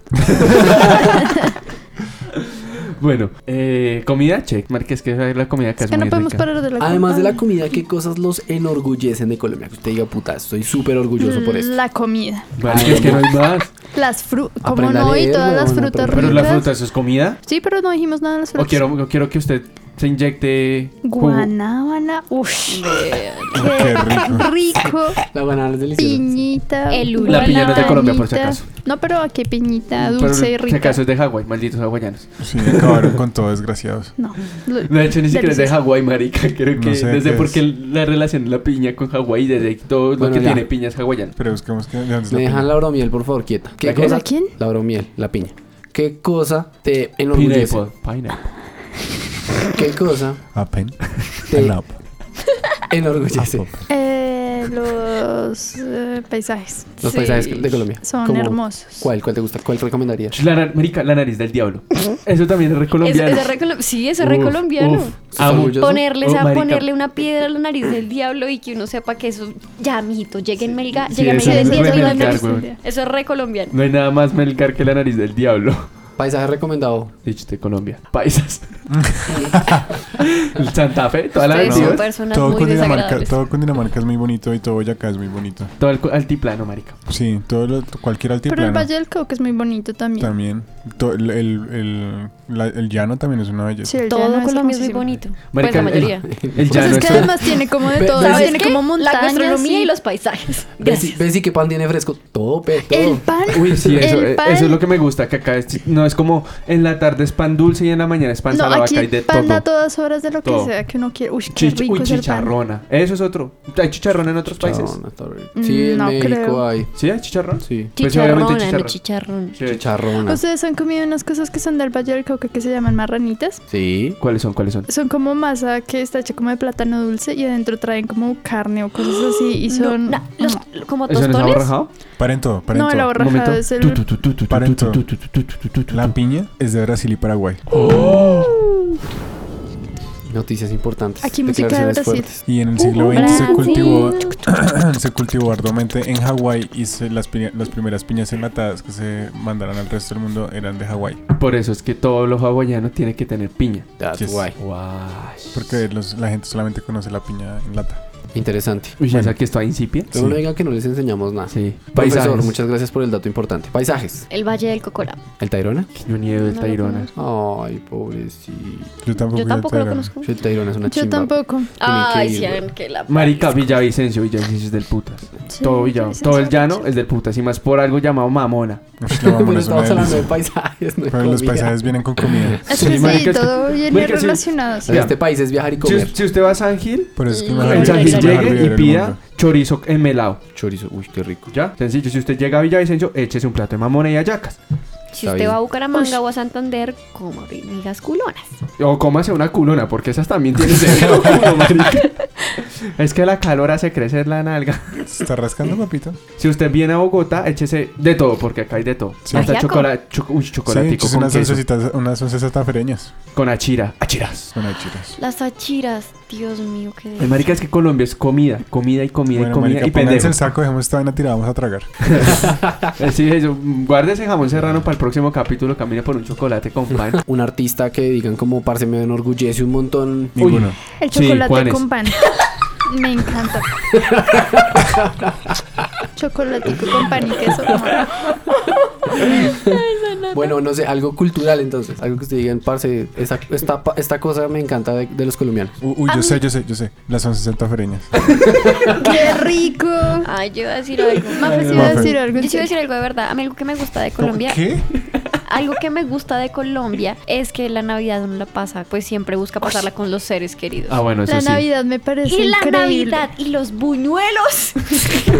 Speaker 2: Bueno, eh, comida, check. Marica, es que la comida acá es,
Speaker 5: Es que no
Speaker 2: muy
Speaker 5: podemos
Speaker 2: rica.
Speaker 5: parar de la
Speaker 3: Además de
Speaker 5: comida.
Speaker 3: la comida, ¿qué cosas los enorgullecen de Colombia? Que usted diga, puta, estoy súper orgulloso por esto.
Speaker 5: Mm, La comida.
Speaker 2: Marica, es que no hay más.
Speaker 5: Las frutas. Como
Speaker 3: Aprenda a
Speaker 5: no, y
Speaker 3: leer,
Speaker 5: todas las
Speaker 3: huevón,
Speaker 5: frutas
Speaker 3: aprenda.
Speaker 2: Pero la
Speaker 5: ricas.
Speaker 2: fruta, ¿eso es comida?
Speaker 5: Sí, pero no dijimos nada de las
Speaker 2: O
Speaker 5: frutas.
Speaker 2: quiero, o quiero que usted se inyecte jugo.
Speaker 5: Guanábana. Uff.
Speaker 1: Qué rico.
Speaker 5: rico.
Speaker 3: La banana es deliciosa.
Speaker 5: Piñita.
Speaker 4: El uva.
Speaker 2: La piña no es de Colombia, por si
Speaker 5: guanabanita.
Speaker 2: acaso.
Speaker 5: No, pero aquí piñita
Speaker 2: Pero
Speaker 5: dulce
Speaker 2: Si
Speaker 5: y rica.
Speaker 2: acaso es de Hawái, malditos hawaianos.
Speaker 1: Sí, acabaron con todo desgraciados.
Speaker 5: No. lo-
Speaker 2: De hecho, ni siquiera es de
Speaker 5: delicioso.
Speaker 2: Hawái, marica. Creo
Speaker 1: No
Speaker 2: que
Speaker 1: sé
Speaker 2: desde
Speaker 1: qué
Speaker 2: porque
Speaker 1: es.
Speaker 2: la relación de la piña con Hawái, desde todo lo
Speaker 3: Bueno,
Speaker 2: que
Speaker 3: ya.
Speaker 2: tiene piña es hawaiano.
Speaker 1: Pero busquemos que... ¿de dónde es la
Speaker 3: Me
Speaker 1: piña?
Speaker 3: dejan la bromiel, por favor, quieta.
Speaker 2: ¿La qué?
Speaker 3: cosa?
Speaker 5: ¿La quién?
Speaker 3: La bromiel, la piña. ¿Qué cosa te enorgullece?
Speaker 2: Pineapple, pineapple.
Speaker 3: ¿Qué cosa
Speaker 1: Apen.
Speaker 3: te
Speaker 1: An up.
Speaker 3: enorgullece?
Speaker 5: Eh, eh, los eh, paisajes.
Speaker 4: pues,
Speaker 3: Los
Speaker 2: pues,
Speaker 3: paisajes de Colombia.
Speaker 5: Son
Speaker 3: Como-
Speaker 5: hermosos.
Speaker 3: ¿Cuál? ¿Cuál te gusta? ¿Cuál recomendarías?
Speaker 2: La, na- marica, la nariz del diablo. Eso también es
Speaker 4: Es,
Speaker 2: recolombiano.
Speaker 4: es de re colo- sí, es de re
Speaker 2: Uf,
Speaker 4: colombiano.
Speaker 2: uf.
Speaker 3: ¿Estás
Speaker 2: Amo.
Speaker 3: orgulloso?
Speaker 4: Ponerle,
Speaker 2: Oh,
Speaker 4: esa-
Speaker 2: marica.
Speaker 4: ponerle una piedra en la nariz del diablo y que uno sepa que eso, ya, mijito, llegue en Melga,
Speaker 2: sí,
Speaker 4: llegue en
Speaker 2: eso
Speaker 4: Melga,
Speaker 2: es
Speaker 4: eso,
Speaker 2: bueno,
Speaker 4: eso,
Speaker 2: claro,
Speaker 4: eso,
Speaker 2: güey.
Speaker 4: eso es re colombiano.
Speaker 2: No hay nada más melgar que la nariz del diablo.
Speaker 3: Paisaje recomendado.
Speaker 2: Dicho de Colombia. Paisas. El Santa Fe, toda la
Speaker 4: Ustedes son
Speaker 2: no,
Speaker 4: personas
Speaker 1: Todo
Speaker 4: muy
Speaker 1: Cundinamarca,
Speaker 4: desagradables.
Speaker 1: todo Cundinamarca es muy bonito y todo Boyacá es muy bonito.
Speaker 2: Todo el cu- altiplano, marica.
Speaker 5: Pues
Speaker 1: Sí, todo lo- cualquier
Speaker 5: Pero el
Speaker 1: altiplano
Speaker 5: Valle del Cauca es muy bonito también.
Speaker 1: también. To- el, el, el- la- el llano también es una belleza.
Speaker 5: Sí, el
Speaker 4: Todo
Speaker 5: llano
Speaker 4: Colombia es muy
Speaker 5: hermosísimo.
Speaker 4: bonito. pues
Speaker 2: Marica,
Speaker 4: la
Speaker 2: el-
Speaker 4: mayoría.
Speaker 2: El
Speaker 5: Pues
Speaker 2: llano
Speaker 5: es que
Speaker 2: es-
Speaker 5: además tiene como de
Speaker 3: Pe-
Speaker 5: todo.
Speaker 3: ¿sabes
Speaker 5: Tiene como montañas.
Speaker 4: La gastronomía
Speaker 5: sí.
Speaker 4: y los paisajes.
Speaker 3: ¿Ves, si-
Speaker 4: Gracias.
Speaker 3: ves si qué pan tiene fresco? Todo, pe, todo.
Speaker 5: El pan.
Speaker 2: Uy, sí, eso,
Speaker 5: el
Speaker 2: eh,
Speaker 5: pan-
Speaker 2: eso es lo que me gusta, que acá es- no es como en la tarde es pan dulce y en la mañana es pan
Speaker 5: No,
Speaker 2: salado,
Speaker 5: aquí
Speaker 2: acá hay de
Speaker 5: el pan
Speaker 2: todo.
Speaker 5: a todas horas de lo que
Speaker 2: Todo.
Speaker 5: sea que uno quiera. Uy, qué
Speaker 2: Chich-
Speaker 5: rico
Speaker 2: uy,
Speaker 5: es el pan.
Speaker 2: chicharrona. Eso es otro. ¿Hay chicharrón en otros países?
Speaker 3: Chicharrón, está- Sí, en
Speaker 5: Mm, No
Speaker 3: México
Speaker 5: creo.
Speaker 3: hay.
Speaker 2: ¿Sí hay chicharrón?
Speaker 3: Sí.
Speaker 2: Pues obviamente
Speaker 4: Chicharrona, no
Speaker 2: chicharrón.
Speaker 4: chicharrón.
Speaker 2: Sí.
Speaker 3: Chicharrona.
Speaker 5: Ustedes han comido unas cosas que son del Valle del Cauca que se llaman marranitas.
Speaker 3: Sí.
Speaker 2: ¿Cuáles son? ¿Cuáles son?
Speaker 5: Son como masa que está hecha como de plátano dulce y adentro traen como carne o cosas así y son...
Speaker 4: No, na- los- como
Speaker 2: ¿Eso no es
Speaker 4: tostones.
Speaker 2: aborrajado?
Speaker 1: Paren todo, paren
Speaker 5: No, el
Speaker 1: todo.
Speaker 5: aborrajado es el...
Speaker 1: Paren todo. La piña es de Brasil y Paraguay.
Speaker 2: ¡Oh!
Speaker 3: Noticias importantes.
Speaker 5: Aquí música de
Speaker 3: declaraciones
Speaker 5: Brasil.
Speaker 3: fuertes.
Speaker 1: Y en el siglo XX se
Speaker 4: Brasil.
Speaker 1: cultivó, se cultivó arduamente en Hawái y se- las, piña- las primeras piñas enlatadas que se mandaron al resto del mundo eran de Hawái.
Speaker 2: Por eso es que todo lo hawaiano tiene que tener piña.
Speaker 3: That's
Speaker 1: Yes.
Speaker 3: why.
Speaker 1: Porque Eh, los- la gente solamente conoce la piña en lata.
Speaker 3: Interesante.
Speaker 2: Uy, ¿Pasa que está incipia?
Speaker 3: Pero no digan que no les enseñamos nada.
Speaker 2: Sí.
Speaker 3: Profesor,
Speaker 2: Paisajes.
Speaker 3: muchas gracias por el dato importante. Paisajes.
Speaker 4: El Valle del Cocora.
Speaker 3: ¿El Tayrona?
Speaker 2: Que No nieve del
Speaker 4: No lo
Speaker 2: Tayrona.
Speaker 4: conozco.
Speaker 3: Ay, pobrecito.
Speaker 1: Yo tampoco, ya
Speaker 4: Yo tampoco
Speaker 1: te
Speaker 4: lo
Speaker 1: era-
Speaker 4: conozco.
Speaker 3: El Tayrona es una
Speaker 5: Yo
Speaker 3: chimba.
Speaker 5: tampoco.
Speaker 4: Ay,
Speaker 3: ir,
Speaker 4: sí,
Speaker 3: güey.
Speaker 4: que la...
Speaker 2: Marica, Villavicencio, Villavicencio es del putas.
Speaker 5: Sí,
Speaker 2: todo Villavo-
Speaker 5: sí,
Speaker 2: todo
Speaker 5: sí,
Speaker 2: el
Speaker 5: sí.
Speaker 2: llano es del putas y más por algo llamado mamona.
Speaker 1: Uf, la mamona
Speaker 3: Pero
Speaker 1: es una
Speaker 3: estamos hablando de
Speaker 1: delicia.
Speaker 3: paisajes, no de
Speaker 1: Pero los
Speaker 3: comida.
Speaker 1: paisajes vienen con comida.
Speaker 5: Es
Speaker 2: Sí,
Speaker 5: que
Speaker 2: marica,
Speaker 5: sí,
Speaker 2: es que-
Speaker 5: todo viene
Speaker 2: marica, sí.
Speaker 5: relacionado. sí.
Speaker 3: En este país es viajar y
Speaker 2: Si,
Speaker 3: comer.
Speaker 2: si usted va a San Gil,
Speaker 1: Por eso es que el mejor
Speaker 2: en
Speaker 4: Claro,
Speaker 2: San
Speaker 1: viaje es
Speaker 2: Gil
Speaker 1: el
Speaker 4: claro.
Speaker 1: mejor
Speaker 2: llegue
Speaker 1: viaje
Speaker 2: y
Speaker 1: del
Speaker 2: pida
Speaker 1: mundo.
Speaker 2: chorizo enmelado.
Speaker 3: Chorizo, uy, qué rico.
Speaker 2: ¿Ya? Sencillo, si usted llega a Villavicencio, échese un plato de mamona y ayacas.
Speaker 4: Si
Speaker 3: Está
Speaker 4: usted
Speaker 3: bien.
Speaker 4: va a Bucaramanga o a Santander, coma hormigas culonas.
Speaker 2: O cómase una culona, porque esas también tienen severo culo, marica. Es que la calor hace crecer la nalga.
Speaker 1: ¿Se está rascando, papito?
Speaker 2: Si usted viene a Bogotá, échese de todo, porque acá hay de todo.
Speaker 1: Sí.
Speaker 2: Hasta
Speaker 4: Ajiaco.
Speaker 2: chocolate, uy, chocolatico
Speaker 1: Sí,
Speaker 2: con
Speaker 1: unas
Speaker 2: queso,
Speaker 1: oncecitas, unas onces santafereñas.
Speaker 2: con achira. Achiras.
Speaker 1: Son chiras.
Speaker 4: Las achiras, Dios mío, qué
Speaker 2: El marica es que Colombia es comida, comida y comida y
Speaker 1: Bueno,
Speaker 2: comida
Speaker 1: marica,
Speaker 2: y
Speaker 1: pónganse
Speaker 2: pendejo.
Speaker 1: el saco, dejemos esta vaina tirada, vamos a tragar.
Speaker 2: Eh, Sí, eso. Guarde ese jamón serrano para el próximo capítulo. Camine por un chocolate con pan.
Speaker 3: Un artista que digan como parce me enorgullece un montón.
Speaker 1: Ninguno.
Speaker 5: El
Speaker 2: Sí,
Speaker 5: chocolate
Speaker 2: Juanes.
Speaker 5: con pan. Me encanta. chocolate con pan y queso.
Speaker 3: Bueno, no sé, algo cultural entonces. Algo que ustedes digan, parce, esa- esta, pa- esta cosa me encanta de, de los colombianos.
Speaker 1: U- Uy, yo sé, yo sé, yo sé. Las once santafereñas.
Speaker 5: ¡Qué rico!
Speaker 4: Ay, yo iba a decir algo.
Speaker 5: Mafe, sí
Speaker 1: Mafe.
Speaker 5: iba a decir algo.
Speaker 4: Yo sí iba a decir algo de verdad. A mí algo que me gusta de Colombia,
Speaker 1: ¿Qué?
Speaker 4: algo que me gusta de Colombia es que la Navidad uno la pasa, pues siempre busca pasarla con los seres queridos.
Speaker 2: Ah, bueno, eso
Speaker 5: La
Speaker 2: sí.
Speaker 5: Navidad me parece
Speaker 4: y la
Speaker 5: increíble.
Speaker 4: Navidad y
Speaker 1: Pues
Speaker 4: los buñuelos.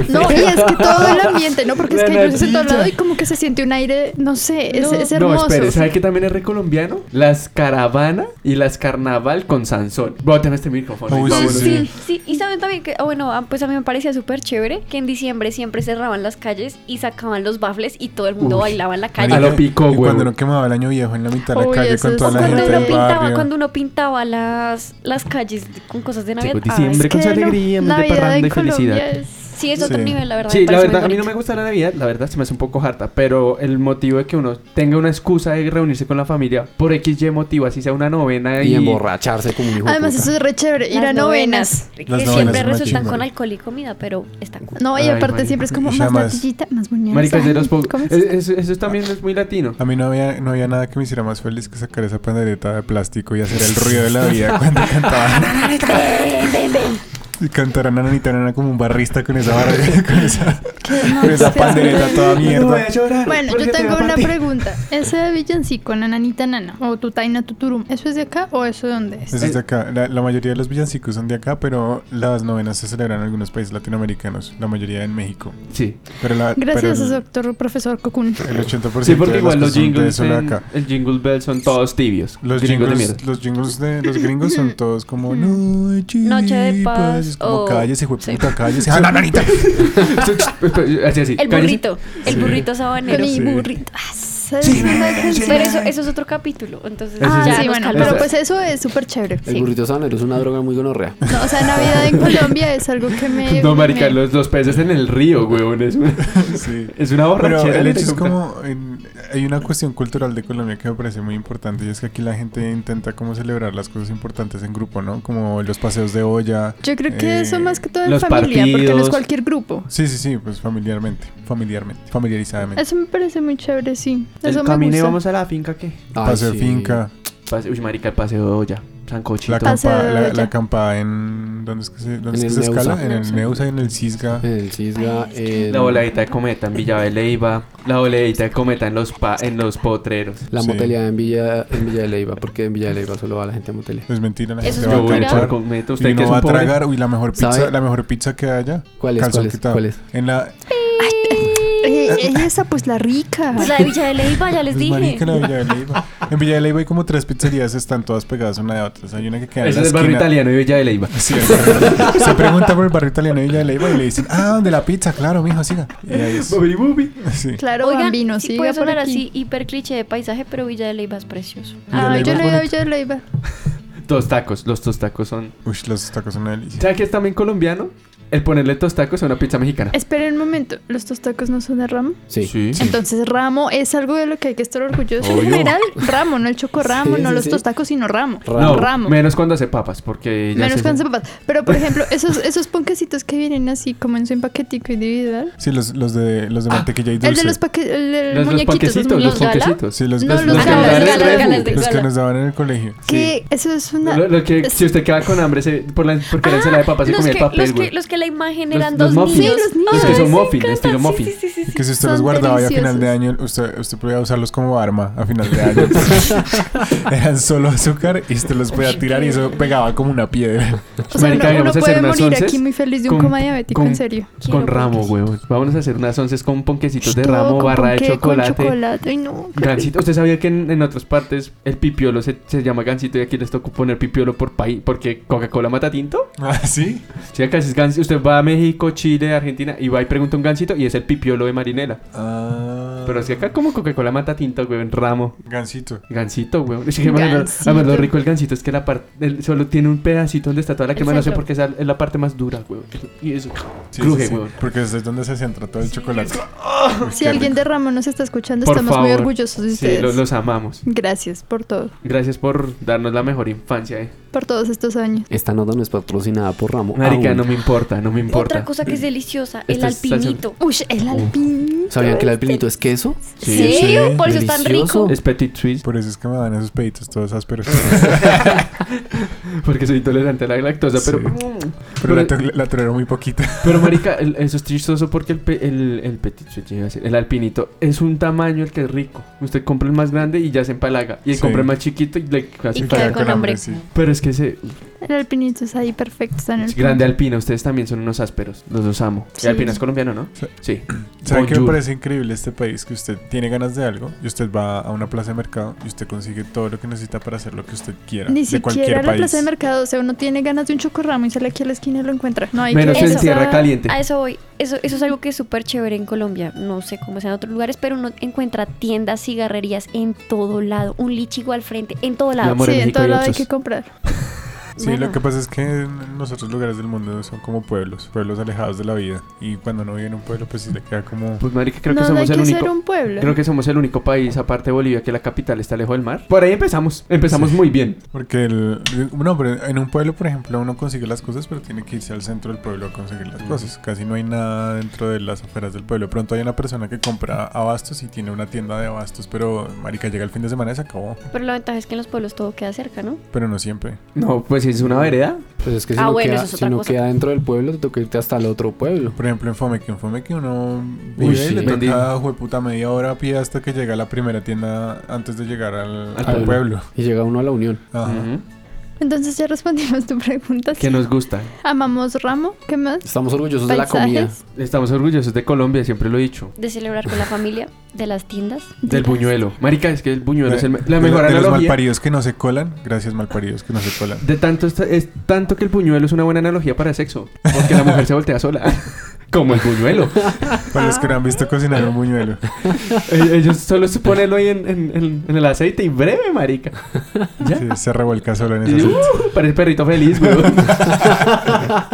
Speaker 5: No, y es que todo el ambiente, ¿no? Porque es
Speaker 2: La
Speaker 5: que hay luces en todo
Speaker 2: natilla.
Speaker 5: lado y como que se siente un aire, no sé, es, es
Speaker 2: No,
Speaker 5: hermoso.
Speaker 2: espere, ¿sabe qué también es re colombiano? Las caravana y las carnaval con Sansón. Bótame este micrófono. y
Speaker 1: Uy, sí,
Speaker 2: vámonos.
Speaker 4: Sí, sí, y saben también que, ah, bueno, ah, pues a mí me parecía súper chévere que en diciembre siempre cerraban las calles y sacaban los bafles y todo el mundo
Speaker 2: Uf.
Speaker 4: bailaba en la
Speaker 2: A
Speaker 4: calle.
Speaker 2: lo picó,
Speaker 1: Y
Speaker 2: güey.
Speaker 1: cuando no quemaba el año viejo en la mitad de la
Speaker 5: Uy,
Speaker 1: calle
Speaker 5: eso
Speaker 1: con
Speaker 5: es-
Speaker 1: toda
Speaker 5: o
Speaker 1: la
Speaker 4: Cuando
Speaker 1: gente
Speaker 4: uno
Speaker 1: del
Speaker 4: pintaba,
Speaker 1: barrio.
Speaker 4: cuando uno pintaba las, las calles con cosas de Navidad.
Speaker 2: Llegó
Speaker 4: ay,
Speaker 2: diciembre con su
Speaker 5: Claro,
Speaker 2: alegría, mes de
Speaker 5: Navidad
Speaker 2: parranda
Speaker 5: en
Speaker 2: y felicidad.
Speaker 5: Colombia es-
Speaker 4: Sí, es otro
Speaker 1: Sí.
Speaker 4: nivel, la verdad.
Speaker 2: Sí, la
Speaker 4: parece muy
Speaker 2: verdad, a mí no
Speaker 4: bonito.
Speaker 2: me gusta la Navidad, la verdad se me hace un poco harta, pero el motivo de que uno tenga una excusa de reunirse con la familia por XY motivo, así sea una novena y,
Speaker 3: Y emborracharse como un hijo. de
Speaker 5: Además,
Speaker 3: puta.
Speaker 5: eso es re chévere, ir
Speaker 4: Las
Speaker 5: a novenas.
Speaker 4: Que
Speaker 1: novenas
Speaker 4: siempre
Speaker 1: son más
Speaker 4: resultan
Speaker 1: chimba.
Speaker 4: con alcohol y comida, pero están con...
Speaker 5: No, y
Speaker 2: Ay,
Speaker 5: aparte
Speaker 2: marica.
Speaker 5: siempre es como
Speaker 1: Y
Speaker 5: más
Speaker 1: además-
Speaker 5: natillita, más bonita.
Speaker 2: Marica, es de los po-
Speaker 5: ¿Cómo es?
Speaker 2: Eh, Eso, eso también es muy latino.
Speaker 1: A mí no había, no había nada que me hiciera más feliz que sacar esa pandereta de plástico y hacer el ruido de la vida cuando cantaba. Y cantar a Nananita Nana como un barrista con esa barra, con esa, con esa pandereta toda mierda.
Speaker 2: llorar.
Speaker 5: Bueno,
Speaker 2: porque
Speaker 5: yo
Speaker 2: te
Speaker 5: tengo
Speaker 2: voy a
Speaker 5: una
Speaker 2: partir.
Speaker 5: pregunta. ¿Ese de villancico, nananita nana, o tutaina tuturum, eso es de acá o eso de dónde es?
Speaker 1: Eso es de acá. La, la mayoría de los villancicos son de acá, pero las novenas se celebran en algunos países latinoamericanos, la mayoría en México.
Speaker 2: Sí,
Speaker 1: Pero la,
Speaker 5: Gracias,
Speaker 1: pero el,
Speaker 5: doctor profesor Cocún.
Speaker 1: el 80%
Speaker 2: sí porque
Speaker 1: de
Speaker 2: igual
Speaker 1: las cosas son
Speaker 2: los
Speaker 1: de
Speaker 2: jingles,
Speaker 1: eso de
Speaker 2: en-
Speaker 1: acá.
Speaker 2: el jingle bell son todos tibios.
Speaker 1: Los
Speaker 2: gringos de
Speaker 1: jingles,
Speaker 2: mierda.
Speaker 1: los jingles de los gringos son todos como Noche,
Speaker 4: Noche de paz,
Speaker 1: es como
Speaker 4: O-
Speaker 1: cállese, hijo
Speaker 2: oh,
Speaker 1: de
Speaker 4: sí.
Speaker 1: puta, cállese. ¡Ah, la nanita!
Speaker 2: pues, así, así. cállese.
Speaker 4: El burrito, el burrito sabanero.
Speaker 5: Con mi
Speaker 1: Sí.
Speaker 5: burrito. Ah, esa
Speaker 1: Sí,
Speaker 5: es una
Speaker 1: sí,
Speaker 5: canción.
Speaker 4: Pero eso, eso es otro capítulo. Entonces,
Speaker 5: Ah,
Speaker 4: ya
Speaker 5: sí,
Speaker 4: nos
Speaker 5: bueno,
Speaker 4: calmamos.
Speaker 5: pero pues eso es súper chévere.
Speaker 3: El burrito sanero es una droga muy gonorrea.
Speaker 5: No, o sea, Navidad en Colombia es algo que me.
Speaker 2: No, marica,
Speaker 5: me-
Speaker 2: los, los peces en el río, weón. Es una,
Speaker 1: sí.
Speaker 2: es una
Speaker 1: Pero
Speaker 2: borrachera.
Speaker 1: el
Speaker 2: que
Speaker 1: hecho
Speaker 2: te
Speaker 1: es
Speaker 2: compra.
Speaker 1: como, en- hay una cuestión cultural de Colombia que me parece muy importante y es que aquí la gente intenta como celebrar las cosas importantes en grupo, ¿no? Como los paseos de olla.
Speaker 5: Yo creo que
Speaker 1: eh,
Speaker 5: eso más que todo en
Speaker 2: los
Speaker 5: familia, porque no
Speaker 2: partidos.
Speaker 5: es cualquier grupo.
Speaker 1: Sí, sí, sí, pues familiarmente, familiarmente, familiarizadamente.
Speaker 5: Eso me parece muy chévere, sí.
Speaker 2: El
Speaker 5: Eso me
Speaker 2: camino y
Speaker 5: gusta.
Speaker 2: vamos a la finca, ¿qué?
Speaker 3: Ay,
Speaker 1: Paseo
Speaker 3: sí.
Speaker 1: finca,
Speaker 2: Pase- uy, marica, el paseo de olla. Sancochito.
Speaker 1: la
Speaker 5: Paseo
Speaker 1: acampada,
Speaker 5: de
Speaker 1: la,
Speaker 5: olla.
Speaker 1: la acampada en... ¿Dónde es que se, dónde
Speaker 3: En
Speaker 1: es
Speaker 3: el
Speaker 1: que se escala?
Speaker 3: Neusa.
Speaker 1: En el Neusa y en el Cisga.
Speaker 3: El cisga. en-
Speaker 2: La voladita de cometa en Villa de Leiva. La voladita de cometa en los, pa- en los potreros.
Speaker 3: La
Speaker 1: Sí.
Speaker 3: moteleada en Villa, en Villa de Leiva, porque en Villa de Leiva solo va la gente a motelea.
Speaker 1: Es mentira, la gente
Speaker 4: Eso es
Speaker 1: va a
Speaker 2: Yo voy
Speaker 4: mentira.
Speaker 1: acampar.
Speaker 2: por cometa.
Speaker 1: Y
Speaker 2: Usted que
Speaker 1: no
Speaker 2: es
Speaker 1: va
Speaker 2: un
Speaker 1: a
Speaker 2: pobre.
Speaker 1: tragar, uy, la mejor pizza, Pues,
Speaker 3: ¿Sabe?
Speaker 1: la mejor pizza que haya.
Speaker 3: ¿Cuál es?
Speaker 1: Calzón
Speaker 3: ¿Cuál es?
Speaker 1: quitado.
Speaker 3: ¿Cuál es?
Speaker 1: En la
Speaker 5: Eh, esa, pues la rica.
Speaker 4: Pues la de Villa de Leyva, ya les
Speaker 1: pues,
Speaker 4: dije.
Speaker 1: marica, en la Villa de Leyva. En Villa de Leyva hay como tres pizzerías, están todas pegadas una de otra. O sea, hay una que queda en
Speaker 2: Ese
Speaker 1: la
Speaker 2: es el barrio
Speaker 1: esquina.
Speaker 2: italiano y Villa de Leiva.
Speaker 1: Sí, el barrio- se pregunta por el barrio italiano de Villa de Leiva y le dicen, ah, donde la pizza, claro, mijo, siga. Y ahí es.
Speaker 2: Bubi, bubi.
Speaker 1: Sí.
Speaker 5: Claro,
Speaker 4: Oigan,
Speaker 5: bambino,
Speaker 4: sí,
Speaker 5: siga
Speaker 4: puede
Speaker 5: por
Speaker 4: sonar
Speaker 5: aquí.
Speaker 4: así hiper cliché de paisaje, pero Villa de Leyva es precioso.
Speaker 1: Villa de
Speaker 5: Ay,
Speaker 1: Leyva
Speaker 5: Ah, yo
Speaker 1: es
Speaker 5: no iba,
Speaker 1: bonito.
Speaker 5: yo no iba.
Speaker 2: Los tacos, los tostacos son.
Speaker 1: Uy, los tacos son una delicia.
Speaker 2: ¿Sabes qué es también colombiano? El ponerle tostacos a una pizza mexicana.
Speaker 5: Esperen un momento, ¿los tostacos no son de ramo?
Speaker 3: Sí.
Speaker 5: Entonces, ramo es algo de lo que hay que estar orgulloso. En
Speaker 3: Obvio.
Speaker 5: general, ramo, no el chocorramo,
Speaker 3: Sí,
Speaker 5: no
Speaker 3: sí,
Speaker 5: los
Speaker 3: sí.
Speaker 5: tostacos, sino ramo.
Speaker 2: No,
Speaker 5: Ramo.
Speaker 2: menos cuando hace papas, porque ya
Speaker 5: Menos
Speaker 2: se-
Speaker 5: con zapapas. Pero, por ejemplo, esos, esos ponquecitos que vienen así, como en su empaquetico individual.
Speaker 1: Sí, los, los de los de mantequilla y dulce.
Speaker 5: El de los, paque, el de
Speaker 2: Los, los
Speaker 5: muñequitos.
Speaker 2: panquecitos,
Speaker 5: los
Speaker 2: los
Speaker 4: gala.
Speaker 2: ponquecitos.
Speaker 1: Sí, los,
Speaker 5: No,
Speaker 1: los-
Speaker 5: los
Speaker 1: los que
Speaker 5: galas,
Speaker 1: nos daban en el
Speaker 5: galas,
Speaker 1: colegio.
Speaker 4: galas de
Speaker 1: Los que
Speaker 4: gala.
Speaker 1: nos daban en el colegio.
Speaker 5: Que eso es una.
Speaker 2: Lo, lo que,
Speaker 5: es-
Speaker 2: si usted queda con hambre, se, por la, porque la ensalada de papas se
Speaker 4: Ah, los,
Speaker 2: comía
Speaker 4: que,
Speaker 2: el papel,
Speaker 4: los,
Speaker 2: güey.
Speaker 4: que, los que la imagen
Speaker 2: Los-
Speaker 4: eran
Speaker 2: los
Speaker 4: dos
Speaker 2: muffins.
Speaker 4: niños.
Speaker 5: Sí, los niños.
Speaker 2: Los que
Speaker 4: Ay,
Speaker 2: son
Speaker 4: me
Speaker 2: muffin,
Speaker 4: encanta.
Speaker 2: estilo
Speaker 4: Sí,
Speaker 2: muffin.
Speaker 4: Sí, sí, sí, sí.
Speaker 1: Que si usted
Speaker 5: Son
Speaker 1: los guardaba y a final de año,
Speaker 5: deliciosos.
Speaker 1: usted, usted podía usarlos como arma a final de año. pues, Eran solo azúcar y usted los podía tirar y eso pegaba como una piedra.
Speaker 5: o sea,
Speaker 2: Marica,
Speaker 5: uno, uno
Speaker 2: vamos a hacer
Speaker 5: puede
Speaker 2: unas
Speaker 5: morir
Speaker 2: onces
Speaker 5: aquí muy feliz de un
Speaker 2: con-
Speaker 5: coma diabético,
Speaker 2: con-
Speaker 5: en serio.
Speaker 4: Quiero
Speaker 2: Con ramo,
Speaker 4: ponquecitos.
Speaker 2: güey. Vamos a hacer unas onces con ponquecitos de
Speaker 5: Todo
Speaker 2: ramo,
Speaker 5: con
Speaker 2: barra de
Speaker 5: ponqué, con
Speaker 2: chocolate.
Speaker 5: chocolate. Ay, no. qué
Speaker 2: Gansito, ¿usted sabía que en, en otras partes el pipiolo se, se llama gansito y aquí les tocó poner pipiolo por país porque Coca-Cola mata tinto?
Speaker 1: ¿Ah, sí?
Speaker 2: Si acá es gansito, usted va a México, Chile, Argentina y va y pregunta un gansito y es el pipiolo de marinela.
Speaker 1: Ah.
Speaker 2: Pero si acá como Coca-Cola mata tinto, güey, en ramo.
Speaker 1: Gansito.
Speaker 2: Gansito, güey. Es que, bueno,
Speaker 5: Gansito.
Speaker 2: Además, lo rico del gansito es que la parte el- solo tiene un pedacito donde está toda la
Speaker 4: El
Speaker 2: crema. No sé
Speaker 4: centro.
Speaker 2: por qué esa es la parte más dura, güey. Y eso.
Speaker 1: Sí,
Speaker 2: Cruje,
Speaker 1: sí, sí.
Speaker 2: güey.
Speaker 1: Porque es donde se centra todo el chocolate. Uy,
Speaker 5: Ah. Si
Speaker 1: qué
Speaker 5: alguien
Speaker 1: rico.
Speaker 5: de Ramo nos está escuchando,
Speaker 2: Por
Speaker 5: estamos muy
Speaker 2: favor.
Speaker 5: orgullosos de
Speaker 2: Sí,
Speaker 5: ustedes.
Speaker 2: lo- los amamos.
Speaker 5: Gracias por todo,
Speaker 2: Gracias por darnos la mejor infancia, eh.
Speaker 5: por todos estos años.
Speaker 3: Esta nota no es patrocinada por Ramo.
Speaker 2: Marica,
Speaker 3: aún.
Speaker 2: no me importa, no me importa.
Speaker 4: Otra cosa que es deliciosa, el
Speaker 2: Esta es salsa-
Speaker 4: alpinito.
Speaker 5: Uy, el alpín.
Speaker 3: ¿Sabían que el alpinito es queso?
Speaker 4: Sí,
Speaker 1: sí,
Speaker 4: por eso es tan
Speaker 3: delicioso.
Speaker 4: rico.
Speaker 2: Es petit suisse
Speaker 1: Por eso es que me dan esos peditos todos ásperos.
Speaker 2: porque soy intolerante a la lactosa,
Speaker 1: Sí.
Speaker 2: pero...
Speaker 1: Pero la,
Speaker 2: Pero-
Speaker 1: to- la tolero muy poquita.
Speaker 2: Pero, marica, el- eso es tristoso porque el, pe- el, el petit suisse, iba a decir, el alpinito, es un tamaño el que es rico. Usted compra el más grande y ya se empalaga. Y
Speaker 1: Sí.
Speaker 2: compra el más chiquito y le hace
Speaker 4: Y
Speaker 2: falta.
Speaker 4: queda con hambre.
Speaker 1: sí.
Speaker 2: Pero es que ese
Speaker 5: El alpinito es ahí perfecto, está en el
Speaker 2: es grande alpina, ustedes también son unos ásperos. Los dos amo.
Speaker 5: Sí.
Speaker 2: El alpina es colombiano, ¿no?
Speaker 1: Sí.
Speaker 2: Sí.
Speaker 1: ¿Saben qué me
Speaker 2: Bonjour.
Speaker 1: parece increíble este país? Que usted tiene ganas de algo y usted va a una plaza de mercado y usted consigue todo lo que necesita para hacer lo que usted quiera.
Speaker 5: Ni
Speaker 1: de
Speaker 5: siquiera
Speaker 1: cualquier
Speaker 5: la
Speaker 1: país.
Speaker 5: plaza de mercado, o sea, uno tiene ganas de un chocorramo y sale aquí a la esquina y lo encuentra. No hay
Speaker 2: Menos
Speaker 5: que...
Speaker 2: en
Speaker 4: Eso-
Speaker 2: tierra caliente.
Speaker 4: A eso voy. Eso, eso es algo que es súper chévere en Colombia. No sé cómo sea en otros lugares, pero uno encuentra tiendas, cigarrerías en todo lado. Un lichigo al frente, en todo lado.
Speaker 2: amor,
Speaker 5: Sí,
Speaker 2: en
Speaker 5: en
Speaker 2: México
Speaker 5: todo
Speaker 2: hay
Speaker 5: lado hay
Speaker 2: otros.
Speaker 5: que comprar.
Speaker 1: Sí,
Speaker 4: Bueno.
Speaker 1: lo que pasa es que en los otros lugares del mundo son como pueblos, pueblos alejados de la vida. Y cuando no vive en un pueblo, pues sí le queda como.
Speaker 2: Pues marica, creo
Speaker 5: no,
Speaker 2: que
Speaker 5: no hay
Speaker 2: somos
Speaker 5: que
Speaker 2: el
Speaker 5: ser
Speaker 2: único.
Speaker 5: un pueblo.
Speaker 2: Creo que somos el único país aparte de Bolivia que la capital está lejos del mar. Por ahí empezamos. Empezamos muy bien.
Speaker 1: Porque el. No, pero en un pueblo, por ejemplo, uno consigue las cosas, pero tiene que irse al centro del pueblo a conseguir las cosas. Casi no hay nada dentro de las afueras del pueblo. De pronto hay una persona que compra abastos y tiene una tienda de abastos, pero marica llega el fin de semana y se acabó.
Speaker 4: Pero la ventaja es que en los pueblos todo queda cerca, ¿no?
Speaker 1: Pero no siempre.
Speaker 2: No, pues es una vereda.
Speaker 3: Pues es que si
Speaker 4: Ah,
Speaker 3: no,
Speaker 4: bueno,
Speaker 3: queda,
Speaker 4: eso es
Speaker 3: si
Speaker 4: otra
Speaker 3: no
Speaker 4: cosa.
Speaker 3: queda dentro del pueblo, te toca irte hasta el otro pueblo.
Speaker 1: Por ejemplo, en Fomeque. En Fomeque uno vive y
Speaker 3: sí.
Speaker 1: le
Speaker 2: Bendito.
Speaker 1: toca, jueputa, media hora a pie hasta que llega a la primera tienda antes de llegar al,
Speaker 2: Al Mm.
Speaker 1: al
Speaker 3: pueblo.
Speaker 1: pueblo.
Speaker 3: Y llega uno a la Unión.
Speaker 1: Ajá.
Speaker 2: Ujú.
Speaker 5: Entonces ya respondimos tu pregunta.
Speaker 2: que nos gusta.
Speaker 5: Amamos ramo, ¿qué más?
Speaker 3: Estamos orgullosos de la comida.
Speaker 5: Paisajes,
Speaker 2: Estamos orgullosos de Colombia, siempre lo he dicho.
Speaker 4: De celebrar con la familia, de las tiendas.
Speaker 2: Del buñuelo. Marica, es que el buñuelo es el, me-
Speaker 1: De-
Speaker 2: la
Speaker 1: de-
Speaker 2: mejor
Speaker 1: de, los
Speaker 2: analogía.
Speaker 1: malparidos que no se colan. Gracias, malparidos que no se colan.
Speaker 2: De tanto esta- es tanto que el buñuelo es una buena analogía para sexo, porque la mujer se voltea sola. Como el buñuelo.
Speaker 1: Para los que no han visto cocinar un buñuelo.
Speaker 2: E- Ellos solo se ponen ahí en, en- en- en el aceite y breve, marica.
Speaker 1: Sí, se revuelca solo en
Speaker 2: Y,
Speaker 1: esas.
Speaker 2: uh, parece perrito feliz, güey.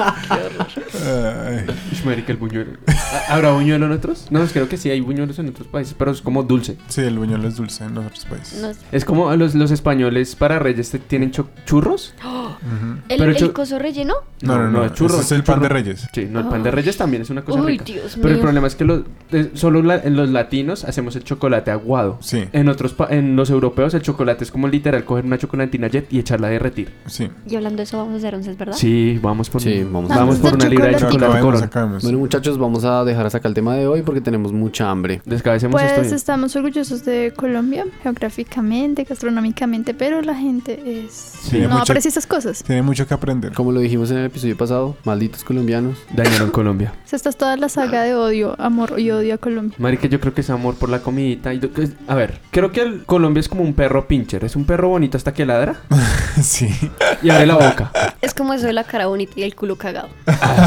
Speaker 1: Ay,
Speaker 2: marica, el buñuelo. ¿Ha- ¿Habrá buñuelo en otros? No, pues creo que sí, hay buñuelos en otros países, pero es como dulce.
Speaker 1: sí, el buñuelo es dulce en los otros países.
Speaker 4: Nos-
Speaker 2: Es como los, los españoles para reyes te- tienen cho- churros.
Speaker 1: Ujú.
Speaker 4: ¿El,
Speaker 2: Pero
Speaker 4: el
Speaker 2: yo-
Speaker 4: coso relleno?
Speaker 1: No, no, no.
Speaker 2: es churro,
Speaker 1: ese es el
Speaker 2: churro.
Speaker 1: pan de reyes.
Speaker 2: Sí, no, el pan de reyes también es una cosa
Speaker 4: Uy,
Speaker 2: rica.
Speaker 4: Dios
Speaker 2: Pero el
Speaker 4: mío.
Speaker 2: problema es que los, eh, solo la- los latinos hacemos el chocolate aguado.
Speaker 1: Sí,
Speaker 2: En otros pa- en los europeos el chocolate es como literal coger una chocolatina jet y echarla a derretir.
Speaker 1: sí.
Speaker 4: Y hablando de eso, vamos a onces, ¿verdad?
Speaker 2: Sí, vamos por
Speaker 3: Sí, vamos.
Speaker 2: vamos por
Speaker 5: Vamos
Speaker 2: una
Speaker 5: de
Speaker 2: libra de
Speaker 5: chocolate.
Speaker 2: chocolate
Speaker 1: Acabemos,
Speaker 2: corona.
Speaker 1: acabemos.
Speaker 3: Bueno, muchachos, vamos a dejar hasta acá el tema de hoy porque tenemos mucha hambre.
Speaker 2: Descabecemos esto.
Speaker 5: Pues
Speaker 2: bien.
Speaker 5: estamos orgullosos de Colombia, geográficamente, gastronómicamente, pero la gente es
Speaker 1: Sí,
Speaker 5: no
Speaker 1: mucha-
Speaker 5: aprecia esas cosas.
Speaker 1: Tiene mucho que aprender.
Speaker 3: Como lo dijimos en el episodio pasado, malditos colombianos.
Speaker 2: Dañaron Colombia.
Speaker 5: O sea, esta es toda la
Speaker 2: Ah.
Speaker 5: saga de odio, amor y odio a Colombia.
Speaker 2: Marica, yo creo que es amor por la comidita. y do- que- A ver, creo que el Colombia es como un perro pincher. Es un perro bonito hasta que ladra
Speaker 1: Sí.
Speaker 2: y abre la boca.
Speaker 4: Es como eso de la cara bonita y el culo cagado.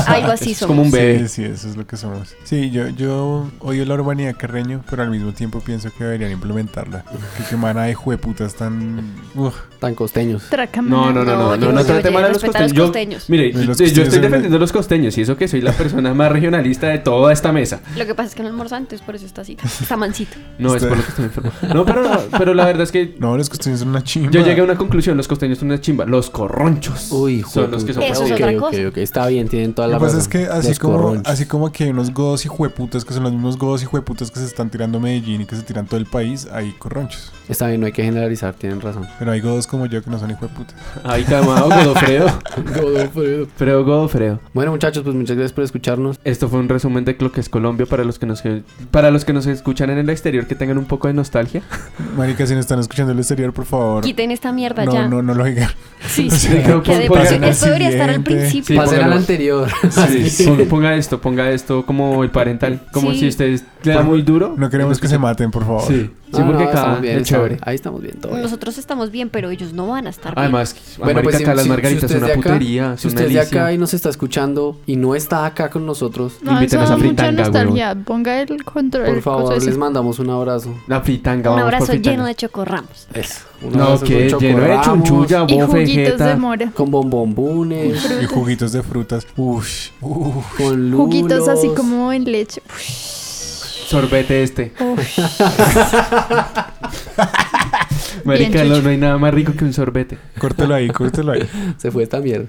Speaker 4: Algo así
Speaker 2: Ah, es como
Speaker 4: somos.
Speaker 2: un bebé.
Speaker 1: Sí, sí, eso es lo que somos. Sí, yo, yo odio la urbanidad carreño, pero al mismo tiempo pienso que deberían implementarla. Que semana de jueputas tan. Uf,
Speaker 3: Tan costeños.
Speaker 5: Trácame.
Speaker 2: No, no, no, no, no,
Speaker 4: yo
Speaker 2: no,
Speaker 4: no,
Speaker 2: trate
Speaker 4: yo
Speaker 2: mal a los
Speaker 4: respeto a
Speaker 2: costeños.
Speaker 4: los
Speaker 2: Yo-
Speaker 4: costeños.
Speaker 2: mire,
Speaker 1: Los
Speaker 2: yo- yo
Speaker 1: costeños
Speaker 2: estoy
Speaker 1: son-
Speaker 2: defendiendo a los costeños y eso que soy la persona más regionalista de toda esta mesa.
Speaker 4: Lo que pasa es que no almorzó antes, por eso está así. Está mansito.
Speaker 2: No, es
Speaker 1: Usted-
Speaker 2: por lo que estoy enfermo. No, pero, pero la verdad es que
Speaker 1: no, los costeños son una chimba.
Speaker 2: Yo llegué a una conclusión, los costeños son una chimba, los corronchos.
Speaker 3: Uy,
Speaker 2: son los que son
Speaker 4: puta. Eso
Speaker 3: ok,
Speaker 4: es otra
Speaker 3: ok,
Speaker 4: cosa.
Speaker 3: ok, está bien, tienen toda la
Speaker 1: Lo que pasa
Speaker 3: razón.
Speaker 1: es que así
Speaker 3: Los
Speaker 1: como,
Speaker 3: corronchos.
Speaker 1: así como aquí hay unos godos y jueputas que son los mismos godos y jueputas que se están tirando Medellín y que se tiran todo el país, hay corronchos.
Speaker 3: Está bien, no hay que generalizar, tienen razón.
Speaker 1: Pero hay godos como yo que no son hijueputas.
Speaker 2: Ay, calmado, Godofredo. Pero Godofredo.
Speaker 3: bueno, muchachos, pues muchas gracias por escucharnos.
Speaker 2: Esto fue un resumen de lo que es Colombia para los que nos para los que nos escuchan en el exterior que tengan un poco de nostalgia.
Speaker 1: Marica, si nos están escuchando el exterior, por favor.
Speaker 4: Quiten esta mierda
Speaker 1: No,
Speaker 4: ya.
Speaker 1: no, no lo digan.
Speaker 4: Sí,
Speaker 1: Sí,
Speaker 2: creo
Speaker 4: que
Speaker 2: que
Speaker 4: de
Speaker 2: por-
Speaker 4: por sí-
Speaker 2: pasen
Speaker 1: al
Speaker 4: Eso debería estar al
Speaker 1: siguiente.
Speaker 4: principio.
Speaker 2: Sí,
Speaker 3: Pasen al
Speaker 2: póngalo.
Speaker 3: anterior.
Speaker 2: Pon- Ponga esto, ponga esto como el parental, como
Speaker 4: Sí.
Speaker 2: si ustedes le da muy duro.
Speaker 1: No queremos que se maten, por favor.
Speaker 2: Sí, sí,
Speaker 3: Ah, No,
Speaker 2: porque
Speaker 3: no,
Speaker 2: acá
Speaker 3: estamos bien,
Speaker 2: es
Speaker 3: estamos-
Speaker 2: chévere.
Speaker 3: Ahí estamos bien todos.
Speaker 4: Nosotros estamos bien, pero ellos no van a estar bien.
Speaker 2: Además,
Speaker 3: Bueno,
Speaker 2: marica,
Speaker 3: pues, si-
Speaker 2: acá las
Speaker 3: si-
Speaker 2: margaritas
Speaker 3: si
Speaker 2: son
Speaker 3: usted es
Speaker 2: una
Speaker 3: de acá,
Speaker 2: putería, es
Speaker 3: Si
Speaker 2: una
Speaker 3: usted es de acá
Speaker 2: delicia.
Speaker 3: y nos está escuchando y no está acá con nosotros,
Speaker 5: No, eso
Speaker 2: Invítenos
Speaker 5: da
Speaker 2: a
Speaker 5: mucha
Speaker 2: fritanga,
Speaker 5: nostalgia. Ponga el control.
Speaker 3: por
Speaker 5: el coso
Speaker 3: favor,
Speaker 5: ese.
Speaker 3: les mandamos un abrazo.
Speaker 2: La fritanga,
Speaker 4: Un
Speaker 2: vamos por
Speaker 4: abrazo
Speaker 2: fritanga.
Speaker 4: lleno de chocorramos.
Speaker 3: Eso. Un
Speaker 2: No,
Speaker 3: abrazo
Speaker 2: que
Speaker 3: con
Speaker 2: lleno de
Speaker 3: chocorramos,
Speaker 2: chunchulla,
Speaker 5: Y juguitos de
Speaker 2: bofejeta.
Speaker 5: mora.
Speaker 3: Con bombombunes,
Speaker 1: Y juguitos de frutas. Ush, uff.
Speaker 3: con lulos.
Speaker 5: Juguitos así como en leche.
Speaker 2: Sorbete este. Marica,
Speaker 5: Bien,
Speaker 2: no,
Speaker 5: chucho.
Speaker 2: no hay nada más rico que un sorbete.
Speaker 1: Córtelo ahí, córtelo ahí.
Speaker 3: Se fue esta mierda.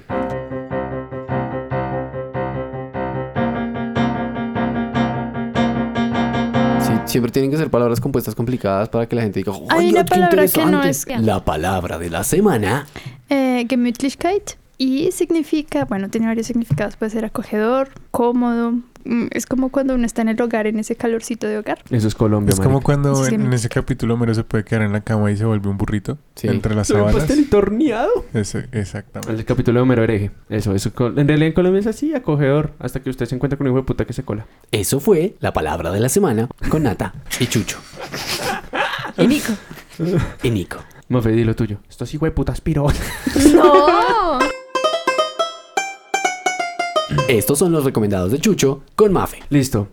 Speaker 3: Sí, siempre tienen que ser palabras compuestas complicadas para que la gente diga.
Speaker 5: Hay
Speaker 3: "Oiga,
Speaker 5: una
Speaker 3: qué
Speaker 5: palabra que no
Speaker 3: interesante".
Speaker 4: es-
Speaker 3: La palabra de la semana.
Speaker 5: Eh, Gemütlichkeit. Y significa, bueno, tiene varios significados. Puede ser acogedor, cómodo. Mm, Es como cuando uno está en el hogar, en ese calorcito de hogar.
Speaker 2: Eso es Colombia,
Speaker 1: Es como cuando
Speaker 5: Sí.
Speaker 1: en, en ese capítulo Homero se puede quedar en la cama y se vuelve un burrito
Speaker 3: Sí.
Speaker 1: entre las sábanas.
Speaker 2: torneado.
Speaker 1: Ese- exactamente.
Speaker 2: El capítulo de Homero hereje. Eso, eso. co- En realidad en Colombia es así, acogedor. Hasta que usted se encuentra con un hijo de puta que se cola.
Speaker 3: Eso fue la palabra de la semana con Nata y Chucho
Speaker 4: Y Nico.
Speaker 3: y Nico.
Speaker 2: Mofe, di lo tuyo. Estos hijos de putas piros.
Speaker 4: ¡No!
Speaker 3: Estos son los recomendados de Chucho con Mafe.
Speaker 2: Listo.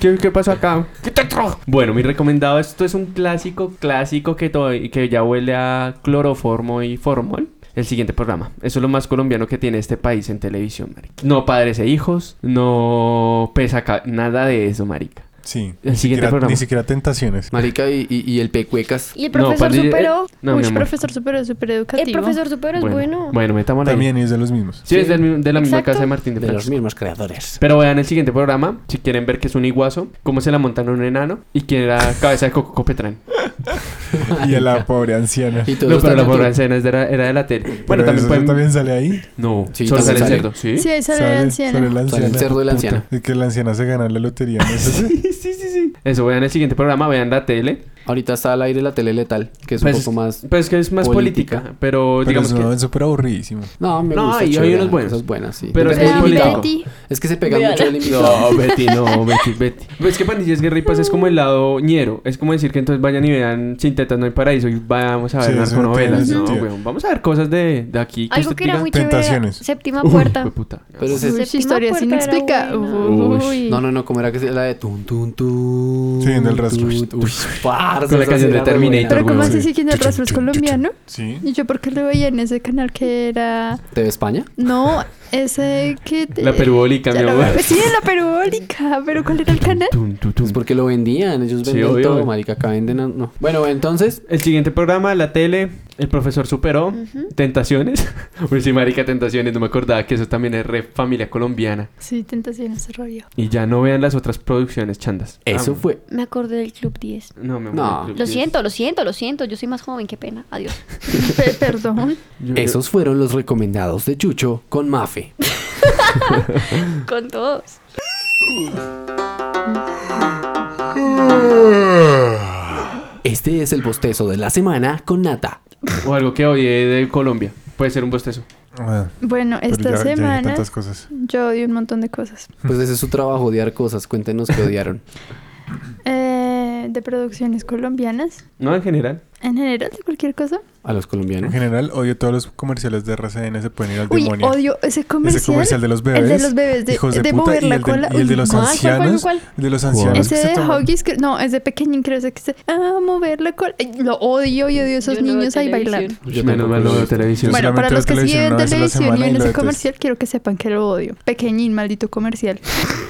Speaker 2: ¿Qué, qué pasó acá? ¿Qué te trajo? Bueno, mi recomendado, esto es un clásico, clásico que, to- que ya huele a cloroformo y formol. El siguiente programa. Eso es lo más colombiano que tiene este país en televisión, marica. No padres e hijos, no pesa ca- nada de eso, marica.
Speaker 1: Sí.
Speaker 2: El siguiente
Speaker 1: Siquiera-
Speaker 2: programa.
Speaker 1: Ni siquiera tentaciones.
Speaker 3: Marica y, y- y el pecuecas.
Speaker 4: Y el
Speaker 2: No,
Speaker 4: profesor
Speaker 2: pandilla-
Speaker 4: superó.
Speaker 2: eh, no,
Speaker 5: Uy,
Speaker 2: mi amor.
Speaker 5: profesor súper súper educativo.
Speaker 4: El profesor superó es bueno.
Speaker 2: Bueno, metámosla ahí.
Speaker 1: También es de los mismos.
Speaker 2: Sí, es del mi- de la misma
Speaker 4: Exacto.
Speaker 2: casa de Martín de,
Speaker 3: De los
Speaker 2: Francisco.
Speaker 3: mismos creadores.
Speaker 2: Pero vean el siguiente programa, si quieren ver que es un iguazo, cómo se la montan a un enano y quién era cabeza de Coco Copetrán.
Speaker 1: Y a la pobre anciana.
Speaker 3: Y todo
Speaker 2: No,
Speaker 3: está
Speaker 2: pero la
Speaker 3: en
Speaker 2: pobre
Speaker 3: YouTube.
Speaker 2: anciana es de la- era de la tele.
Speaker 1: Pero
Speaker 2: Bueno, también
Speaker 1: eso
Speaker 2: pueden...
Speaker 1: también sale ahí.
Speaker 2: No,
Speaker 3: Sí,
Speaker 2: solo
Speaker 3: también
Speaker 2: sale el
Speaker 3: sale.
Speaker 2: cerdo, ¿sí?
Speaker 5: Sí, ahí sale la anciana.
Speaker 1: la
Speaker 3: Sale
Speaker 1: anciana.
Speaker 3: el cerdo de la
Speaker 1: Puta,
Speaker 3: anciana.
Speaker 2: Pues
Speaker 1: Es que la anciana se gana la lotería. ¿no? Eso sí.
Speaker 2: Sí, sí, sí, sí. Eso, vean el siguiente programa, vean la tele.
Speaker 3: Ahorita está al aire la tele letal, que es un
Speaker 2: Pues,
Speaker 3: poco más...
Speaker 2: Pues que es más política,
Speaker 3: política.
Speaker 2: pero,
Speaker 1: Pero
Speaker 2: digamos
Speaker 1: eso
Speaker 2: que...
Speaker 1: no, es súper aburridísimo.
Speaker 3: No, me
Speaker 2: No,
Speaker 3: gusta.
Speaker 2: y hay
Speaker 3: chévere,
Speaker 2: unos buenos.
Speaker 3: cosas buenas, sí.
Speaker 2: Pero es
Speaker 3: Depende
Speaker 5: Vean
Speaker 2: muy
Speaker 3: del
Speaker 2: político.
Speaker 3: invitado.
Speaker 5: Betty.
Speaker 3: Es que se pega mucho el invitado.
Speaker 2: No, Betty, no, Betty, Betty. Es que Pandillas Guerra y Paz es como el lado ñero. Es como decir que entonces vayan y vean Sin Tetas No Hay Paraíso y vamos a ver
Speaker 1: Sí, eso no tiene
Speaker 2: narconovelas. No,
Speaker 1: sentido.
Speaker 2: weón, vamos a ver cosas de, de aquí.
Speaker 4: Algo que era muy chévere.
Speaker 1: Tentaciones.
Speaker 4: Séptima
Speaker 2: Uy,
Speaker 4: puerta.
Speaker 2: jueputa.
Speaker 3: Pero es-
Speaker 5: Uy,
Speaker 4: Séptima
Speaker 5: historias
Speaker 4: puerta era
Speaker 5: inexplica.
Speaker 4: buena.
Speaker 5: Uy.
Speaker 3: No, no, no, ¿cómo era que se la de tum tum tum?
Speaker 1: Sí, en el rastro.
Speaker 3: Uy, parce,
Speaker 2: Con la
Speaker 3: esa
Speaker 2: canción
Speaker 3: sí
Speaker 2: de
Speaker 3: era re
Speaker 2: Terminator,
Speaker 5: Pero
Speaker 3: buena.
Speaker 5: ¿cómo
Speaker 1: Sí.
Speaker 5: así siguiendo el
Speaker 1: Chuchun,
Speaker 5: rastro es
Speaker 1: chuchun,
Speaker 5: colombiano?
Speaker 1: Sí.
Speaker 5: ¿Y yo por qué lo veía en ese canal que era...
Speaker 3: ¿TV España?
Speaker 5: No, ese que... te-
Speaker 2: La perubólica,
Speaker 5: Ya
Speaker 2: mi
Speaker 5: lo-
Speaker 2: amor.
Speaker 5: Sí, la perubólica. ¿Pero cuál era el canal?
Speaker 2: Tum, tum, tum.
Speaker 3: Es Pues porque lo vendían, ellos
Speaker 2: Sí,
Speaker 3: vendían
Speaker 2: obvio.
Speaker 3: todo, marica, acá venden... a- No. Bueno, entonces...
Speaker 2: El siguiente programa, la tele, el profesor superó, Tentaciones. Uy, sí, marica, Tentaciones, no me acordaba que eso también es re familia colombiana.
Speaker 5: Sí, tentaciones de rollo.
Speaker 2: Y ya no vean las otras producciones chandas.
Speaker 3: Eso
Speaker 2: Ah,
Speaker 3: fue...
Speaker 4: Me acordé del Club 10.
Speaker 2: No, me
Speaker 3: No.
Speaker 4: Lo siento, lo siento, lo siento. Yo soy más joven, qué pena. Adiós.
Speaker 5: Pe- perdón.
Speaker 3: Esos fueron los recomendados de Chucho con Mafe.
Speaker 4: Con todos.
Speaker 3: Este es el bostezo de la semana con Nata.
Speaker 2: O algo que oye de Colombia. Puede ser un bostezo.
Speaker 1: Ah,
Speaker 5: Bueno,
Speaker 1: pero
Speaker 5: esta
Speaker 1: ya- ya dije
Speaker 5: semana
Speaker 1: tantas cosas.
Speaker 5: yo odio un montón de cosas.
Speaker 3: Pues ese es su trabajo, odiar cosas. Cuéntenos qué odiaron.
Speaker 5: Eh, de producciones colombianas.
Speaker 2: No, en general.
Speaker 5: En general, de cualquier cosa.
Speaker 3: A los
Speaker 1: En
Speaker 3: colombianos.
Speaker 1: general, odio todos los comerciales de RCN. Se pueden ir al
Speaker 5: Uy,
Speaker 1: demonio.
Speaker 5: odio ese comercial.
Speaker 1: Ese comercial de los bebés.
Speaker 5: El de los bebés, de,
Speaker 1: hijos de,
Speaker 5: de
Speaker 1: puta,
Speaker 5: mover
Speaker 1: y
Speaker 5: la
Speaker 1: el de,
Speaker 5: cola.
Speaker 1: y el de
Speaker 5: Uy,
Speaker 1: los
Speaker 5: no.
Speaker 4: ¿cuál, cuál,
Speaker 1: ancianos.
Speaker 4: cuál?
Speaker 1: El de los ancianos.
Speaker 5: Ese
Speaker 1: que se
Speaker 5: de
Speaker 1: toman-
Speaker 5: Hoggies, que- no, es de pequeñín, creo que se... Ah, mover la cola. Ay, Lo odio y odio a esos
Speaker 4: Yo no veo
Speaker 5: niños ahí
Speaker 4: televisión.
Speaker 3: Yo
Speaker 5: bailando.
Speaker 2: menos
Speaker 3: tampoco
Speaker 2: mal no
Speaker 3: lo he
Speaker 2: veo
Speaker 3: visto.
Speaker 2: televisión.
Speaker 1: Bueno,
Speaker 5: Bueno, para
Speaker 1: solamente
Speaker 5: los
Speaker 1: veo
Speaker 5: que sí
Speaker 1: televisión
Speaker 5: ven
Speaker 1: una vez a la
Speaker 5: televisión y
Speaker 1: semana y
Speaker 5: ven
Speaker 1: lo
Speaker 5: ese
Speaker 1: detesto.
Speaker 5: comercial, quiero que sepan que lo odio. Pequeñín, maldito comercial.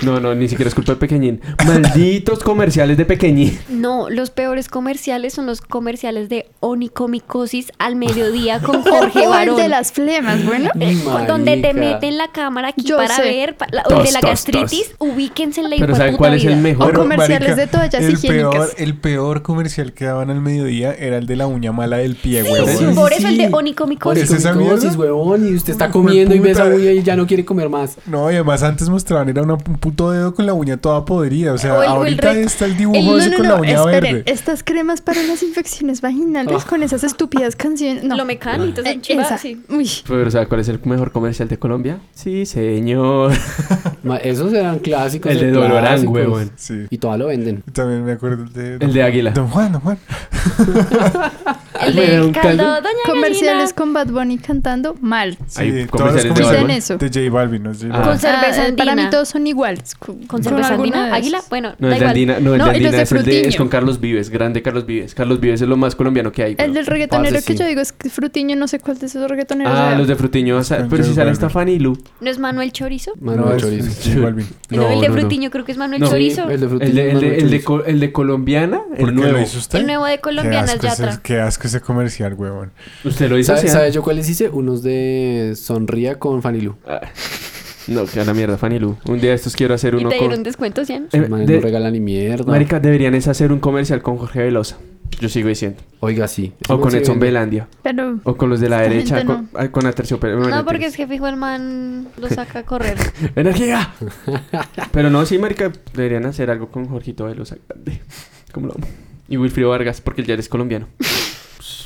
Speaker 2: No, no, ni siquiera es culpa de Pequeñín. Malditos comerciales de Pequeñín.
Speaker 4: No, los peores comerciales son los comerciales de onicomicosis al mediodía con Jorge
Speaker 5: o el
Speaker 4: Barón.
Speaker 5: de las flemas, bueno.
Speaker 4: Eh,
Speaker 3: Marica.
Speaker 4: donde te meten la cámara aquí
Speaker 5: Yo
Speaker 4: para
Speaker 5: sé.
Speaker 4: ver pa- la- o el de la
Speaker 2: Tos, tos,
Speaker 4: gastritis, ubíquense en la
Speaker 2: Pero ¿saben
Speaker 4: hijueputa
Speaker 2: cuál es el
Speaker 4: vida.
Speaker 2: mejor?
Speaker 5: O comerciales de toallas
Speaker 1: el
Speaker 5: higiénicas.
Speaker 1: Peor, el peor comercial que daban al mediodía era el de la uña mala del pie, güey.
Speaker 4: Sí,
Speaker 3: sí,
Speaker 4: por
Speaker 3: sí,
Speaker 4: eso el
Speaker 3: sí.
Speaker 4: de onicomicosis.
Speaker 1: ¿Es esa
Speaker 3: Comicosis,
Speaker 1: mierda?
Speaker 3: huevón, y usted está
Speaker 1: Uy,
Speaker 3: comiendo y ve esa
Speaker 1: puta.
Speaker 3: uña y ya no quiere comer más.
Speaker 1: No, y además antes mostraban, era una- un puto dedo con la uña toda podrida. O sea,
Speaker 4: O el- o el
Speaker 1: ahorita
Speaker 4: re-
Speaker 1: está el
Speaker 5: El-
Speaker 1: dibujo
Speaker 5: no,
Speaker 1: ese
Speaker 5: no,
Speaker 1: con
Speaker 5: no,
Speaker 1: la uña
Speaker 5: esperen.
Speaker 1: verde.
Speaker 5: Estas cremas para las infecciones vaginales
Speaker 3: Ah.
Speaker 5: con esas estúpidas canciones. No.
Speaker 4: Oh. Lo
Speaker 2: Ah.
Speaker 4: mecánico,
Speaker 5: Eh,
Speaker 4: son chivas,
Speaker 5: esa.
Speaker 4: sí.
Speaker 5: Uy.
Speaker 2: Pero ¿sabe cuál es el mejor comercial de Colombia? Sí, señor.
Speaker 3: Ma- Esos eran clásicos. eh,
Speaker 2: El de
Speaker 3: clásicos.
Speaker 2: Dolorán, huevón.
Speaker 1: Sí.
Speaker 3: Y todavía lo venden.
Speaker 1: Y También me acuerdo el de...
Speaker 2: El de Águila.
Speaker 1: Don Juan, Don Juan.
Speaker 2: Me
Speaker 4: El
Speaker 2: da Ah, un
Speaker 4: del caldo,
Speaker 2: caldo.
Speaker 4: doña
Speaker 5: Comerciales
Speaker 4: Comerciales
Speaker 5: con Bad Bunny cantando mal.
Speaker 1: todos los
Speaker 2: Hay comerciales
Speaker 5: de
Speaker 1: comerciales
Speaker 5: Dicen eso.
Speaker 1: de J Balvin. ¿no? Es J
Speaker 2: Ah.
Speaker 1: Balvin.
Speaker 4: Con cerveza
Speaker 5: Ah, eh, Para
Speaker 4: andina.
Speaker 5: mí todos son iguales.
Speaker 4: con cerveza
Speaker 5: alguna de
Speaker 4: andina,
Speaker 5: esas.
Speaker 4: águila, bueno,
Speaker 2: No,
Speaker 4: da
Speaker 2: el de
Speaker 4: igual.
Speaker 2: Andina, no, el
Speaker 5: No,
Speaker 2: de
Speaker 5: y los
Speaker 2: Andina
Speaker 5: de
Speaker 2: es, el de- es
Speaker 5: Frutiño.
Speaker 2: con Carlos Vives, grande Carlos Vives. Carlos Vives es lo más colombiano que hay.
Speaker 5: El
Speaker 2: weón.
Speaker 5: del reggaetonero
Speaker 3: Parce,
Speaker 5: que
Speaker 3: sí.
Speaker 5: yo digo es que Frutiño, no sé cuál de esos reggaetoneros.
Speaker 2: Ah,
Speaker 5: era.
Speaker 2: los de Frutiño. o sea,
Speaker 1: Con
Speaker 2: pero si
Speaker 1: Joe
Speaker 2: sale
Speaker 1: Biden.
Speaker 2: esta Fanny Lu.
Speaker 4: ¿No es Manuel Chorizo?
Speaker 3: Mano
Speaker 1: No,
Speaker 3: de
Speaker 1: es-
Speaker 3: chorizo.
Speaker 1: es J Balvin.
Speaker 4: No, el
Speaker 2: No,
Speaker 4: de
Speaker 2: no, no.
Speaker 4: Frutiño creo que es Manuel
Speaker 2: No.
Speaker 4: Chorizo.
Speaker 3: El de
Speaker 2: El
Speaker 3: frutilla.
Speaker 2: de, el, de, el, de, co- el de Colombiana,
Speaker 1: ¿Por
Speaker 2: el
Speaker 1: qué
Speaker 2: nuevo.
Speaker 1: lo hizo usted?
Speaker 4: El nuevo de colombianas,
Speaker 1: qué, asco
Speaker 4: Yatra.
Speaker 1: ese, qué asco ese comercial, huevón.
Speaker 2: Usted lo hizo
Speaker 3: ¿Sabe,
Speaker 2: así. ¿eh?
Speaker 3: sabe yo cuáles hice? Unos de Sonría con Fanilú.
Speaker 2: Ah, No, que a la mierda, Fanny Lu. Un día de estos quiero hacer
Speaker 4: ¿Y
Speaker 2: uno
Speaker 4: te
Speaker 2: con.
Speaker 4: dieron descuentos, ya?
Speaker 2: Eh, de-
Speaker 3: No regalan ni mierda.
Speaker 2: Marica, deberían es hacer un comercial con Jorge Velosa. Yo sigo diciendo.
Speaker 3: Oiga, sí.
Speaker 2: O con
Speaker 3: Sí,
Speaker 2: Edson
Speaker 3: vende.
Speaker 2: Belandia.
Speaker 5: Pero
Speaker 2: O con los de la
Speaker 5: Esta
Speaker 2: derecha.
Speaker 5: gente
Speaker 2: Con, ay, con Aterciopelo. Bueno,
Speaker 4: No, porque
Speaker 2: mentiras.
Speaker 4: es que fijo el man lo saca a correr.
Speaker 2: ¡Energía! Pero no, sí, marica, deberían hacer algo con Jorgito Velosa. Grande. Como lo amo. Y Wilfrido Vargas, porque él ya es colombiano. Pues,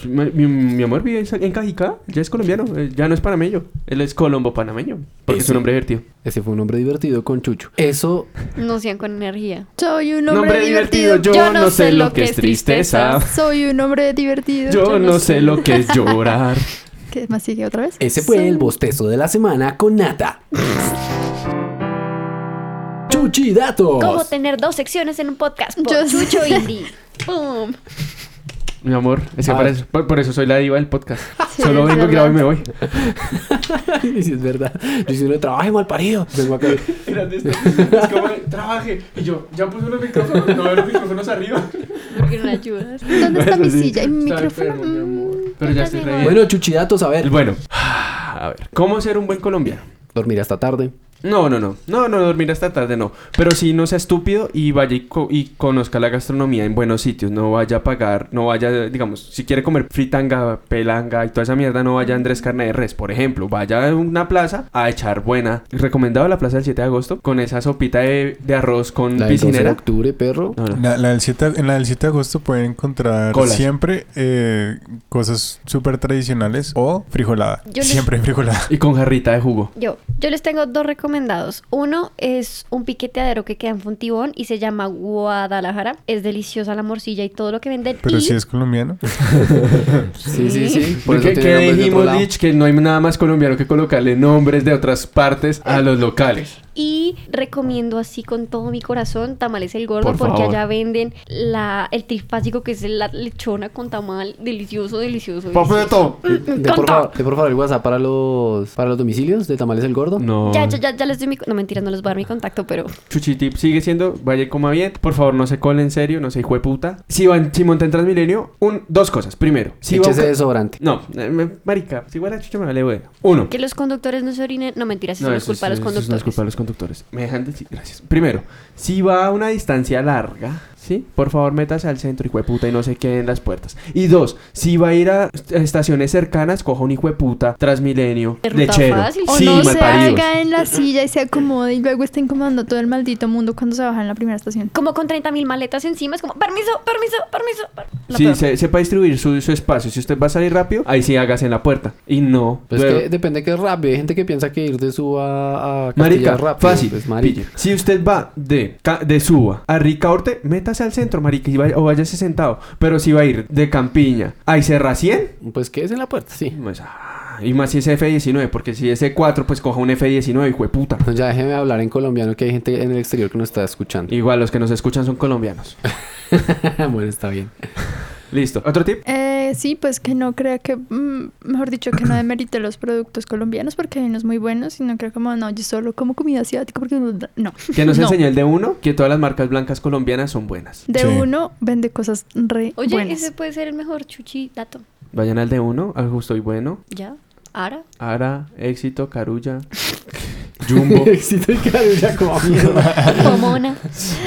Speaker 2: Mi, mi- mi amor vive en en Cajicá, ya es colombiano, eh, ya no es panameño, él es colombo panameño, porque es
Speaker 3: Eso.
Speaker 2: un hombre divertido.
Speaker 3: Ese fue un hombre divertido con Chucho. Eso,
Speaker 4: No sean con energía.
Speaker 5: soy un hombre, divertido.
Speaker 2: yo no sé lo que es tristeza,
Speaker 5: Soy un hombre divertido.
Speaker 2: yo no sé lo que es llorar.
Speaker 5: ¿Qué más sigue otra vez?
Speaker 3: ese fue
Speaker 5: Soy-
Speaker 3: el bostezo de la semana con Nata. Chuchidatos.
Speaker 4: ¿Cómo tener dos secciones en un podcast? Por
Speaker 5: Yo-
Speaker 4: Chucho Indie. ¡Pum!
Speaker 2: Mi amor, es que
Speaker 3: Ah.
Speaker 2: por, eso, por- por eso soy la diva del podcast.
Speaker 5: Sí,
Speaker 2: Solo
Speaker 5: es
Speaker 2: vengo, grabo y me
Speaker 5: verdad.
Speaker 2: voy.
Speaker 3: Y si es verdad. Yo hice uno de trabajo mal parido. Vengo acá.
Speaker 2: es como, trabaje. Y yo, ya puse los micrófonos, no veo los micrófonos arriba.
Speaker 4: Porque no ayudas.
Speaker 5: ¿Dónde está mi
Speaker 2: Eso sí.
Speaker 5: silla y mi
Speaker 2: Está
Speaker 5: micrófono?
Speaker 2: enfermo, mi amor.
Speaker 5: Mm.
Speaker 2: Pero ya estoy re bien.
Speaker 3: Bueno, chuchidatos, a ver.
Speaker 2: Bueno, a ver, ¿cómo ser un buen colombiano?
Speaker 3: Dormir hasta tarde.
Speaker 2: No, no, no. No, no dormir hasta tarde, no. Pero sí no sea estúpido y vaya y, co- y conozca la gastronomía en buenos sitios. No vaya a pagar, no vaya, digamos, si quiere comer fritanga, pelanga y toda esa mierda, no vaya a Andrés Carne de Res, por ejemplo. Vaya a una plaza a echar buena. Recomendado la plaza del 7 de agosto con esa sopita de, de arroz con
Speaker 3: La del 12 de
Speaker 2: piscinera.
Speaker 3: octubre, perro.
Speaker 2: No, no.
Speaker 1: La, la del 7, en la del 7 de agosto pueden encontrar
Speaker 2: Colas.
Speaker 1: siempre eh, cosas súper tradicionales o frijolada.
Speaker 4: Yo les-
Speaker 1: siempre hay frijolada.
Speaker 2: Y con jarrita de jugo.
Speaker 4: Yo, yo les tengo dos recomendados. Uno es un piqueteadero que queda en Fontibón y se llama Guadalajara. Es deliciosa la morcilla y todo lo que venden.
Speaker 1: Pero
Speaker 4: y
Speaker 1: si es colombiano.
Speaker 3: Sí, sí, sí. Por eso
Speaker 2: ¿Qué,
Speaker 3: tiene
Speaker 2: qué
Speaker 3: nombres de otro
Speaker 2: dijimos,
Speaker 3: lado.
Speaker 2: Lich? Que no hay nada más colombiano que colocarle nombres de otras partes a
Speaker 3: Ah.
Speaker 2: los locales.
Speaker 4: Y recomiendo así con todo mi corazón Tamales el Gordo
Speaker 2: Por
Speaker 4: porque
Speaker 2: favor.
Speaker 4: allá venden la, el trifásico que es la lechona con tamal. Delicioso, delicioso. delicioso.
Speaker 2: Papeto.
Speaker 4: Mm, mm,
Speaker 3: De
Speaker 4: con
Speaker 3: por,
Speaker 4: todo.
Speaker 3: favor, de por favor el WhatsApp para los, para los domicilios de Tamales el Gordo.
Speaker 2: No.
Speaker 4: Ya, ya, ya, ya les doy mi... No, mentiras, no les voy a dar mi contacto, pero...
Speaker 2: Chuchitip sigue siendo, vaya y coma bien. Por favor, no se colen en serio, no se hijo de puta. Si van, si montan Transmilenio, un, dos cosas. Primero, si van.
Speaker 3: Échese desodorante.
Speaker 2: No, eh, me- marica, si huele a chucha me vale bueno. Uno.
Speaker 4: Que los conductores no se orinen... No, mentiras, eso no, es
Speaker 2: eso
Speaker 4: culpa de los
Speaker 2: eso
Speaker 4: conductores.
Speaker 2: no es culpa de los conductores. Me dejan decir, gracias. Primero, si va a una distancia larga, ¿sí? Por favor, métase al centro, hijo de puta, y no se queden en las puertas. Y dos, si va a ir a est- estaciones cercanas, coja un hijo de puta, Transmilenio,
Speaker 4: De ruta
Speaker 2: lechero.
Speaker 4: fácil.
Speaker 5: O
Speaker 2: Sí,
Speaker 5: no se
Speaker 2: malparidos.
Speaker 5: haga en la silla y se acomode y luego está incomodando a todo el maldito mundo cuando se baja en la primera estación.
Speaker 4: Como con 30.000 maletas encima, es como... Permiso, permiso, permiso. per-". La
Speaker 2: Sí,
Speaker 4: peor.
Speaker 2: se, sepa distribuir su, su espacio. Si usted va a salir rápido, ahí sí hágase en la puerta. Y no.
Speaker 3: Pues
Speaker 2: luego-
Speaker 3: que depende que es rápido. Hay gente que piensa que ir de suba a, a
Speaker 2: Marica,
Speaker 3: Castilla es rápido.
Speaker 2: fácil.
Speaker 3: Pues, marica.
Speaker 2: Pille. Si usted va de, ca- de Suba a Ricaurte, métase al centro, marica, y vaya- o váyase sentado. Pero si va a ir de Campiña a Iserra 100,
Speaker 3: Pues que es en la puerta, sí.
Speaker 2: pues, ah, y más si es F19, porque si es E4, pues coja un F19, hijo de puta.
Speaker 3: No, Ya déjeme hablar en colombiano que hay gente en el exterior que nos está escuchando.
Speaker 2: Igual los que nos escuchan son colombianos.
Speaker 3: bueno, está bien.
Speaker 2: Listo. ¿Otro tip?
Speaker 5: Eh, sí, pues que no crea que, mm, mejor dicho, que no demerite los productos colombianos porque hay unos muy buenos y no crea como, no, yo solo como comida asiática porque no.
Speaker 2: Que nos
Speaker 5: No.
Speaker 2: enseñó el de uno, que todas las marcas blancas colombianas son buenas.
Speaker 5: De
Speaker 1: Sí.
Speaker 5: uno vende cosas re
Speaker 4: Oye,
Speaker 5: buenas.
Speaker 4: ese puede ser el mejor chuchi dato.
Speaker 2: Vayan al de uno, al Justo y Bueno,
Speaker 4: ¿Ya? ¿Ara?
Speaker 2: Ara, Éxito, Carulla, Jumbo.
Speaker 3: Éxito y carulla como mierda.
Speaker 4: Pomona.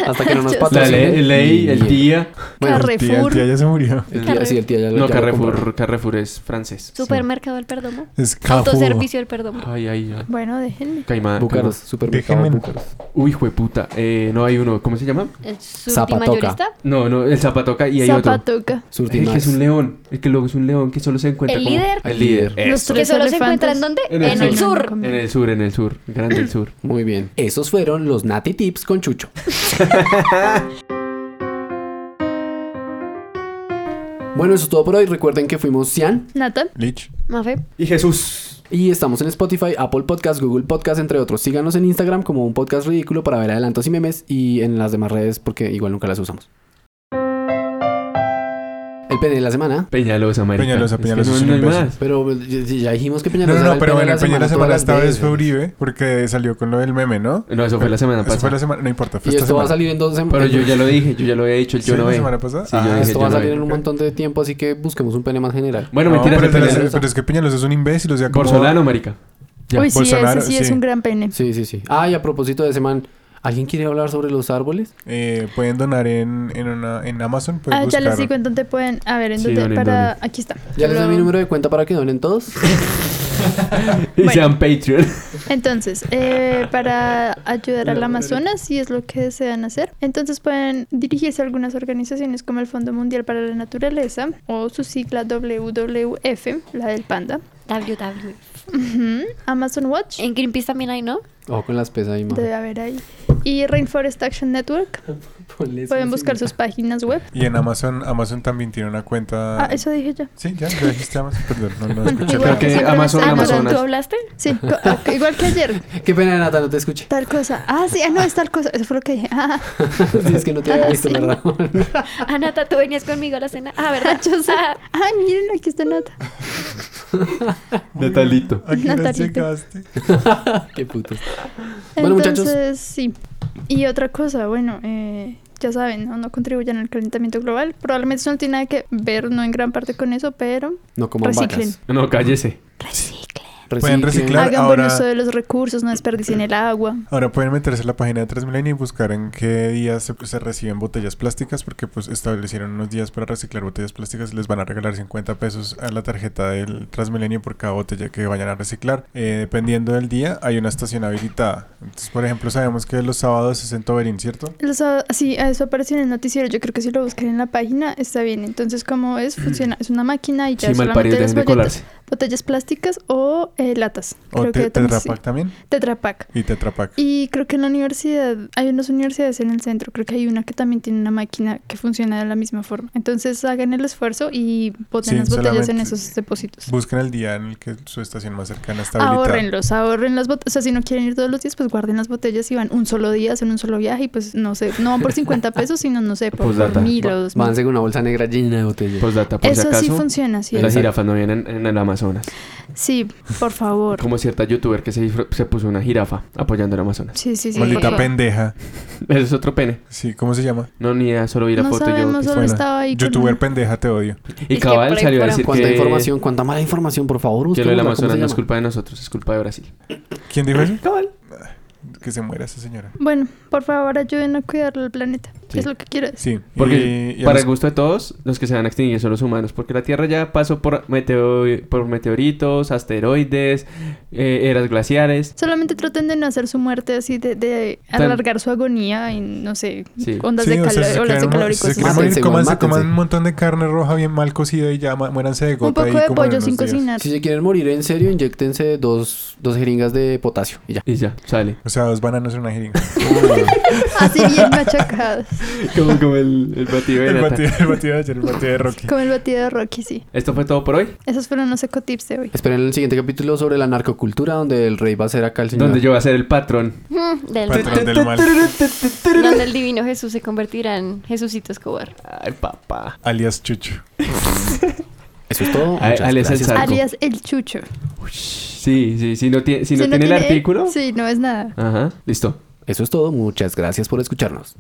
Speaker 3: Hasta que no nos
Speaker 2: La
Speaker 3: patrocinen.
Speaker 2: ley, ley, el
Speaker 3: Y-
Speaker 2: día.
Speaker 3: Bueno,
Speaker 1: El tía, el
Speaker 5: Carrefour.
Speaker 1: tía ya se murió.
Speaker 3: El día, sí, el día ya lo
Speaker 2: No,
Speaker 3: ya lo compraron.
Speaker 2: Carrefour, Carrefour es francés.
Speaker 4: Supermercado del Perdomo.
Speaker 1: Es Carrefour.
Speaker 4: Autoservicio del Perdomo.
Speaker 2: Ay, ay, ay.
Speaker 5: Bueno, déjenme.
Speaker 2: Caimán.
Speaker 3: Búcaros, supermercado
Speaker 1: Déjenme en-
Speaker 3: Búcaros.
Speaker 2: Caimán. Uy, jueputa. Eh, no hay uno. ¿Cómo se llama?
Speaker 4: El
Speaker 3: Zapatoca.
Speaker 4: mayorista.
Speaker 2: No, no, el Zapatoca y hay otro.
Speaker 5: Zapatoca.
Speaker 2: El que
Speaker 3: Surtimax.
Speaker 2: es un león. El que luego es un león que solo se encuentra
Speaker 4: El
Speaker 2: como-
Speaker 4: líder.
Speaker 2: El líder.
Speaker 3: El
Speaker 2: Eso.
Speaker 4: Que
Speaker 5: Tres
Speaker 4: solo se
Speaker 5: elefantes.
Speaker 4: encuentra en dónde?
Speaker 2: En
Speaker 4: En
Speaker 2: el
Speaker 4: el,
Speaker 2: sur.
Speaker 4: sur.
Speaker 2: En el sur, en el sur. Grande el sur.
Speaker 3: Muy bien. Esos fueron los Nati Tips con Chucho. bueno, eso es todo por hoy. Recuerden que fuimos Cian
Speaker 5: Nata.
Speaker 1: Lich.
Speaker 4: Mafe.
Speaker 2: Y Jesús.
Speaker 3: y estamos en Spotify, Apple Podcast, Google Podcast, entre otros. Síganos en Instagram como un podcast ridículo para ver adelantos y memes y en las demás redes porque igual nunca las usamos. El pene de la semana.
Speaker 2: Peñalosa, marica.
Speaker 1: Peñalosa,
Speaker 2: Es que
Speaker 1: Peñalosa
Speaker 2: no-
Speaker 1: es un
Speaker 2: no hay
Speaker 1: imbécil.
Speaker 2: más.
Speaker 3: Pero ya, ya dijimos que
Speaker 1: No,
Speaker 3: Peñalosa
Speaker 1: no,
Speaker 3: era
Speaker 1: no,
Speaker 3: el
Speaker 1: pero
Speaker 3: pene de
Speaker 1: bueno, el peña de la
Speaker 3: todas
Speaker 1: semana
Speaker 3: las
Speaker 1: esta vez
Speaker 3: veces.
Speaker 1: fue Uribe porque salió con lo del meme, ¿no?
Speaker 2: No, eso fue la semana
Speaker 1: Eso fue la
Speaker 2: pasada.
Speaker 1: semana, no importa, fue
Speaker 3: Y
Speaker 1: esta
Speaker 3: esto va a
Speaker 1: semana.
Speaker 3: salir en dos semanas.
Speaker 2: Pero yo ya lo dije, yo ya lo había dicho, el
Speaker 1: ¿Sí,
Speaker 2: yo no
Speaker 1: la
Speaker 2: ve.
Speaker 1: semana pasada?
Speaker 2: Sí, yo
Speaker 1: Ah,
Speaker 2: dije,
Speaker 3: Esto va a
Speaker 2: yo no
Speaker 3: salir
Speaker 2: ve.
Speaker 3: en un
Speaker 1: ok.
Speaker 3: montón de tiempo, así que busquemos un pene más general.
Speaker 2: Bueno,
Speaker 1: No,
Speaker 2: mentiras,
Speaker 1: pero,
Speaker 2: de
Speaker 1: es-
Speaker 2: Peñalosa.
Speaker 1: pero es que Peñalosa es un imbécil, o sea, como...
Speaker 2: Bolsonaro, marica. Ya,
Speaker 5: Uy, sí,
Speaker 1: Bolsonaro,
Speaker 5: ese sí, es
Speaker 1: sí.
Speaker 5: un gran pene.
Speaker 3: Sí, sí, sí. Ah, y a propósito de ese man, ¿alguien quiere hablar sobre los árboles?
Speaker 1: Eh, pueden donar en, en, una, en Amazon, pueden
Speaker 5: Ah, ya
Speaker 1: buscar...
Speaker 5: les digo en dónde pueden. A ver, en
Speaker 2: Sí,
Speaker 5: dónde.
Speaker 2: donen,
Speaker 5: para.
Speaker 2: donen.
Speaker 5: Aquí está.
Speaker 3: Ya
Speaker 5: Yo
Speaker 3: les doy
Speaker 5: lo-
Speaker 3: mi número de cuenta para que donen todos.
Speaker 2: Y
Speaker 5: Bueno.
Speaker 2: sean Patreon.
Speaker 5: Entonces, eh, para ayudar al Amazonas, si es lo que desean hacer, entonces pueden dirigirse a algunas organizaciones como el Fondo Mundial para la Naturaleza o su sigla WWF, la del panda,
Speaker 4: WW.
Speaker 5: Ujú, Amazon Watch,
Speaker 4: En Greenpeace también hay, ¿no?
Speaker 3: Ojo con las pesas ahí, ma.
Speaker 5: debe haber ahí, y Rainforest Action Network.
Speaker 3: Ponles
Speaker 5: Pueden
Speaker 3: un
Speaker 5: buscar sus páginas web.
Speaker 1: Y en Amazon, Amazon también tiene una cuenta...
Speaker 5: Ah, eso dije yo.
Speaker 1: Sí, ya, lo dijiste Amazon, perdón, no, no escuché.
Speaker 5: Igual
Speaker 1: pero-
Speaker 2: que
Speaker 5: siempre me
Speaker 2: Amazon,
Speaker 5: están-
Speaker 4: Ah, no,
Speaker 2: Amazonas.
Speaker 4: ¿tú hablaste?
Speaker 5: Sí, co- ah, igual que ayer.
Speaker 3: signal. Qué pena, Nata, no te escuché.
Speaker 5: Tal cosa. Ah, sí, ah, no, es tal cosa. Eso fue lo que dije. Ah,
Speaker 3: Sí, es que no te había
Speaker 4: Ah,
Speaker 3: visto,
Speaker 4: sí.
Speaker 3: ¿verdad?
Speaker 4: Anata, tú venías conmigo a la cena. Ah, ¿verdad?
Speaker 5: yo sé. Ah, miren, aquí está nota.
Speaker 2: Natalito.
Speaker 1: ¿A qué hora
Speaker 5: Natalito.
Speaker 1: llegaste?
Speaker 3: Qué putos. Bueno, muchachos.
Speaker 5: Entonces, sí. Y otra cosa, bueno, eh, ya saben, ¿no? no contribuyan al calentamiento global. Probablemente eso no tiene nada que ver, no en gran parte con eso, pero
Speaker 3: No coman
Speaker 5: reciclen.
Speaker 3: vacas.
Speaker 2: No, cállese.
Speaker 4: Reciclen.
Speaker 1: Pueden reciclar. Claro,
Speaker 5: Hagan
Speaker 1: ahora-
Speaker 5: buen uso de los recursos, no desperdicien el agua.
Speaker 1: Ahora pueden meterse a la página de Transmilenio y buscar en qué días se, se reciben botellas plásticas, porque pues establecieron unos días para reciclar botellas plásticas. Les van a regalar 50 pesos a la tarjeta del Transmilenio por cada botella que vayan a reciclar. Eh, dependiendo del día, hay una estación habilitada. Entonces, por ejemplo, sabemos que los sábados es en Toberín, ¿cierto?
Speaker 5: Los, ah, sí, ah, eso apareció en el noticiero. Yo creo que si lo buscan en la página está bien. Entonces, ¿cómo es? Funciona. Es una máquina y ya
Speaker 2: Sí, mal parido,
Speaker 5: solamente las
Speaker 2: dejen de
Speaker 5: boletas-
Speaker 2: colarse.
Speaker 5: botellas plásticas o eh, latas.
Speaker 1: O te,
Speaker 5: que también
Speaker 1: Tetra
Speaker 5: sí.
Speaker 1: Pak también.
Speaker 5: Tetra Pak.
Speaker 1: Y Tetra Pak.
Speaker 5: Y creo que en la universidad, hay unas universidades en el centro, creo que hay una que también tiene una máquina que funciona de la misma forma. Entonces hagan el esfuerzo y boten
Speaker 1: Sí,
Speaker 5: las botellas en
Speaker 1: solamente-
Speaker 5: esos depósitos.
Speaker 1: Busquen el día en el que su estación más cercana está habilitada.
Speaker 5: Ahorrenlos, ahorren las botellas. O sea, si no quieren ir todos los días, pues guarden las botellas y van un solo día, hacen un solo viaje y pues no sé, no van por 50 pesos, sino no sé, por,
Speaker 2: Postdata.
Speaker 5: por mil o dos mil.
Speaker 3: Van con una bolsa negra llena de botellas.
Speaker 2: Postdata, por
Speaker 5: Eso
Speaker 2: si acaso.
Speaker 5: sí funciona, sí.
Speaker 2: Las jirafas no vienen en el Amazonas.
Speaker 5: Sí, por favor.
Speaker 2: Como cierta youtuber que se, disfra- se puso una jirafa apoyando el Amazonas.
Speaker 5: Sí, sí, sí. por
Speaker 1: Maldita
Speaker 5: favor.
Speaker 1: pendeja.
Speaker 2: Ese es otro pene.
Speaker 1: Sí, ¿cómo se llama?
Speaker 2: No, ni idea, solo vi la
Speaker 5: No
Speaker 2: foto y yo.
Speaker 5: sabemos solo
Speaker 1: Bueno,
Speaker 5: estaba ahí. con
Speaker 1: Youtuber
Speaker 5: una-
Speaker 1: pendeja, te odio.
Speaker 2: Y
Speaker 4: Es que
Speaker 2: Cabal
Speaker 4: por ahí
Speaker 2: salió a
Speaker 4: fuera-
Speaker 2: decir
Speaker 3: ¿Cuánta
Speaker 2: que,
Speaker 3: información? ¿Cuánta mala información? Por favor,
Speaker 2: que
Speaker 3: busquen.
Speaker 2: lo del Amazonas no es culpa de nosotros, es culpa de Brasil.
Speaker 1: ¿Quién dijo eso? Que se muera esa señora.
Speaker 5: Bueno, por favor, ayuden a cuidar el planeta.
Speaker 2: Sí.
Speaker 5: Es lo que quiero decir.
Speaker 1: Sí.
Speaker 2: Porque
Speaker 1: y- y a
Speaker 2: para
Speaker 1: los-
Speaker 2: el gusto de todos, los que se van a extinguir son los humanos. Porque la Tierra ya pasó por, meteo- por meteoritos, asteroides, eh, eras glaciares.
Speaker 5: Solamente traten de no hacer su muerte así, de, de
Speaker 2: Tan-
Speaker 5: alargar su agonía en, no sé,
Speaker 2: Sí.
Speaker 5: ondas
Speaker 1: Sí,
Speaker 5: de
Speaker 1: o sea,
Speaker 5: calor,
Speaker 1: si se
Speaker 5: olas de
Speaker 1: quieren
Speaker 5: calor y
Speaker 1: mo- si se
Speaker 5: cosas
Speaker 1: quieren
Speaker 5: así.
Speaker 1: morir,
Speaker 3: Mátense,
Speaker 1: coman-
Speaker 3: güey,
Speaker 1: se coman
Speaker 3: mátense.
Speaker 1: un montón de carne roja bien mal cocida y ya ma- muéranse de gota
Speaker 5: Un poco
Speaker 1: ahí
Speaker 5: de
Speaker 1: como en
Speaker 5: pollo sin
Speaker 1: unos días.
Speaker 5: cocinar.
Speaker 3: Si se quieren morir en serio, inyectense dos, dos jeringas de potasio y ya.
Speaker 2: Y ya, sale.
Speaker 1: O sea, dos bananos en una jeringa.
Speaker 5: Así bien machacadas.
Speaker 2: Como, como el, el batido de
Speaker 1: el,
Speaker 2: nata.
Speaker 1: batido, el batido de ayer, el batido de Rocky.
Speaker 5: Como el batido de Rocky, sí.
Speaker 2: Esto fue todo por hoy.
Speaker 5: Esos fueron los ecotips de hoy.
Speaker 3: Esperen el siguiente capítulo sobre la narcocultura, donde el rey va a ser acá el señor.
Speaker 2: Donde yo voy a ser el patrón.
Speaker 4: Mm, del,
Speaker 1: Patrón del mal.
Speaker 4: donde el divino Jesús se convertirá en Jesucito Escobar.
Speaker 2: Ay, papá.
Speaker 1: Alias Chucho.
Speaker 3: Eso es todo.
Speaker 2: A-
Speaker 3: Muchas
Speaker 2: alias el
Speaker 3: gracias.
Speaker 2: Sarco.
Speaker 5: Alias el chucho.
Speaker 2: Sí, sí, si no, tiene, si no tiene el artículo.
Speaker 5: Sí, no es nada.
Speaker 2: Ajá, listo.
Speaker 3: Eso es todo. Muchas gracias por escucharnos.